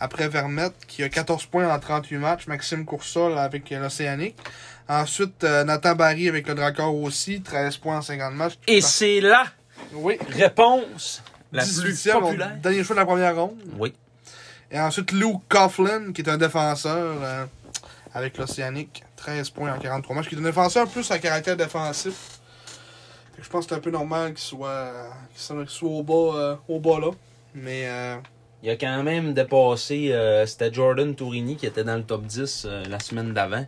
après Vermette, qui a 14 points en 38 matchs. Maxime Coursol avec euh, l'Océanique. Ensuite, euh, Nathan Barry avec le Dracor aussi, 13 points en 50 matchs.
Et c'est la
oui,
réponse la plus
18e,
populaire.
on- dernier choix de la première ronde.
Oui.
Et ensuite, Lou Coughlin, qui est un défenseur euh, avec l'Océanique. 13 points en 43 matchs. Qui est un défenseur plus à caractère défensif. Fait que Je pense que c'est un peu normal qu'il soit, qu'il soit, qu'il soit au, bas, euh, au bas là. Mais euh,
Il a quand même dépassé, euh, c'était Jordan Tourini qui était dans le top 10 euh, la semaine d'avant.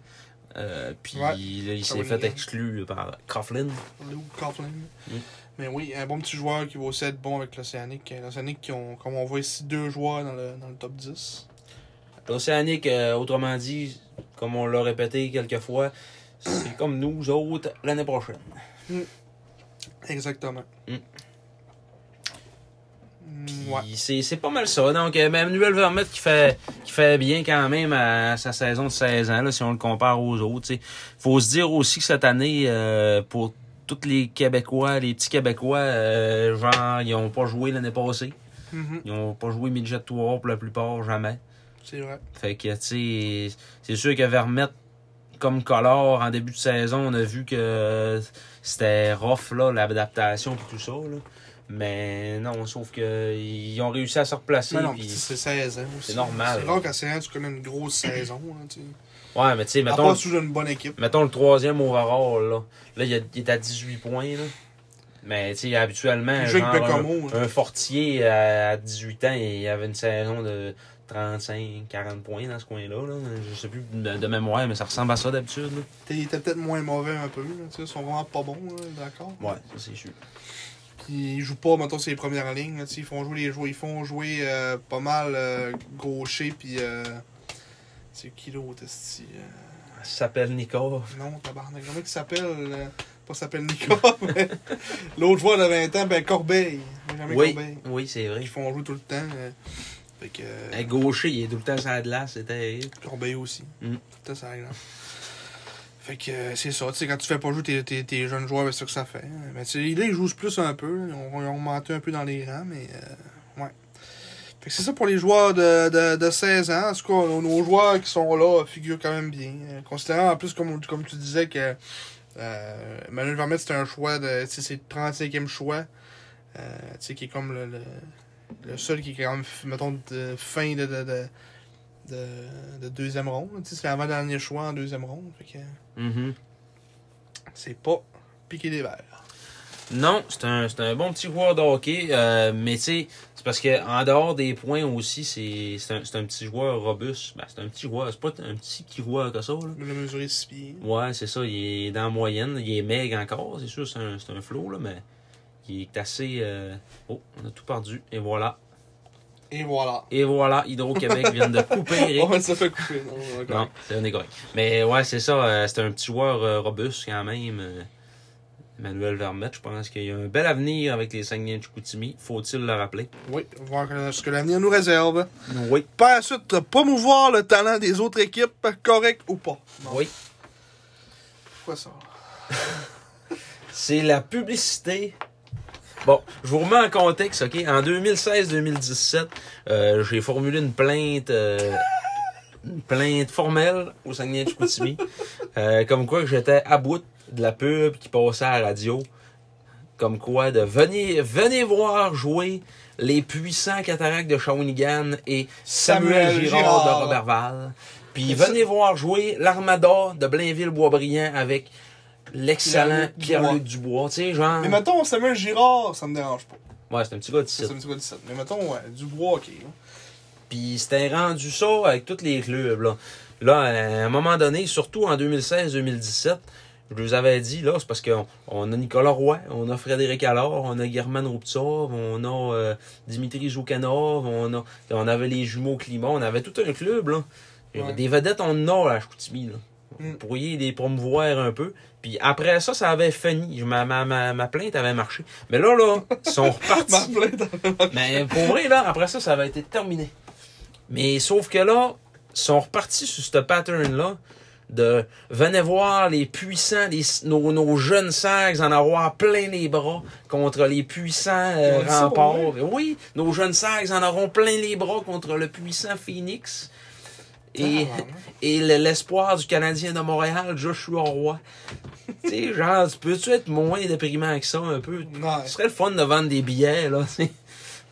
Euh, puis
Ouais.
il, il
Ah
s'est
oui,
fait
oui.
exclu par Coughlin.
Lou Coughlin.
Mm.
Mais oui, un bon petit joueur qui va aussi être bon avec l'Océanique. Euh, L'Océanique, qui ont, comme on voit ici, deux joueurs dans le, dans le top 10.
L'Océanique, euh, autrement dit, comme on l'a répété quelques fois, c'est comme nous autres l'année prochaine.
Exactement.
Mm.
Mm, Ouais.
Puis C'est c'est pas mal ça. Donc, euh, Emmanuel Vermette qui fait, qui fait bien quand même à sa saison de 16 ans, là, si on le compare aux autres. Il faut se dire aussi que cette année, euh, pour tous les Québécois, les petits Québécois, euh, genre, ils ont pas joué l'année passée.
Mhm,
Ils ont pas joué midget tour pour la plupart, jamais.
C'est vrai.
Fait que, tu sais, c'est sûr que Vermette, comme Collard, en début de saison, on a vu que euh, c'était rough, là, l'adaptation et tout ça, là. Mais non, sauf que ils ont réussi à se replacer.
Mais non,
puis-
pis c'est 16 ans aussi.
c'est normal,
C'est
là.
rare qu'à 16 ans, tu connais une grosse saison. Là, tu sais.
Ouais, mais tu sais,
À
mettons,
part si tu joues dans une bonne équipe.
mettons le troisième overall, là. Là, il, a- il est à 18 points, là. Mais tu sais, habituellement,
Il joue
genre,
avec Bécamo.
un, un fortier à, à 18 ans, il avait une saison de 35-40 points dans ce coin-là. Là. Je sais plus de, de mémoire, mais ça ressemble à ça d'habitude. là.
Il était peut-être moins mauvais un peu. Là, tu sais, ils sont vraiment pas bons, là, d'accord.
Ouais, ça c'est sûr.
Puis ils jouent pas, mettons, sur les premières lignes. là, tu sais, ils font jouer les joueurs. Ils font jouer euh, pas mal euh, Gaucher, puis. euh, c'est qui l'autre esti, euh,
Elle s'appelle Nika.
Non, tabarnak. Comment il s'appelle euh, Pas s'appelle Nicolas, mais. L'autre joueur de 20 ans, ben Corbeil. Benjamin
Oui,
Corbeil.
oui, c'est vrai.
Ils font jouer tout le temps. euh, fait que. euh,
Un gaucher, il est tout le temps sur la glace, c'était...
Corbeil aussi.
Mm.
Tout à ça, exemple. Fait que euh, c'est ça, tu sais, quand tu fais pas jouer tes, tes, tes jeunes joueurs, c'est ça que ça fait. hein. Mais tu sais, là, ils jouent plus un peu. là. Ils ont, ils ont monté un peu dans les rangs, mais euh, ouais. Fait que c'est ça pour les joueurs de, de, de 16 ans. En tout cas, nos, nos joueurs qui sont là euh, figurent quand même bien. Euh, Considérant en plus, comme, comme tu disais, que euh, Manuel Vermette, c'est un choix de. tu sais, c'est le 35e choix. euh, tu sais, qui est comme le, le, le seul qui est quand même, mettons, de fin de- de- de de, de deuxième ronde. là. Tu sais, C'est l'avant-dernier choix en deuxième ronde. Fait que
Mhm.
c'est pas piqué des verres.
Non, c'est un, c'est un bon petit joueur de hockey, euh, mais tu sais, c'est parce que en dehors des points aussi, c'est c'est un, c'est un petit joueur robuste. Ben, c'est un petit joueur, c'est pas un petit petit joueur que ça, là.
Le mesurer six pieds.
Ouais, c'est ça, il est dans la moyenne, il est meg encore, c'est sûr, c'est un, c'est un flow, là, mais il est assez... euh, Oh, on a tout perdu, et voilà.
Et voilà.
Et voilà, Hydro-Québec vient de couper Eric.
Oh, ça fait couper. Non, on va
Non,
correct.
c'est un égoïste. Mais ouais, c'est ça. euh, c'est un petit joueur euh, robuste quand même. euh, Manuel Vermette, je pense qu'il y a un bel avenir avec les Saguenay de Chicoutimi. Faut-il le rappeler?
Oui, on va voir ce que l'avenir nous réserve.
Oui.
Par la suite, promouvoir le talent des autres équipes, correct ou pas. Non,
Oui.
Pourquoi ça?
C'est la publicité. Bon, je vous remets en contexte, OK? En 2016-2017, euh, j'ai formulé une plainte, euh, une plainte formelle au Saguenay de Chicoutimi, euh, comme quoi que j'étais à bout de la pub qui passait à la radio, comme quoi de venir, venez voir jouer les puissants cataractes de Shawinigan et Samuel,
Samuel
Girard,
Girard.
de Robertval. Puis
Et ça-
venez voir jouer l'Armada de Blainville-Boisbriand avec l'excellent
Pierre-Luc
Pierre-Luc Dubois, tu sais, genre.
Mais mettons, Samuel Girard, ça me dérange pas.
Ouais, c'est un petit gars de
C'est
site.
un petit peu 17. Mais mettons, ouais, Dubois, ok. là.
Puis c'était rendu ça avec tous les clubs, là. Là, à un moment donné, surtout en 2016-2017, je vous avais dit, là, c'est parce qu'on on a Nicolas Roy, on a Frédéric Allard, on a German Ruptsov, on a euh, Dimitri Joukanov, on a on avait les jumeaux Climat, on avait tout un club, là.
Ouais.
Des vedettes, on en a, là, à Chicoutimi, là.
Mm.
Vous pourriez les promouvoir un peu. Puis après ça, ça avait fini. Je- Ma, ma, ma, ma plainte avait marché. Mais là, là, ils sont
Ma
repartis.
plainte en-
Mais pour vrai, là, après ça, ça avait été terminé. Mais sauf que là, ils sont repartis sur ce pattern-là de venez voir les puissants, les, nos, nos jeunes sags en avoir plein les bras contre les puissants euh,
Ils ont dit ça,
remparts.
ouais.
Oui, nos jeunes sags en auront plein les bras contre le puissant Phoenix. Et,
Ah, ouais.
et le- l'espoir du Canadien de Montréal, Joshua Roy. tu sais, genre, tu peux-tu être moins déprimant que ça un peu?
Non.
Ah, Ce serait le fun de vendre des billets, là, tu sais,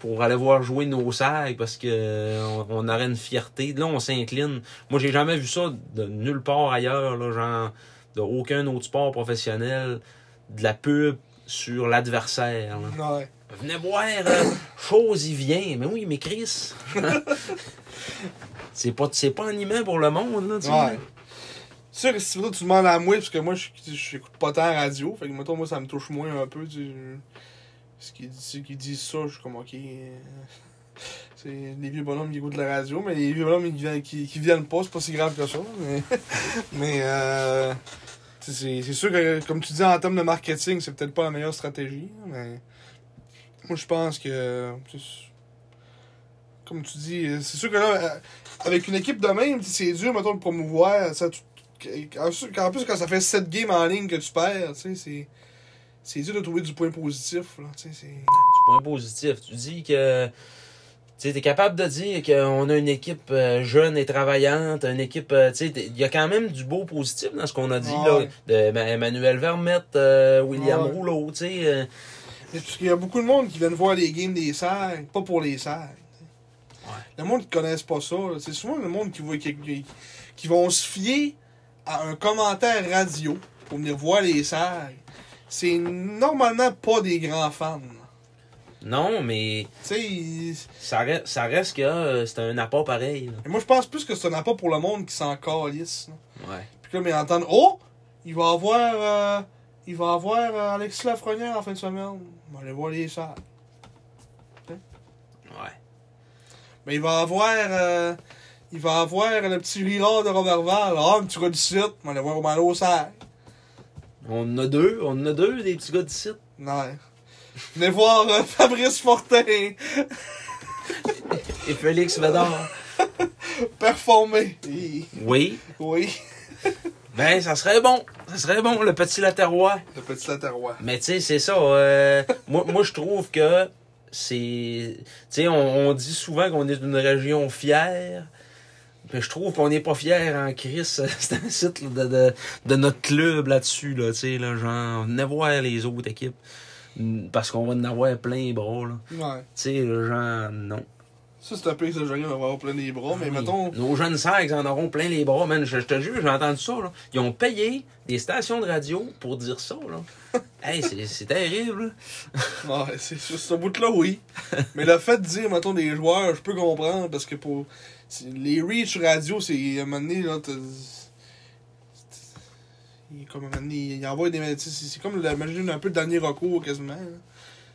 pour aller voir jouer nos sacs, parce que euh, on, on aurait une fierté. Là, on s'incline. Moi, j'ai jamais vu ça de nulle part ailleurs, là, genre, de aucun autre sport professionnel, de la pub sur l'adversaire. là.
Ouais.
Venez voir, euh, chose y vient. Mais oui, mais Chris. c'est pas, c'est pas animé pour le monde, là, tu sais.
Ouais. C'est sûr que si tu demandes à moi, parce que moi, je je- j'écoute pas tant la radio, fait que mettons, moi, ça me touche moins un peu. Tu... Ce qu'ils ce qu'ils disent ça, je suis comme, ok. euh, C'est les vieux bonhommes qui écoutent la radio, mais les vieux bonhommes qui, viennent- qui, qui viennent pas, c'est pas si grave que ça. Mais, mais euh, tu sais, c'est c'est sûr que, comme tu dis, en termes de marketing, c'est peut-être pas la meilleure stratégie, mais moi, je pense que. tu sais, Comme tu dis, euh, c'est sûr que là, euh, avec une équipe de même, c'est dur, mettons, de promouvoir. Ça, tu- en su- en plus, quand ça fait 7 games en ligne que tu perds, tu sais, c'est. C'est dur de trouver du point positif, là. Tu sais, c'est.
du point positif. Tu dis que tu es capable de dire qu'on a une équipe euh, jeune et travaillante, une équipe. euh, tu sais, t'es- Il y a quand même du beau positif dans ce qu'on a dit,
Ouais.
là, de Ma- Emmanuel Vermette, euh, William
Ouais.
Rouleau. tu sais, euh,
Mais Parce qu'il y a beaucoup de monde qui viennent voir les games des Sags, pas pour les Sags.
Ouais.
Le monde qui connaissent pas ça, là, c'est souvent le monde qui, voit, qui, qui- qui vont se fier à un commentaire radio pour venir voir les Sags. C'est normalement pas des grands fans. là.
non, mais
Tu sais, ils-
ça reste, ça reste que euh, c'est un apport pareil. là.
mais moi je pense plus que c'est un appât pour le monde qui s'en calisse. là.
Ouais.
Puis là, mais entendre Oh! Il va avoir euh, Il va avoir euh, Alexis Lafrenière en fin de semaine. On va aller voir les Sags.
Ouais.
Mais il va avoir. euh, il va avoir le petit Rirard de Robertval. Ah, un petit gars du site. On va aller voir au Malo au Serre.
On en a deux, on en a deux des petits gars du site.
Non. Venez voir euh, Fabrice Fortin
Et Félix Vedard.
performer. Hi.
oui.
Oui.
Ben, ça serait bon. Ça serait bon, le petit Laterrois.
Le petit latérois.
Mais tu sais, c'est ça. euh, moi, moi je trouve que c'est. Tu sais, on, on dit souvent qu'on est une région fière. Mais je trouve qu'on n'est pas fier en Chris. C'est un site là, de, de, de notre club là-dessus. Là, tu sais, là, genre, venez voir les autres équipes. mm, Parce qu'on va en avoir plein les bras. là.
Ouais.
Tu sais, là, genre, non.
Ça, c'est un peu exagéré, on va avoir plein les bras, mais
Oui.
mettons.
Nos jeunes sacs en auront plein les bras, man. Je, je te jure, j'ai entendu ça, là. Ils ont payé des stations de radio pour dire ça, là. hey, c'est- c'est terrible, là.
Ouais, c'est sur ce bout-là, oui. mais le fait de dire, mettons, des joueurs, je peux comprendre, parce que pour. c'est- Les reach radio, c'est. À un moment donné, là, t'as- Il est comme à un moment donné, il envoie des. tu sais, C'est c'est comme, la- imagine un peu le dernier recours, quasiment. là.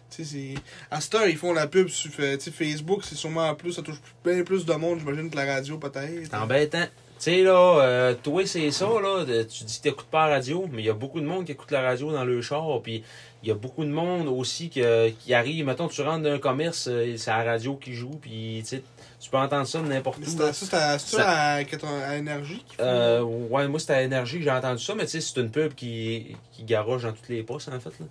Tu sais, c'est. À cette heure, ils font la pub sur fa- tu sais, Facebook, c'est sûrement plus, ça touche bien plus de monde, j'imagine, que la radio, peut-être.
C'est embêtant. Tu sais, là, euh, toi, c'est ça, là. de- tu dis que t'écoutes pas la radio, mais il y a beaucoup de monde qui écoute la radio dans le char. Puis il y a beaucoup de monde aussi que- qui arrive. Mettons, tu rentres dans un commerce, euh, c'est la radio qui joue, puis tu sais, tu peux entendre ça de n'importe
Mais
où.
c'est
là.
à- ça, c'est à, c'est à, à, 80 à Énergie qu'ils font.
Euh, ouais, moi, c'était à Énergie, j'ai entendu ça, mais tu sais, c'est une pub qui, qui garoche dans toutes les postes, en fait. là.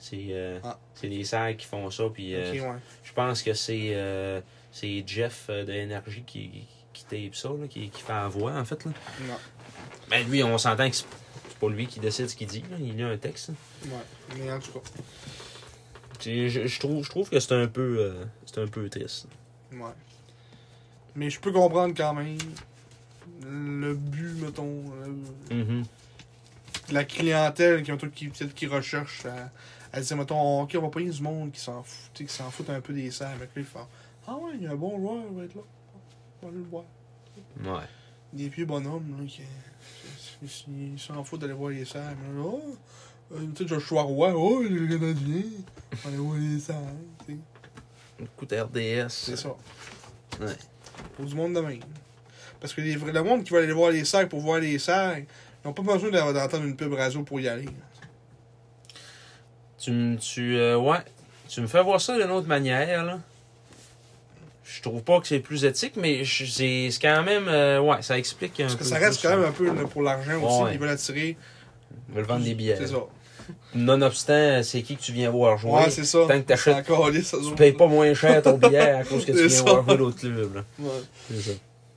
C'est euh,
Ah.
c'est les sacs qui font ça, puis euh,
Ok, ouais.
je pense que c'est euh, c'est Jeff euh, de Énergie qui, qui tape ça, là, qui, qui fait la voix, en fait. Là.
Non.
Ben lui, on s'entend que c'est c'est pas lui qui décide ce qu'il dit. là. Il lit un texte. là.
Ouais. Mais en tout cas.
Tu sais, Je, je trouve, je trouve que c'est un peu euh, c'est un peu triste.
Ouais. Mais je peux
Mm-hmm.
comprendre quand même le but, mettons. euh,
Mhm.
la clientèle qui, qui peut-être qui recherche à, à dire mettons OK, on va prendre du monde qui s'en fout, tu sais, qui s'en fout un peu des serres, mais que là ils font Ah ouais, il y a un bon joueur, il va être là. On va aller le voir.
Ouais.
Des vieux bonhommes là, qui qui- qui- ils s'en foutent d'aller voir les serres, mais là, oh, euh, tu sais, Joshua Roy, oh, il est canadien, on va aller voir les serres, tu sais.
Coup de RDS.
c'est ça.
Ouais.
Pour du monde de même. Parce que les, vrais- le monde qui va aller voir les serres pour voir les serres, ils n'ont pas besoin d'a- d'entendre une pub radio pour y aller.
Tu me tu euh, ouais, tu me fais voir ça d'une autre manière là. Je trouve pas que c'est plus éthique mais je- c'est c'est quand même euh, ouais, ça explique un
Parce
peu
que ça reste
plus. euh,
quand même un peu là, pour l'argent aussi.
Ouais.
Ils veulent attirer.
Ils veulent vendre des billets.
C'est
là.
ça.
Nonobstant, c'est qui que tu viens voir jouer.
Ouais, c'est ça.
Tant que t'achètes-
C'est encore lisse, ça,
tu
ça.
payes pas moins cher ton billet à cause que tu
C'est
viens
ça.
voir jouer l'autre club là.
Ouais.
C'est ça.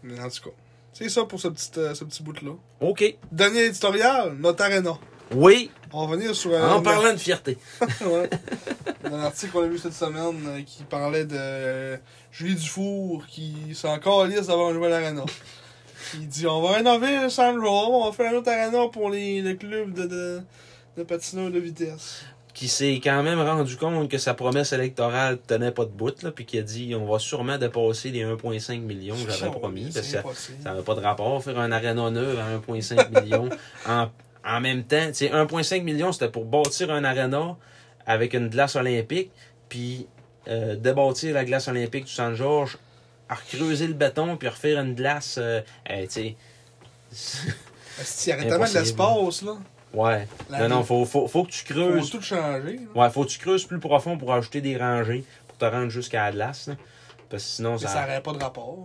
Mais en tout cas, c'est ça pour ce petit, euh, ce petit bout-là.
OK.
Dernier éditorial, notre arena.
Oui,
On va revenir sur. euh,
en
un-
parlant de fierté.
ouais. Un article qu'on a vu cette semaine euh, qui parlait de euh, Julie Dufour qui s'en calisse d'avoir un nouvel arena. Il dit on va rénover le Sandro, on va faire un autre arena pour les, le club de, de, de patineurs de vitesse.
qui s'est quand même rendu compte que sa promesse électorale tenait pas de bout, là, puis qui a dit on va sûrement dépasser les 1,5 millions que j'avais promis, parce que
C'est
ça
impossible.
n'avait pas de rapport, faire un arena neuve à 1,5 million en, en même temps. tu sais, 1,5 million, c'était pour bâtir un arena avec une glace olympique, puis euh, débâtir la glace olympique du Saint-Georges, à recreuser le béton, puis refaire une glace. euh, hey, tu sais.
Asti, arrêtement de l'espace, là.
ouais.
La-
non, non, faut, faut, faut que tu creuses.
Faut tout changer. là.
Ouais, faut que tu creuses plus profond pour ajouter des rangées pour te rendre jusqu'à la glace. là. Parce que sinon,
Mais ça
ça,
n'aurait pas de rapport.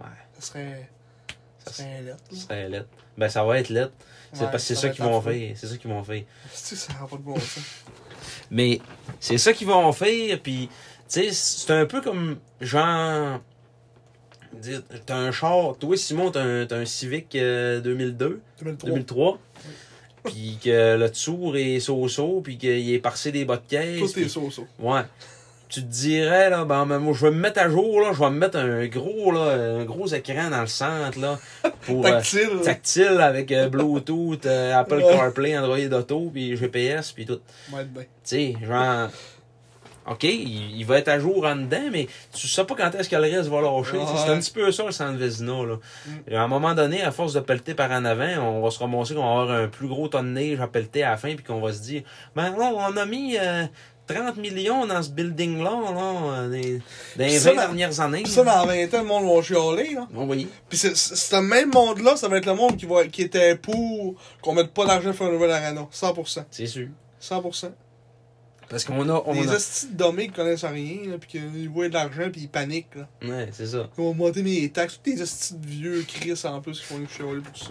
là.
Ouais.
Ça serait. Ça
Ça
serait lettre.
ça serait laid. Ben, ça va être laid. C'est parce que c'est ça qu'ils vont
fait.
faire. C'est ça qu'ils vont faire.
Ça n'aurait pas de bon sens.
Mais c'est ça qu'ils vont faire. Puis, tu sais, c'est un peu comme genre. dire, T'as un char. Toi, Simon, t'as un, t'as un Civic euh, 2002.
2003.
2003. Puis que le tour est so-so, puis qu'il est parcé des bottes de caisse.
Tout
puis-
est so-so.
Ouais. Tu te dirais, là, ben, ben, moi, je vais me mettre à jour, là, je vais me mettre un gros, là, un gros écran dans le centre, là, pour, euh,
Tactile. là.
tactile avec euh, Bluetooth, euh, Apple
Ouais.
CarPlay, Android Auto, puis GPS, puis tout. Tu
Ouais, ben.
sais, genre, OK, il, il va être à jour en dedans, mais tu sais pas quand est-ce que le reste va lâcher. tu sais. C'est
Ouais.
un petit peu ça, le centre Vézina, là.
Mm.
Et À un moment donné, à force de pelleter par en avant, on va se ramasser qu'on va avoir un plus gros ton de neige à pelleter à la fin, puis qu'on va se dire, ben là, on a mis... euh, 30 millions dans ce building-là, là, euh, des- dans les
ça,
20
dans-
dernières années. Ah
Puis ça, dans 20 ans, le monde va chialer, là.
Oui,
Puis c'est- c'est- ce même monde-là, ça va être le monde qui, va, qui était pour qu'on mette pas d'argent pour un nouvel arena. 100%.
c'est sûr.
100%.
Parce qu'on a... On
Les
a...
astis de dommés qui connaissent rien, là, pis qu'ils voient de l'argent pis ils paniquent, là.
Ouais, c'est ça.
Ils vont monter mes taxes. Tous les astis de vieux Chris en plus qui vont nous chialer pour ça.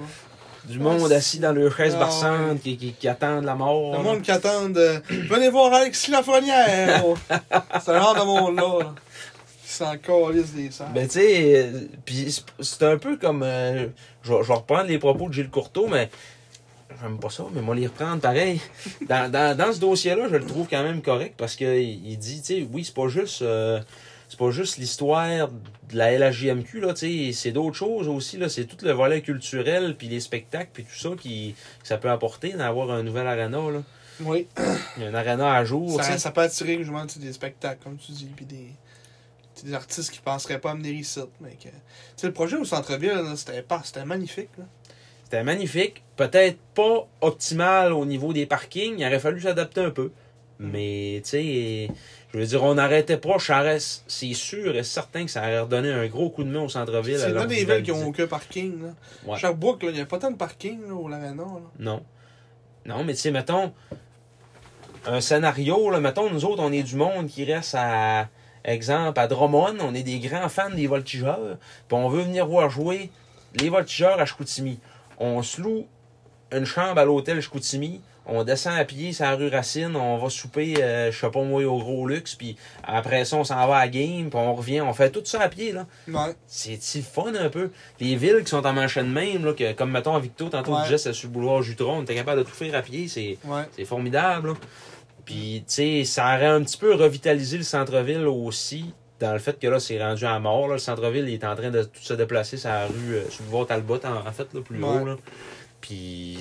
Du monde assis dans leur chaise
Ah,
barçante
ouais.
qui, qui, qui attendent la mort.
Le
là.
monde qui attend de... Venez voir Alex Lafrenière! c'est le genre de monde-là, là. Qui s'en calisse des salles.
Ben, tu sais, euh, puis c'est- c'est un peu comme. euh, je vais je vais reprendre les propos de Gilles Courteau, mais. J'aime pas ça, mais moi les reprendre pareil. Dans, dans, dans ce dossier-là, je le trouve quand même correct parce que il il dit, tu sais, oui, c'est pas juste. euh, c'est pas juste l'histoire de la LHJMQ, là, tu sais, c'est d'autres choses aussi, là. C'est tout le volet culturel, puis les spectacles, puis tout ça qui, que ça peut apporter d'avoir un nouvel arena, là.
oui.
Un arena à jour, tu sais.
Ça, ça peut attirer justement tu sais, des spectacles, comme tu dis, puis des, des artistes qui penseraient pas à venir ici. Mais que, tu sais, le projet au centre-ville, là, c'était pas, c'était magnifique. Là.
C'était magnifique. Peut-être pas optimal au niveau des parkings. Il aurait fallu s'adapter un peu.
Mm.
Mais, tu sais, je veux dire, on n'arrêtait pas Charest. C'est sûr et certain que ça aurait redonné un gros coup de main au centre-ville. à
C'est
leur
là des villes qui ont
rivalité.
aucun parking. Là.
Ouais.
Sherbrooke, là, il n'y a pas tant de parking là, au Larena. Là.
Non. Non, mais tu sais, mettons, un scénario, là, mettons, nous autres, on est du monde qui reste à, exemple, à Drummond, on est des grands fans des voltigeurs, puis on veut venir voir jouer les voltigeurs à Chicoutimi. On se loue une chambre à l'hôtel Chicoutimi, on descend à pied sur la rue Racine, on va souper, euh, je sais pas moi, au Gros Luxe, puis après ça, on s'en va à la game, puis on revient, on fait tout ça à pied, là.
Ouais.
C'est c'est le fun un peu. Les villes qui sont en manche de même, là, que, comme mettons à Victo, tantôt
Ouais.
tu disais, c'était sur le boulevard Jutron, on était capable de tout faire à pied, c'est
Ouais.
c'est formidable. là. Puis, tu sais, ça aurait un petit peu revitalisé le centre-ville aussi, dans le fait que là, c'est rendu à mort. là. Le centre-ville il est en train de tout se déplacer sur la rue, euh, sur le boulevard Talbot, en, en fait, là, plus
Ouais.
haut. Là. Puis,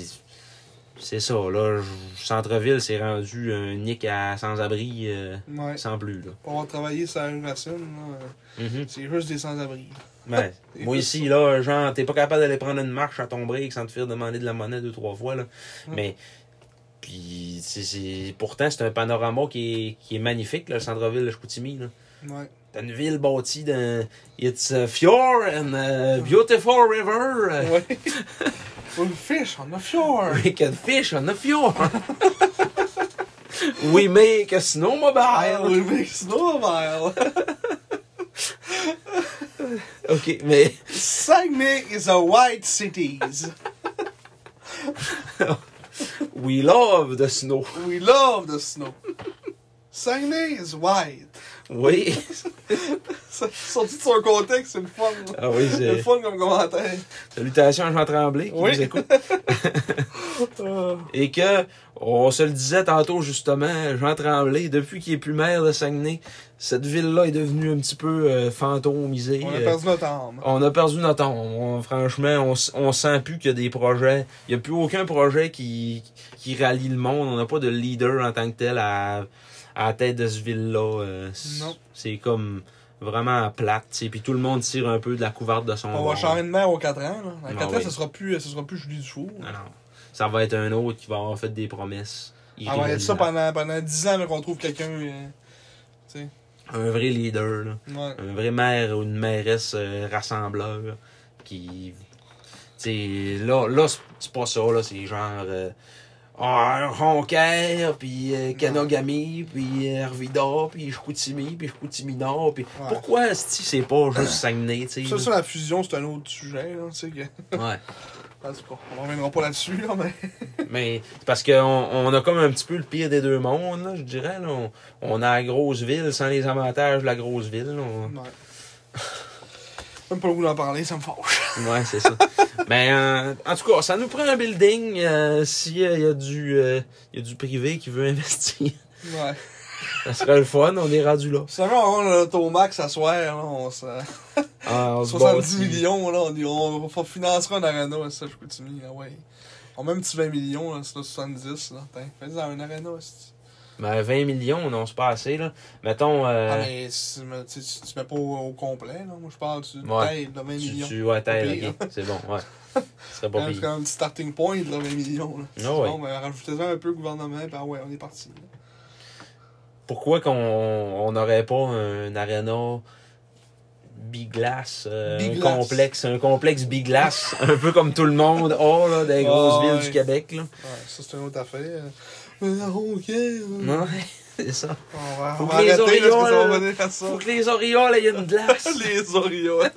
c'est ça, là, je- centre-ville, c'est rendu un nick à sans-abri, euh,
Ouais.
sans plus, là.
Pour avoir travaillé sur une personne, là, euh,
Mhm.
c'est juste des sans-abri.
Ouais. Ben, Moi ici, là, genre, t'es pas capable d'aller prendre une marche à ton break sans te faire demander de la monnaie deux, trois fois, là.
Mm.
Mais, puis, c'est- c'est- pourtant, c'est un panorama qui est, qui est magnifique, là, le centre-ville de Chicoutimi, là.
Ouais.
T'as une ville bâtie d'un... It's a fjord and a beautiful river. uh,
Ouais. We'll fish on the fjord.
We can fish on the fjord. We make a snowmobile.
We'll make snowmobile.
OK, mais...
Saguenay is a white city.
We love the snow.
We love the snow. Saguenay is white.
Oui.
Ça- Sorti de son contexte, c'est le fun. là.
Ah oui,
C'est le
c'est...
fun comme commentaire.
Salutations à Jean Tremblay qui
Oui.
nous écoute.
Euh,
Et que, on se le disait tantôt justement, Jean Tremblay, depuis qu'il est plus maire de Saguenay, cette ville-là est devenue un petit peu euh, fantomisée.
on a
Euh,
perdu notre âme.
on a perdu notre temps. franchement, on, s- on sent plus qu'il y a des projets. Il n'y a plus aucun projet qui, qui rallie le monde. On n'a pas de leader en tant que tel à, à la tête de ce ville-là. Euh, c-
Non.
C'est comme vraiment plate. tu sais. Puis tout le monde tire un peu de la couverte de son
On va
bord.
changer de mer aux 4 ans. Là. Dans
Ah
4 ans,
oui. Ah,
ce sera plus, ce sera plus Julie Dufour.
Non, non. Ça va être un autre qui va avoir fait des promesses.
Ah ouais, ça
irréalisables.
pendant, pendant 10 ans avant qu'on trouve quelqu'un. euh, tu sais.
Un vrai leader, là.
Ouais.
un vrai maire ou une mairesse euh, rassembleur qui tu sais, là là c'est- c'est pas ça là c'est genre euh, ah, un roncaire puis euh, Kanagami puis euh, Arvida puis Chicoutimi puis Chicoutimi Nord puis
Ouais.
pourquoi si c'est pas juste Saguenay tu sais
Ça, sur la fusion, c'est un autre sujet. Là, tu sais que...
là? ouais
Ah, c'est pas- On reviendra pas là-dessus, là, mais.
Mais c'est parce qu'on on a comme un petit peu le pire des deux mondes, là, je dirais. Là. On, on a la grosse ville sans les avantages de la grosse ville. là. On-
Ouais. Même pas le goût d'en parler, ça me fâche.
Ouais, c'est ça. Mais euh, en tout cas, ça nous prend un building euh, si euh, y a du euh, y a du privé qui veut investir.
Ouais.
ça serait le fun, on est rendu là.
Si jamais on a l'automax à soir, là, on se...
Ah, on se
70
bâtit.
millions, là, on, y- on, on financera un arena, ça, je continue, là, ouais. On met un petit 20 millions, là, c'est là, 70, là. Tiens, Fais-le dans un arena, c'est...
Mais 20 Ben, millions, non, c'est pas assez là. Mettons euh,
Ah, mais si, mais, tu sais, tu tu mets pas au, au complet, là. Moi, je parle du
Ouais.
ouais. de 20
tu,
millions.
tu ouais, t'as-
Pas pire,
ok, c'est bon, ouais. Ce serait pas
Hein, C'est
pire.
quand même un petit starting point, là, 20 millions, là.
Ah
C'est
ouais.
Bon, ben, rajoutez-en un peu, gouvernement, ben ouais, on est parti, là.
Pourquoi qu'on on n'aurait pas un arena Big Glass, euh,
Big
un
Glass.
complexe, un complexe Big Glass, un peu comme tout le monde, oh là, des grosses
Ah,
villes
ouais.
du Québec là.
Ouais, ça, c'est une autre affaire. Mais non, ok. là.
Ouais, c'est ça.
On va,
Faut
on
que
va
les
arrêter, là, parce que
Orioles-
ça va revenir à ça.
Faut que les Orioles aient une glace.
les Orioles.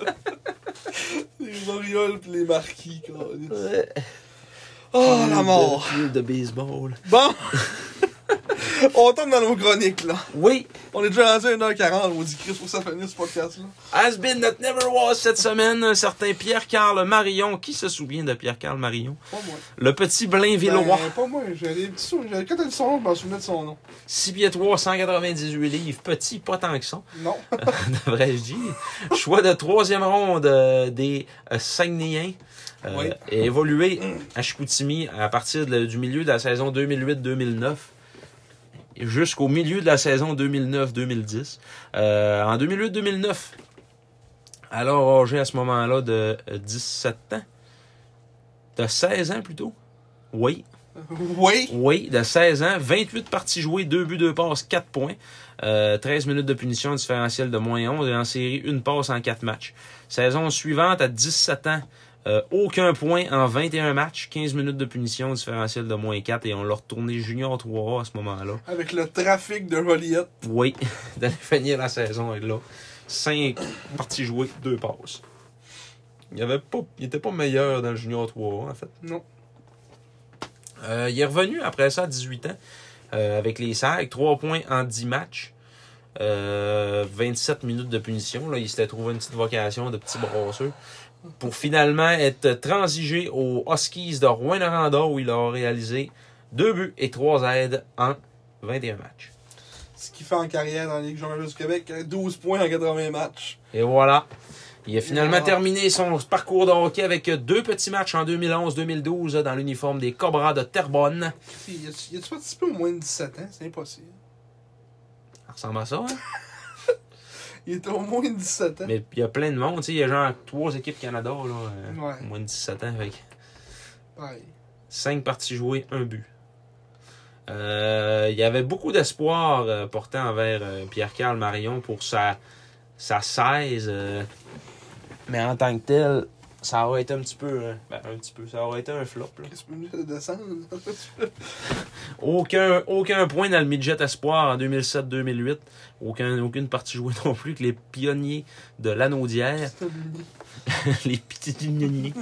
les Orioles pis les Marquis, quoi.
Ouais.
Oh, la mort.
Field de baseball.
Bon. on tombe dans nos chroniques, là.
Oui, on
On est déjà rendu à 1h40. On dit, Chris, faut que ça finisse ce podcast-là.
Has Been That Never Was cette semaine, un certain Pierre-Carl Marion. Qui se souvient de Pierre-Carl Marion?
Pas moi.
Le petit Blainvillois.
Ben, pas moi. J'ai des petits sous. j'ai- Quand t'as dit son nom, je m'en souvenais de son nom.
6 pieds 3, 198 livres. Petit, pas tant que ça,
Non.
devrais-je dire. Choix de troisième ronde euh, des euh, Saguenayens. Euh,
Oui.
Et évolué à Chicoutimi à partir de- du milieu de la saison 2008-2009. jusqu'au milieu de la saison 2009-2010. Euh, en 2008-2009, alors âgé à ce moment-là de euh, 17 ans, de 16 ans plutôt. Oui,
oui.
oui, de 16 ans, 28 parties jouées, 2 buts, 2 passes, 4 points, euh, 13 minutes de punition, un différentiel de moins 11 et en série, une passe en 4 matchs. Saison suivante, à 17 ans, euh, aucun point en 21 matchs, 15 minutes de punition, un différentiel de moins 4 et on l'a retourné junior 3A à ce moment-là.
Avec le trafic de Joliette.
Oui, d'aller finir la saison avec là. 5 parties jouées, 2 passes. Il avait pas, il était pas meilleur dans le Junior 3 en fait.
Non.
Euh, il est revenu après ça à 18 ans euh, avec les SAG, 3 points en 10 matchs. euh, 27 minutes de punition. Là, il s'était trouvé une petite vocation de petit brasseux pour finalement être transigé aux Huskies de Rouen-Noranda où il a réalisé 2 buts et 3 aides en 21 matchs.
euh, Ce qu'il fait en carrière dans la Ligue Jean-Marie du Québec. 12 points en 80 matchs.
Et voilà. Il a finalement
Ah.
terminé son parcours de hockey avec deux petits matchs en 2011-2012 dans l'uniforme des Cobras de Terrebonne.
Puis, y a-tu y a-tu participé au moins de 17 ans? C'est impossible.
Ça ressemble à ça, hein?
Il était au moins de 17 ans.
Mais il y a plein de monde, tu sais. Il y a genre trois équipes Canada, là. euh,
Ouais.
Moins de 17 ans. Fait que
Pareil.
cinq parties jouées, un but. Euh, il y avait beaucoup d'espoir euh, porté envers euh, Pierre-Carl Marion pour sa, sa 16. euh, mais en tant que tel, ça aurait été un petit peu. euh, ben, un petit peu. Ça aurait été un flop, là.
Qu'est-ce que tu peux me descendre?
Aucun, aucun point dans le midget espoir en 2007-2008. Aucun, aucune partie jouée non plus que les pionniers de l'Anaudière. les pionniers.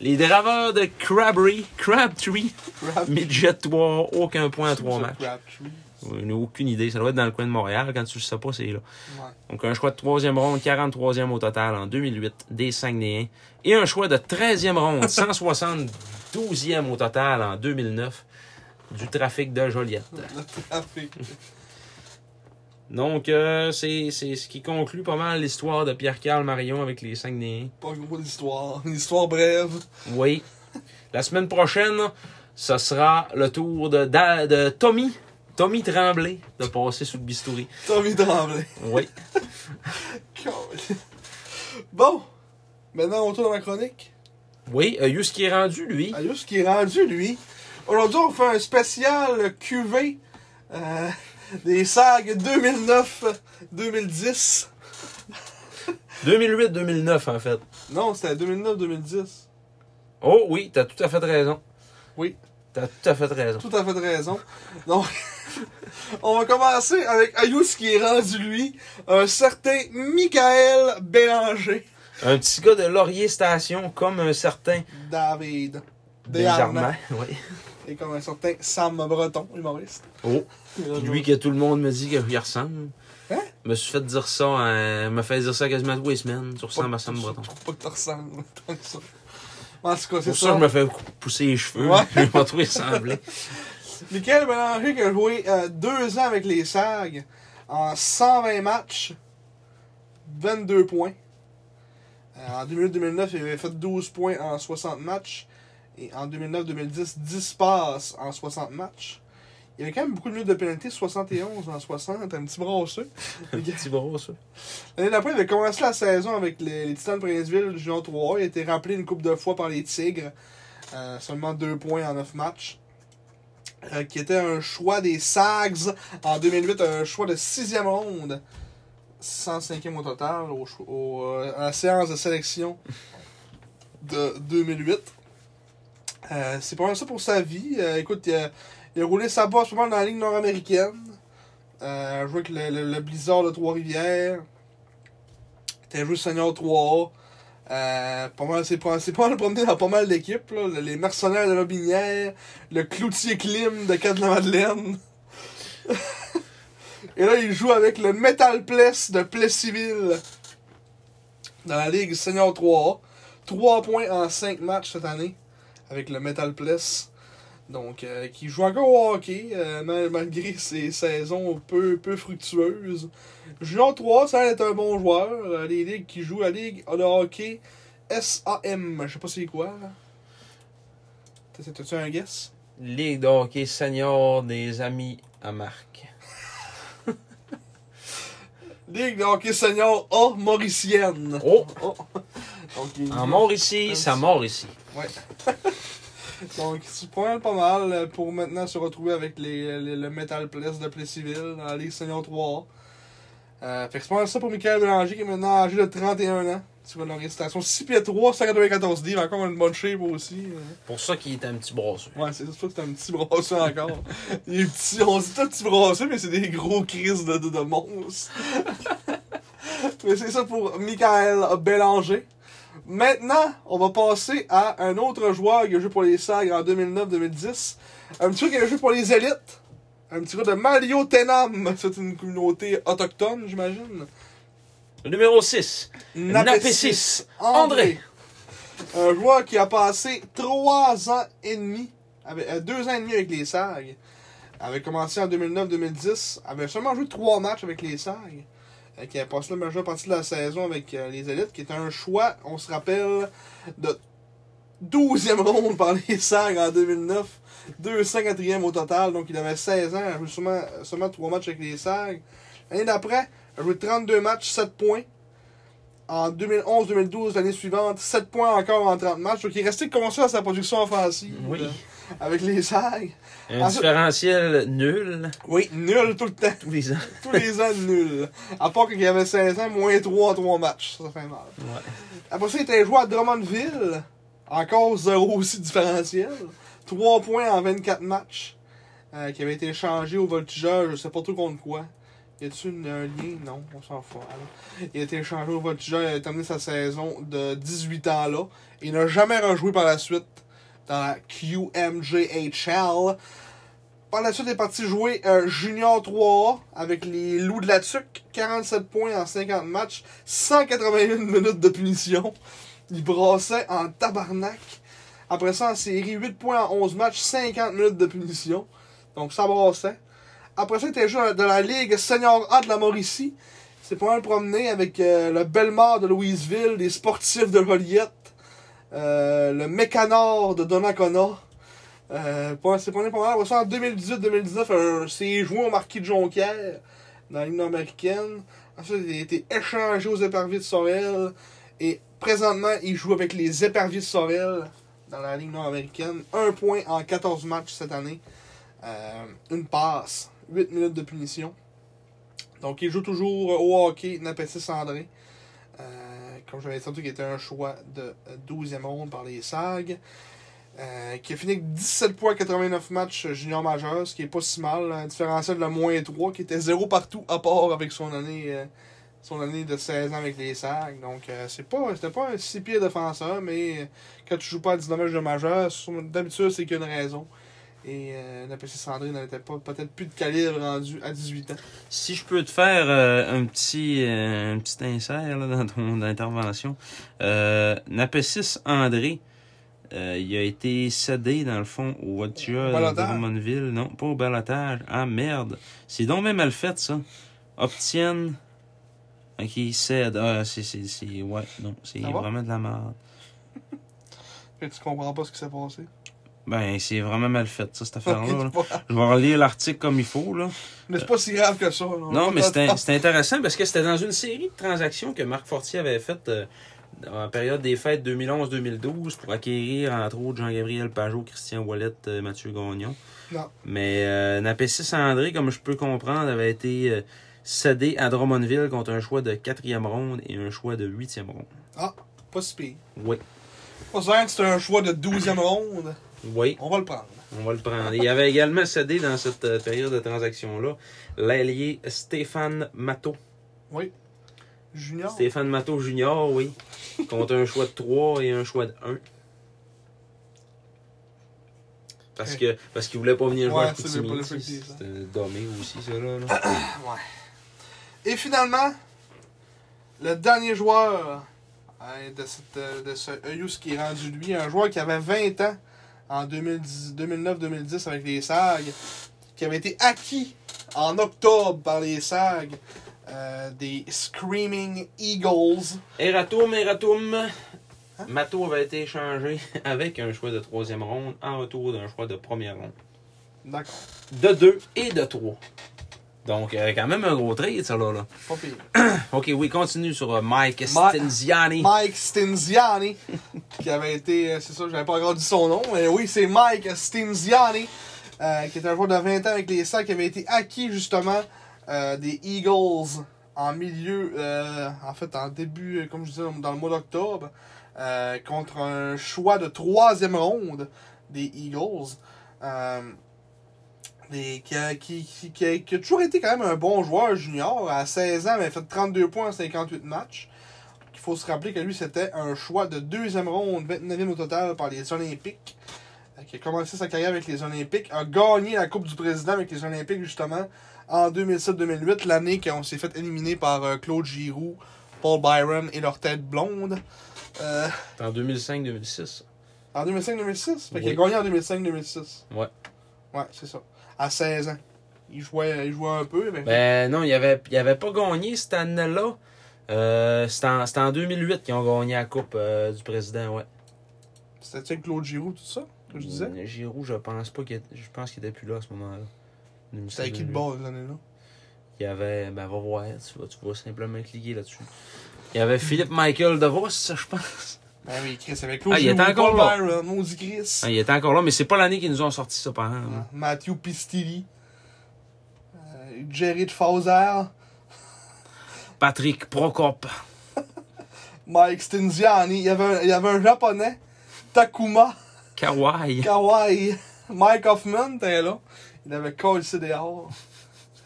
les draveurs de Crabtree. Crabtree.
Crab.
Midget 3, aucun point à 3
C'est
matchs.
Crab Tree.
On n'a aucune idée. Ça doit être dans le coin de Montréal. Quand tu le sais pas, c'est là.
Ouais.
Donc, un choix de troisième ronde, 43e au total en 2008 des Saguenayens. Et un choix de 13e ronde, 172e au total en 2009 du trafic de Joliette.
Le trafic.
Donc, euh, c'est c'est ce qui conclut pas mal l'histoire de Pierre-Carl Marion avec les Saguenayens.
Pas gros d'histoire. Une histoire brève.
Oui. La semaine prochaine, ce sera le tour de, Da- de Tommy. Tommy Tremblay de passer sous le bistouri.
Tommy Tremblay.
Oui.
Cool. Bon. Maintenant, on tourne à ma chronique.
Oui, euh, Yus qui est rendu, lui.
Adieu, ce qui est rendu, lui. Aujourd'hui, on fait un spécial QV euh, des sagues 2009-2010.
2008-2009, en fait.
Non, c'était 2009-2010.
Oh oui, t'as tout à fait raison.
Oui.
T'as tout à fait raison.
Tout à fait de raison. Donc, on va commencer avec Ayous qui est rendu lui, un certain Michael Bélanger.
Un petit gars de Laurier Station, comme un certain
David.
Desarmand. Oui.
Et comme un certain Sam Breton, humoriste.
Oh, lui que tout le monde me dit que je lui ressemble.
Hein?
Me suis fait dire ça, euh, me fait dire ça quasiment tous les semaines. Tu ressembles à Sam Breton.
Je trouve pas que tu ressembles tant que ça. En tout cas, c'est
Pour ça,
ça.
je me fais cou- pousser les cheveux.
Ouais.
Je m'en trouve semblé.
Michael Bélanger qui a joué euh, deux ans avec les SAG en 120 matchs, 22 points. Euh, en 2008-2009, il avait fait 12 points en 60 matchs. Et en 2009-2010, 10 passes en 60 matchs. Il y avait quand même beaucoup de minutes de pénalité, 71 en 60, un petit brasseux.
Petit bras, ça.
L'année d'après, il avait commencé la saison avec les, les Titans de Princeville, Junior 3. Il a été rappelé une coupe de fois par les Tigres. Euh, seulement deux points en neuf matchs. Euh, qui était un choix des Sags en 2008, un choix de sixième ronde. 105e au total au, cho- au, euh, à la séance de sélection de 2008. Euh, c'est pas mal ça pour sa vie. Euh, écoute, il a, il a roulé sa bosse pas mal dans la Ligue nord-américaine. Euh, joué avec le, le- le Blizzard de Trois-Rivières. T'as joué Senior 3A. Euh, pas mal, c'est pas, c'est pas mal promené dans pas mal d'équipes, là. Le- Les mercenaires de la Binière, le cloutier Klim de Cap de la Madeleine. Et là, il joue avec le Metal Pless de Plessisville dans la Ligue Senior 3A. 3 points en 5 matchs cette année avec le Metal Pless. Donc, euh, qui joue encore au hockey, euh, mal- malgré ses saisons peu, peu fructueuses. Junior 3, ça a l'air d'être un bon joueur. Euh, les ligues qui jouent la ligue de hockey SAM. Je sais pas c'est quoi. là. T'as- T'as-tu un guess?
Ligue de hockey senior des amis à Marc.
Ligue de hockey senior A mauricienne.
Oh!
Oh. Donc, il-
En mort ici, ça mort ici.
Ouais. Donc, c'est pas mal, pas mal euh, pour maintenant se retrouver avec les, les- le Metal Place de Plessisville dans la Ligue Senior 3. Euh, fait que c'est pas mal ça pour Michael Bélanger qui est maintenant âgé de 31 ans. Tu vois, dans l'incitation 6 pieds 3, 194 livres, encore une bonne shape aussi. euh.
Pour ça qu'il est un petit brasseux.
Ouais, c'est sûr que c'est un petit brasseux encore. Il est petit, on dit tout petit brasseux, mais c'est des gros crises de, de, de monstres. mais c'est ça pour Michael Bélanger. Maintenant, on va passer à un autre joueur qui a joué pour les Sagres en 2009-2010. Un petit gars qui a joué pour les élites. Un petit gars de Mario Tenam. C'est une communauté autochtone, j'imagine.
Le numéro 6. Napécis. André.
Un joueur qui a passé 3 ans et demi, avec, 2 ans et demi avec les Sags. Avait commencé en 2009-2010, avait seulement joué 3 matchs avec les Sags. euh, qui a passé la majeure partie de la saison avec euh, les élites, qui était un choix, on se rappelle, de 12e ronde par les Sags en 2009. 204e au total, donc il avait 16 ans, il a joué seulement, seulement 3 matchs avec les Sags. L'année d'après, il a joué 32 matchs, 7 points. En 2011-2012, l'année suivante, 7 points encore en 30 matchs. Donc il est resté constant à sa production offensive
Oui.
euh, avec les Sags.
Un
Ensuite-
différentiel nul
Oui, nul tout le temps.
tous les ans.
Tous les ans, nul. À part quand il avait 16 ans, moins 3 en 3 matchs. Ça fait mal.
Ouais.
Après ça, il était joué à Drummondville. Encore zéro aussi différentiel. 3 points en 24 matchs. euh, qui avait été échangé au voltigeur, je sais pas trop contre quoi. Y a-t-il une- un lien Non, on s'en fout. alors. Il a été échangé au voltigeur, il a terminé sa saison de 18 ans là. Il n'a jamais rejoué par la suite dans la QMJHL. Par la suite, il est parti jouer euh, Junior 3A avec les Loups de la Tuque. 47 points en 50 matchs, 181 minutes de punition. Il brassait en tabarnak. Après ça, en série, 8 points en 11 matchs, 50 minutes de punition. Donc, ça brassait. Après ça, il était joué dans la Ligue Senior A de la Mauricie. C'est pas mal promené avec euh, le Belmar de Louisville, les Sportifs de Joliette, euh, le Mécanor de Donnacona. Euh, pas- c'est pas mal. Après ça, en 2018-2019, euh, c'est joué au Marquis de Jonquière dans la Ligue nord-américaine. Ensuite, il a été échangé aux Éperviers de Sorel. Et présentement, il joue avec les Éperviers de Sorel dans la Ligue nord-américaine. Un point en 14 matchs cette année. Euh, une passe. 8 minutes de punition. Donc, il joue toujours au hockey, Napetit-Sandré. Euh, comme j'avais dit, qui était un choix de euh, 12e ronde par les SAG. Euh, qui a fini avec 17 points à 89 matchs euh, junior majeur, ce qui est pas si mal. Un différentiel de la moins 3, qui était zéro partout à part avec son année, euh, son année de 16 ans avec les sacs. Donc, euh, c'est pas, c'était pas un si pire défenseur, mais euh, quand tu joues pas à 19 matchs de majeur, sur- d'habitude, c'est qu'il y a une raison. Et euh, la PC Sandrine n'était pas, peut-être plus de calibre rendu à 18 ans.
Si je peux te faire euh, un petit euh, un petit insert là, dans ton intervention, euh, Napessis André, euh, il a été cédé dans le fond au Watcha de
Balotage.
Drummondville, non, pas au balotage. Ah merde, c'est donc même mal fait ça. Obtiennent, ok, cède, ah c'est c'est c'est ouais, non, c'est
Ah bon?
vraiment de la merde.
Et tu comprends pas ce qui s'est passé.
Ben c'est vraiment mal fait ça cette affaire là.
Ok, tu vois.
Je vais relire l'article comme il faut là.
mais c'est pas si grave que ça. là.
Non, mais c'était c'était intéressant parce que c'était dans une série de transactions que Marc Fortier avait faites euh, en période des fêtes 2011-2012 pour acquérir, entre autres, Jean-Gabriel Pajot, Christian Wallet, euh, Mathieu Gagnon.
Non.
Mais euh, Napessis André, comme je peux comprendre, avait été euh, cédé à Drummondville contre un choix de quatrième ronde et un choix de huitième ronde.
Ah, Pas si pire.
Oui,
Considérant que c'est un choix de 12e ronde,
oui,
on va le prendre.
on va le prendre. Il avait également cédé dans cette euh, période de transaction-là l'ailier Stéphane Matteau.
Junior.
Stéphane Matteau Junior, oui. Contre un choix de 3 et un choix de 1. Parce que parce qu'il voulait pas venir jouer
Ouais,
à
c'est pas
Chicoutimi.
le fait que c'est ça.
C'était dommé euh, aussi, ça, là. là.
Et finalement, le dernier joueur hein, de, cette, euh, de ce Eus qui est rendu lui, un joueur qui avait 20 ans en 2010 2009-2010 avec les SAG, qui avait été acquis en octobre par les SAG euh, des Screaming Eagles.
Eratum, Eratum.
Hein?
Matteau avait été échangé avec un choix de troisième ronde en retour d'un choix de première ronde.
D'accord,
De 2 et de 3. Donc, euh, quand même un gros trade, ça, là. là.
pas pire.
OK, oui, continue sur euh, Mike
Ma-
Stinziani.
Mike Stinziani, qui avait été, euh, c'est ça, j'avais pas encore dit son nom, mais oui, c'est Mike Stinziani, euh, qui est un joueur de 20 ans avec les Sacs, qui avait été acquis justement euh, des Eagles en milieu, euh, en fait, en début, euh, comme je disais, dans le mois d'octobre, euh, contre un choix de troisième ronde des Eagles. Euh, des- qui, a, qui- qui- qui a- qui a toujours été quand même un bon joueur junior. À 16 ans, mais il a fait 32 points en 58 matchs. Il faut se rappeler que lui, c'était un choix de deuxième ronde, 29e au total par les Olympiques. Euh, Qui a commencé sa carrière avec les Olympiques, a gagné la Coupe du Président avec les Olympiques, justement, en 2007-2008, l'année qu'on s'est fait éliminer par euh, Claude Giroux, Paul Byron et leur tête blonde. Euh,
C'est En 2005-2006.
en 2005-2006 Fait qu'il a
Oui.
gagné en 2005-2006.
Ouais.
Ouais, c'est ça. À 16 ans. Il jouait, il jouait un peu, mais.
Ben non, il avait, il avait pas gagné cette année-là. Euh, C'était en, c'était en 2008 qu'ils ont gagné la Coupe euh, du Président, ouais.
C'était avec Claude Giroud, tout ça, que je disais.
Euh, Giroud, je pense pas qu'il était- je pense qu'il était plus là à ce moment-là.
C'était avec qui le bord, les années-là
Il y avait. Ben va voir, tu vas, tu vas simplement cliquer là-dessus. Il y avait Philippe Michael DeVos, ça, je pense.
Ben oui, Chris, avec Claude
Ah, il
Giroud.
était encore
Paul
là.
Byron, maudit Chris.
Ah, il était encore là, mais c'est pas l'année qu'ils nous ont sorti ça par exemple.
Matthew Pistilli. Euh, Jerry de Fauser.
Patrick Prokop.
Mike Stinziani. Il y, avait un, il y avait un japonais. Takuma.
Kawhi.
Kawhi. Mike Hoffman, t'es là. Il avait collé dehors.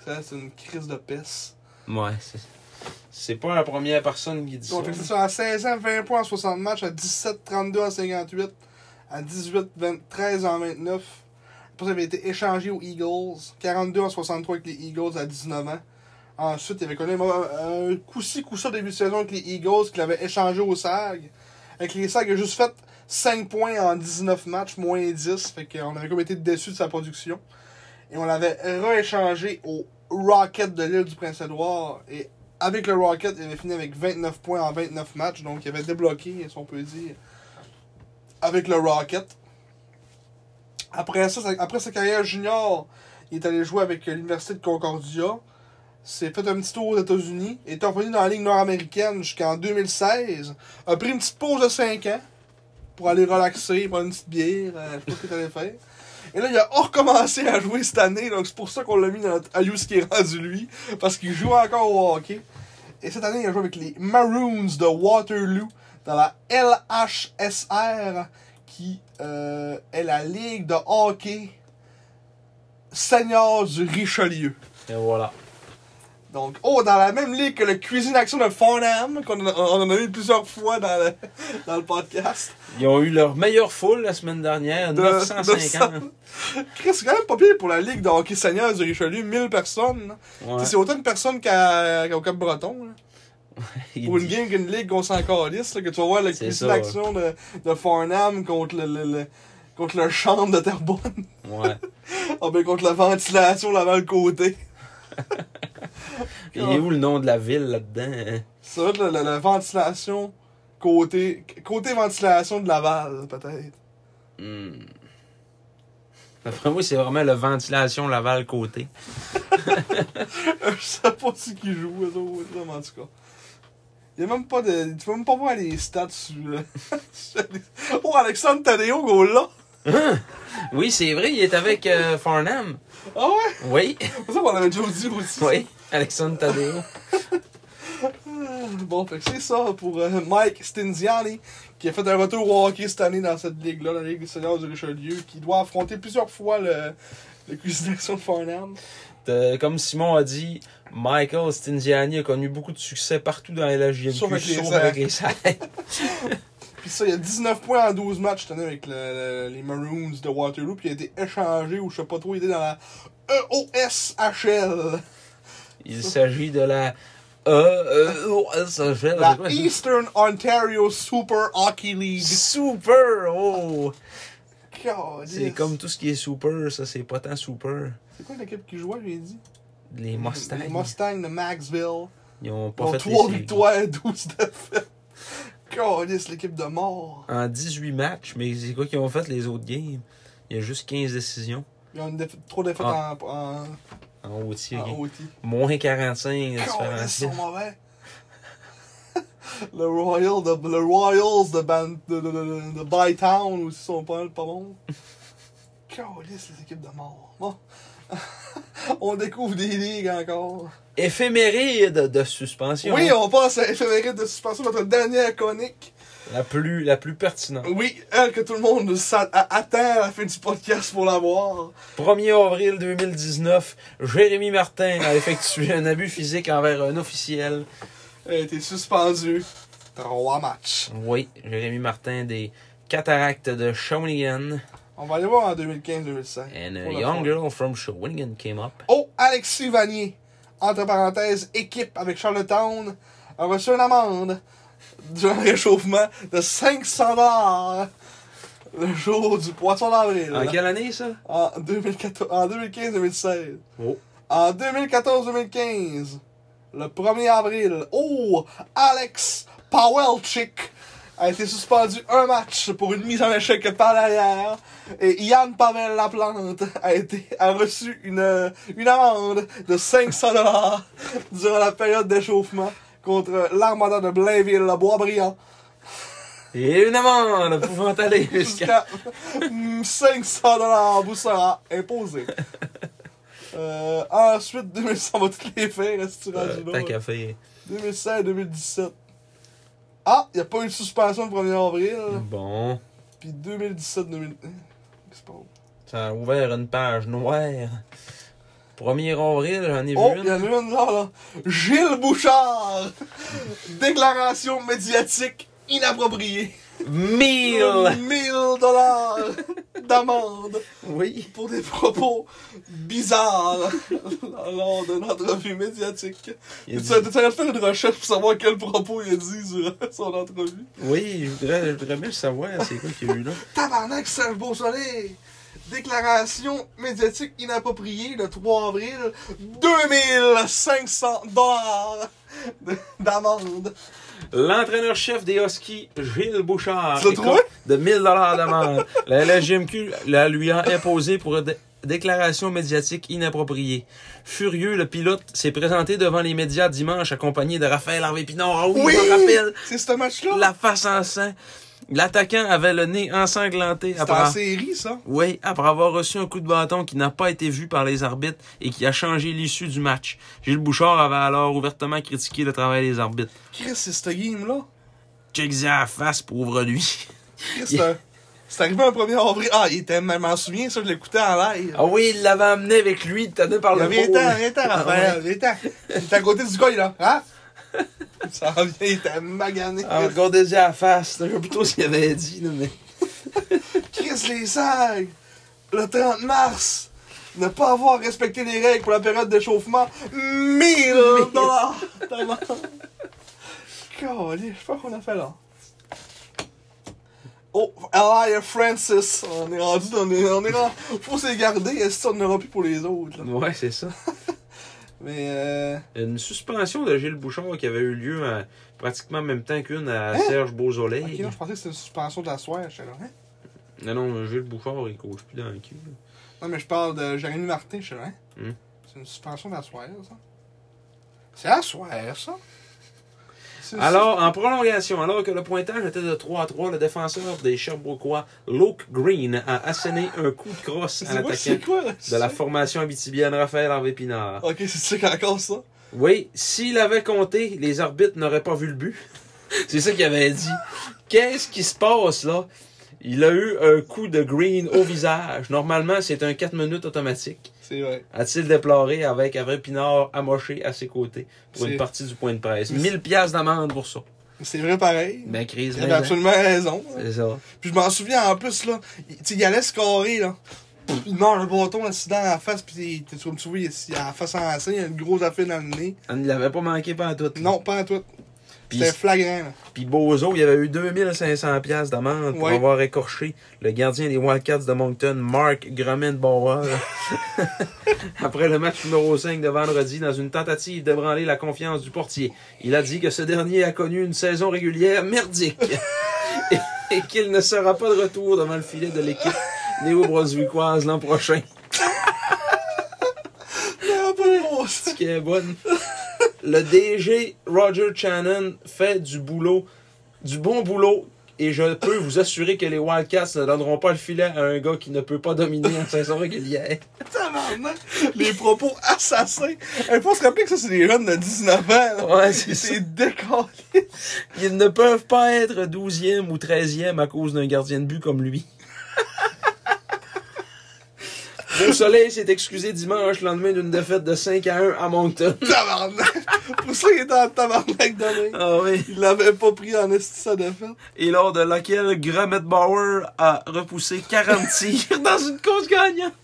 Ça, c'est une crise de pisse.
Ouais, c'est. C'est pas la première personne qui dit ça.
Donc, fait que c'est ça, à 16 ans, 20 points en 60 matchs, à 17, 32 en 58, à 18, 20, 13 en 29. Après, ça avait été échangé aux Eagles, 42 en 63 avec les Eagles à 19 ans. Ensuite, il avait connu un, un coup-ci, coup-ça début de saison avec les Eagles qu'il avait échangé aux SAG. Avec les SAG, il a juste fait 5 points en 19 matchs, moins 10. Fait qu'on avait comme été déçu de sa production. Et on l'avait rééchangé au Rocket de l'île du Prince-Édouard. Et avec le Rocket, il avait fini avec 29 points en 29 matchs. Donc, il avait débloqué, si on peut dire, avec le Rocket. Après ça, sa- après sa carrière junior, il est allé jouer avec euh, l'Université de Concordia. S'est fait un petit tour aux États-Unis. Est revenu dans la Ligue nord-américaine jusqu'en 2016. A pris une petite pause de 5 ans pour aller relaxer, prendre une petite bière. euh, je sais pas ce qu'il allait faire. Et là, il a recommencé à jouer cette année, donc c'est pour ça qu'on l'a mis dans notre Ayous qui est rendu lui, parce qu'il joue encore au hockey. Et cette année, il a joué avec les Maroons de Waterloo dans la LHSR, qui euh, est la Ligue de hockey senior du Richelieu.
Et voilà.
Donc, oh, dans la même ligue que le Cuisine Action de Farnham, qu'on a- on en a eu plusieurs fois dans le, dans le podcast.
Ils ont eu leur meilleure foule la semaine dernière,
De-
950.
Chris, c'est quand même pas bien pour la Ligue de hockey senior du Richelieu, 1000 personnes. là.
Ouais.
T'sais, C'est autant de personnes qu'à- qu'au Cap Breton. là.
Il
Pour
dit-
une game qu'une ligue qu'on s'en calisse, là, que tu vas voir la
C'est
cuisine
ça,
d'action de, de Farnham contre le, le- le- contre le chambre de Terrebonne.
Ouais.
Ah ben contre la ventilation là-bas le côté.
Puis il est où le nom de la ville là-dedans? hein?
Ça va être la, la- la ventilation côté. Côté ventilation de Laval, peut-être.
Hmm. D'après moi, c'est vraiment le ventilation Laval côté.
Je sais pas si qui joue, eux autres, là, mais en tout cas. Il y a même pas de. Tu peux même pas voir les stats sur le- sur les- Oh Alexandre Tadeo go là!
Oui, c'est vrai, il est avec euh, Farnham.
Ah ouais!
Oui,
C'est ça qu'on avait déjà dit aussi.
oui, Alexandre Tadeo.
Bon, fait que c'est ça pour euh, Mike Stinziani, qui a fait un retour au hockey cette année dans cette ligue-là, la Ligue des seniors du Richelieu, qui doit affronter plusieurs fois le, le cuisination de Farnham.
Euh, comme Simon a dit, Michael Stingiani a connu beaucoup de succès partout dans la LHJMQ,
Sauf
sauf
avec les
avec les Sacs.
Puis ça, il y a 19 points en 12 matchs cette année avec le- le- les Maroons de Waterloo, puis il a été échangé, ou je sais pas trop, il était dans la E EOSHL,
Il s'agit de la... E, E, O, S, H, L,
la
c'est quoi ça?
Eastern Ontario Super Hockey League.
Super, oh! C'est
Calisse.
comme tout ce qui est super, ça, c'est pas tant super.
C'est quoi l'équipe qui jouait, j'ai dit?
Les Mustangs,
Les Mustangs de Maxville.
ils ont pas
Pour
fait les
trois
séries.
victoires, 12 défaites. Calisse, l'équipe de mort.
En 18 matchs, mais c'est quoi qu'ils ont fait les autres games? Il y a juste 15 décisions.
Ils ont une défaite- trois défaites
Ah.
en, en,
En haut tir,
en
ok.
OT.
Moins 45
Calisse, Ah, ils
différentiel.
sont mauvais. le, Royal de, le Royals de, Ban- de, de, de, de Bytown aussi sont pas, pas bons. Calisse, les équipes de mort. Bon. on découvre des ligues encore.
Éphéméride de suspension.
Oui, on passe à éphéméride de suspension, notre dernière chronique.
La plus, la plus pertinente.
Oui, elle que tout le monde s'a- a- attend à la fin du podcast pour la voir.
1er avril 2019, Jérémy Martin a effectué un abus physique envers un officiel.
Elle a été suspendue. Trois matchs.
Oui, Jérémy Martin des cataractes de Shawinigan.
On va aller voir en 2015-2016.
And a
Pour la
young
fois.
girl from Shawinigan came up.
Oh, Alexis Vanier, entre parenthèses, équipe avec Charlottetown, a reçu une amende durant le réchauffement de 500 dollars le jour du poisson d'avril.
En quelle année ça?
En, 2014 en 2015-2016.
Oh.
En 2014-2015, le 1er avril, oh, Alex Pawelczyk a été suspendu un match pour une mise en échec par l'arrière. Et Yann Pavel Laplante a été, a reçu une, une amende de 500 dollars durant la période d'échauffement contre l'armada de Blainville, Boisbriand.
Et une amende pouvant aller jusqu'à...
Jusqu'à 500 dollars vous sera imposé. Euh, ensuite, 2100 va toutes les faire, reste rendu
Euh,
là.
Tant qu'à faire.
2016-2017. Ah, il n'y a pas eu de suspension le 1er avril.
Mm. Bon,
Puis 2017-2000. Hein? Qu'est-ce qui se passe?
ça a ouvert une page noire. 1er avril, j'en ai
Oh,
vu
il y
une.
en a une là, là. Gilles Bouchard! Déclaration médiatique inappropriée. Oh,
Mille!
1000 dollars d'amende.
Oui.
pour des propos bizarres lors d'une entrevue médiatique.
Il a
Tu as
dit-
fait une recherche pour savoir quel propos il a dit durant son entrevue.
Oui, je voudrais, je voudrais bien savoir c'est quoi qu'il y a eu là.
Tabarnak, Serge Beausoleil! Déclaration médiatique inappropriée le 3 avril, 2500 dollars d'amende.
L'entraîneur-chef des Huskies, Gilles Bouchard,
Tu l'as trouvé?
écope de 1000 dollars d'amende. La LGMQ la lui a imposé pour dé- déclaration médiatique inappropriée. Furieux, le pilote s'est présenté devant les médias dimanche accompagné de Raphaël Harvey Pinard. Ah oui,
Oui!
je me rappelle
C'est ce match-là?
la face en sang. L'attaquant avait le nez ensanglanté
C'est
après
en série, ça?
oui, après avoir reçu un coup de bâton qui n'a pas été vu par les arbitres et qui a changé l'issue du match. Gilles Bouchard avait alors ouvertement critiqué le travail des arbitres.
Chris, c'est ce game-là?
Check à la face, pauvre lui.
Chris, c'est un- c'est arrivé un 1er avril. Ah, il était, je m'en souviens, ça, je l'écoutais en live.
Ah oui, il l'avait amené avec lui, il tenait par
Il
Ah, le Ah,
viens
bras.
ten, viens ten, Raphaël, viens ten. Il est à côté du gars, il est là. Hein? Ça revient, il était magané.
Ah, regardez-y à la face, là, je sais plus trop ce qu'il avait dit, là, mais...
Chris les sages, le 30 mars, ne pas avoir respecté les règles pour la période d'échauffement, 1000 dollars d'amende. Calé, je sais pas qu'on a fait là. Oh, Elia Francis, on est rendu, on est, on est rendu. Faut se les garder, est-ce qu'on n'aura plus pour les autres? là.
Ouais, c'est ça.
Mais euh.
Une suspension de Gilles Bouchard qui avait eu lieu à- pratiquement en même temps qu'une à Serge Beausoleil.
Ok, là, je pensais que c'était une suspension de la soirée, je sais là. Hein?
Non, non, Gilles Bouchard, il coach plus dans le cul. là.
Non, mais je parle de Jérémy Martin, je sais hein?
Hum.
C'est une suspension de la soirée, ça. C'est à soirée, ça. C'est-
Alors, en prolongation, alors que le pointage était de 3 à 3, le défenseur des Sherbrookeois, Luke Green, a asséné un coup de crosse
c'est-
à
c'est quoi- c'est
l'attaquant
quoi, là?
de la formation abitibienne Raphaël Harvey Pinard.
Ok, c'est ça qui encore ça.
Oui, s'il avait compté, les arbitres n'auraient pas vu le but. C'est ça qu'il avait dit. Qu'est-ce qui se passe là? Il a eu un coup de Green au visage. Normalement, c'est un 4 minutes automatique.
C'est vrai.
A-t-il déploré avec Harvey Pinard amoché à ses côtés pour
C'est-
une partie du point de presse. 1000 piastres d'amende pour ça.
C'est vrai pareil.
Ben, crise,
Il avait
mais-
absolument raison. là.
C'est ça.
Puis je m'en souviens en plus, là. Il, tu sais, il allait scorer, là. Pff, Il meurt le bâton assis dans la face, puis tu comme tu vois, il est il a la face en scène, il a une grosse affaire dans le nez.
On ne l'avait pas manqué pendant tout.
Non, pas en tout.
Puis,
C'était flagrant, là.
puis Bozo, il y avait eu 2500 pièces d'amende pour
Ouais.
avoir écorché le gardien des Wildcats de Moncton, Mark Grumman-Bauer. Après le match numéro 5 de vendredi, dans une tentative de branler la confiance du portier, il a dit que ce dernier a connu une saison régulière merdique et, et qu'il ne sera pas de retour devant le filet de l'équipe néo-brunswickoise l'an prochain.
Ah, pas de bon sens.
qui est bonne. Le DG Roger Shannon fait du boulot, du bon boulot, et je peux vous assurer que les Wildcats ne donneront pas le filet à un gars qui ne peut pas dominer en saison régulière.
Tabarnak! Les propos assassins! Il faut se rappeler que ça, c'est des jeunes de 19 ans, là.
Ouais, c'est ça.
C'est décalé!
Ils ne peuvent pas être 12e ou 13e à cause d'un gardien de but comme lui. Le soleil s'est excusé dimanche, lendemain d'une défaite de 5 à 1 à Moncton.
Tabarnak! Pour ça, il était en tabarnak donné.
Ah oui.
Il l'avait pas pris en esti sa défaite.
et lors de laquelle Graham Bauer a repoussé 40 tirs dans une course gagnante.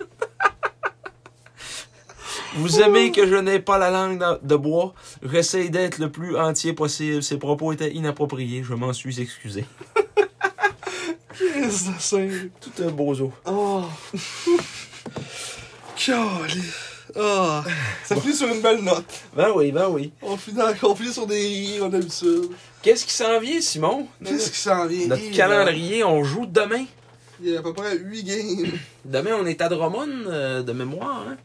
Vous aimez que je n'ai pas la langue de- de bois. J'essaye d'être le plus entier possible. Ses propos étaient inappropriés. Je m'en suis excusé.
Qu'est-ce que c'est?
Tout un bozo.
Oh! Calé! Ah, ça finit sur une belle note.
Ben oui, ben oui.
On finit, on finit sur des rires, on d'habitude.
Qu'est-ce qui s'en vient, Simon?
Qu'est-ce qui s'en vient?
Notre
Yves,
calendrier, on joue demain.
là? Il y a à peu près 8 games.
Demain, on est à Drummond, euh, de mémoire. Hein?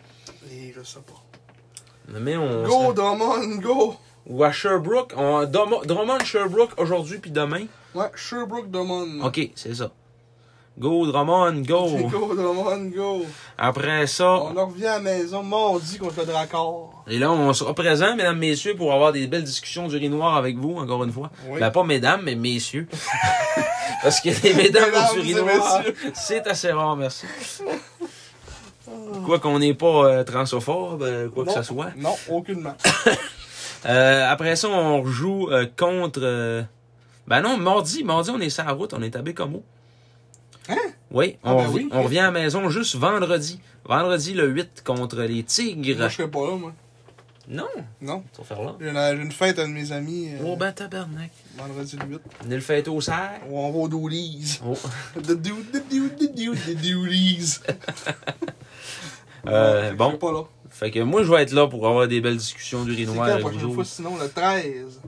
Et je sais pas.
Demain, on...
Go,
sera-
Drummond, go!
Ou à Sherbrooke. On... Drummond- Drummond, Sherbrooke, aujourd'hui puis demain.
Ouais, Sherbrooke, Drummond.
OK, c'est ça. Go, Drummond, go!
Go, Oh Drummond, go!
Après ça...
On en revient à la maison mardi contre le Dracor.
Et là, on sera présent, mesdames, messieurs, pour avoir des belles discussions du riz noir avec vous, encore une fois.
Oui.
Ben, pas mesdames, mais messieurs. Parce que les mesdames
Mesdames
du riz
et
noir,
messieurs.
c'est assez rare, merci. Quoi qu'on n'est pas euh, transphobe, euh, quoi
Non.
que ce soit.
Non, aucunement.
Euh, après ça, on rejoue euh, contre... euh, Ben non, mardi, mardi, on est sur la route, on est à Bécamo.
Hein?
Oui,
Ah
on,
ben
revi-
oui.
on revient à la maison juste vendredi. Vendredi le 8 contre les Tigres.
Moi, je serais pas là, moi.
Non,
Non.
tu vas faire là.
J'ai une, j'ai une fête à un de mes amis euh,
Oh ben tabarnak.
vendredi le 8.
Venez le fête au cerf.
Où on va aux Doolies.
Oh.
The dude, the dude, the dude, the Doolies.
Euh,
Fait que Je
bon,
serais pas là.
fait que moi je vais être là pour avoir des belles discussions du euh,
C'est
Rinoir
quand la
avec
prochaine
vous
fois,
autres.
sinon le 13,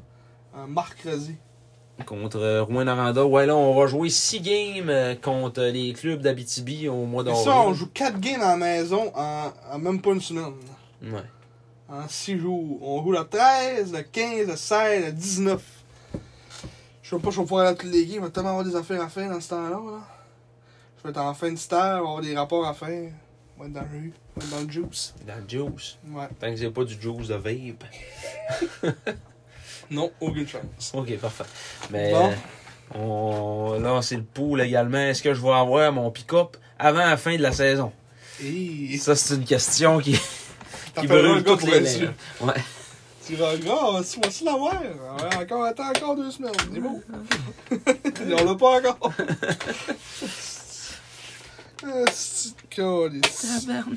un mercredi.
contre euh, Rouen Aranda. Ouais, là on va jouer 6 games euh, contre les clubs d'Abitibi au mois
Et ça, on
d'avril.
joue 4 games à la maison en, en même pas une semaine.
Ouais.
En 6 jours. On joue le 13, le 15, le 16, le 19. Je sais pas si je vais pouvoir aller à toutes les games. Il va tellement avoir des affaires à faire dans ce temps-là. Là. Je vais être en fin de star, avoir des rapports à faire. On va être dans la rue, on va être dans le juice.
Dans le juice.
Ouais.
Tant que c'est pas du juice de vape.
Non, aucune chance.
Ok, parfait. Mais
Bon.
euh, on là c'est le pool également. Est-ce que je vais avoir mon pick-up avant la fin de la saison?
Et
Ça c'est une question qui, qui
T'appelleras le
brûle
gars
toutes
pour
les
être sûr.
lèvres. Ouais.
Tu regardes, tu vas-tu l'avoir? Ouais, Encore, attends encore deux semaines, c'est beau. on l'a pas encore. Ah, c'est calice.
Tabarnak.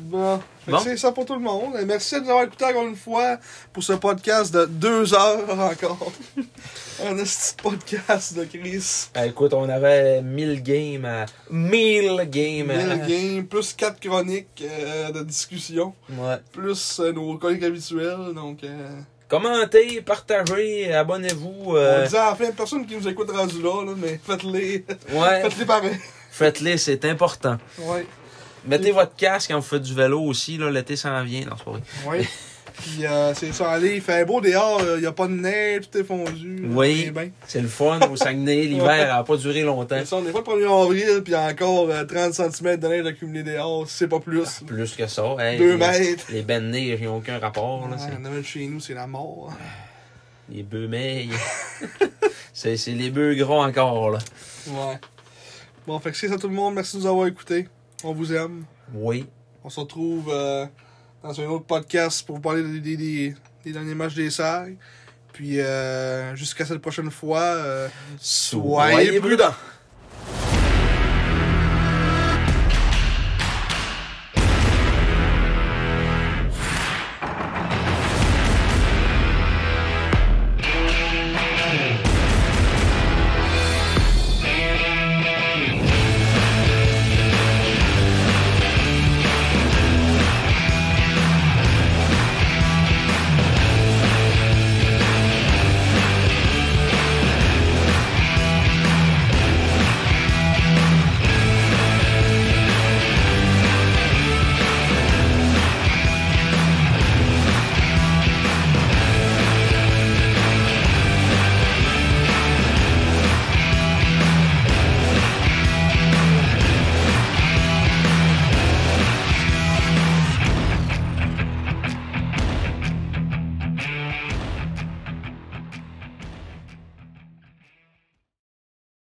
Bon, Fait que
Bon.
c'est ça pour tout le monde. Et merci de nous avoir écoutés encore une fois pour ce podcast de deux heures encore. Un petit podcast de Chris.
Ben, écoute, on avait 1000 games à... 1000 games à...
Mille games, plus quatre chroniques euh, de discussion,
Ouais.
plus euh, nos chroniques habituelles. Donc, euh,
Commentez, partagez, abonnez-vous.
on ah,
euh,
disait à la fin, personne qui nous écoute rendu là, là, mais faites-les.
Ouais,
Faites-les pareil.
faites-les, c'est important.
Ouais.
Mettez votre casque quand vous faites du vélo aussi, là, l'été s'en vient. Non, c'est pas vrai.
Oui. Puis euh, c'est ça, allez, il fait beau dehors, euh, il n'y a pas de neige, tout est fondu.
Oui.
C'est bien.
C'est le fun au Saguenay, l'hiver a pas duré longtemps.
Mais ça, on n'est pas le 1er avril, puis encore euh, 30 cm de neige accumulée dehors, c'est pas plus.
Ah, Plus que ça. Hey,
Deux
les-
mètres.
Les bennes ils n'ont aucun rapport. Là,
Ouais,
c'est-
on avait chez nous, c'est la mort.
les bœufs meilles. c'est c'est les bœufs gros encore. là.
Ouais. Bon, fait que c'est ça tout le monde, merci de nous avoir écoutés. On vous aime.
Oui.
On se retrouve euh, dans un autre podcast pour vous parler des, des- des- des derniers matchs des Serres. Puis euh, jusqu'à cette prochaine fois, euh, soyez prudents.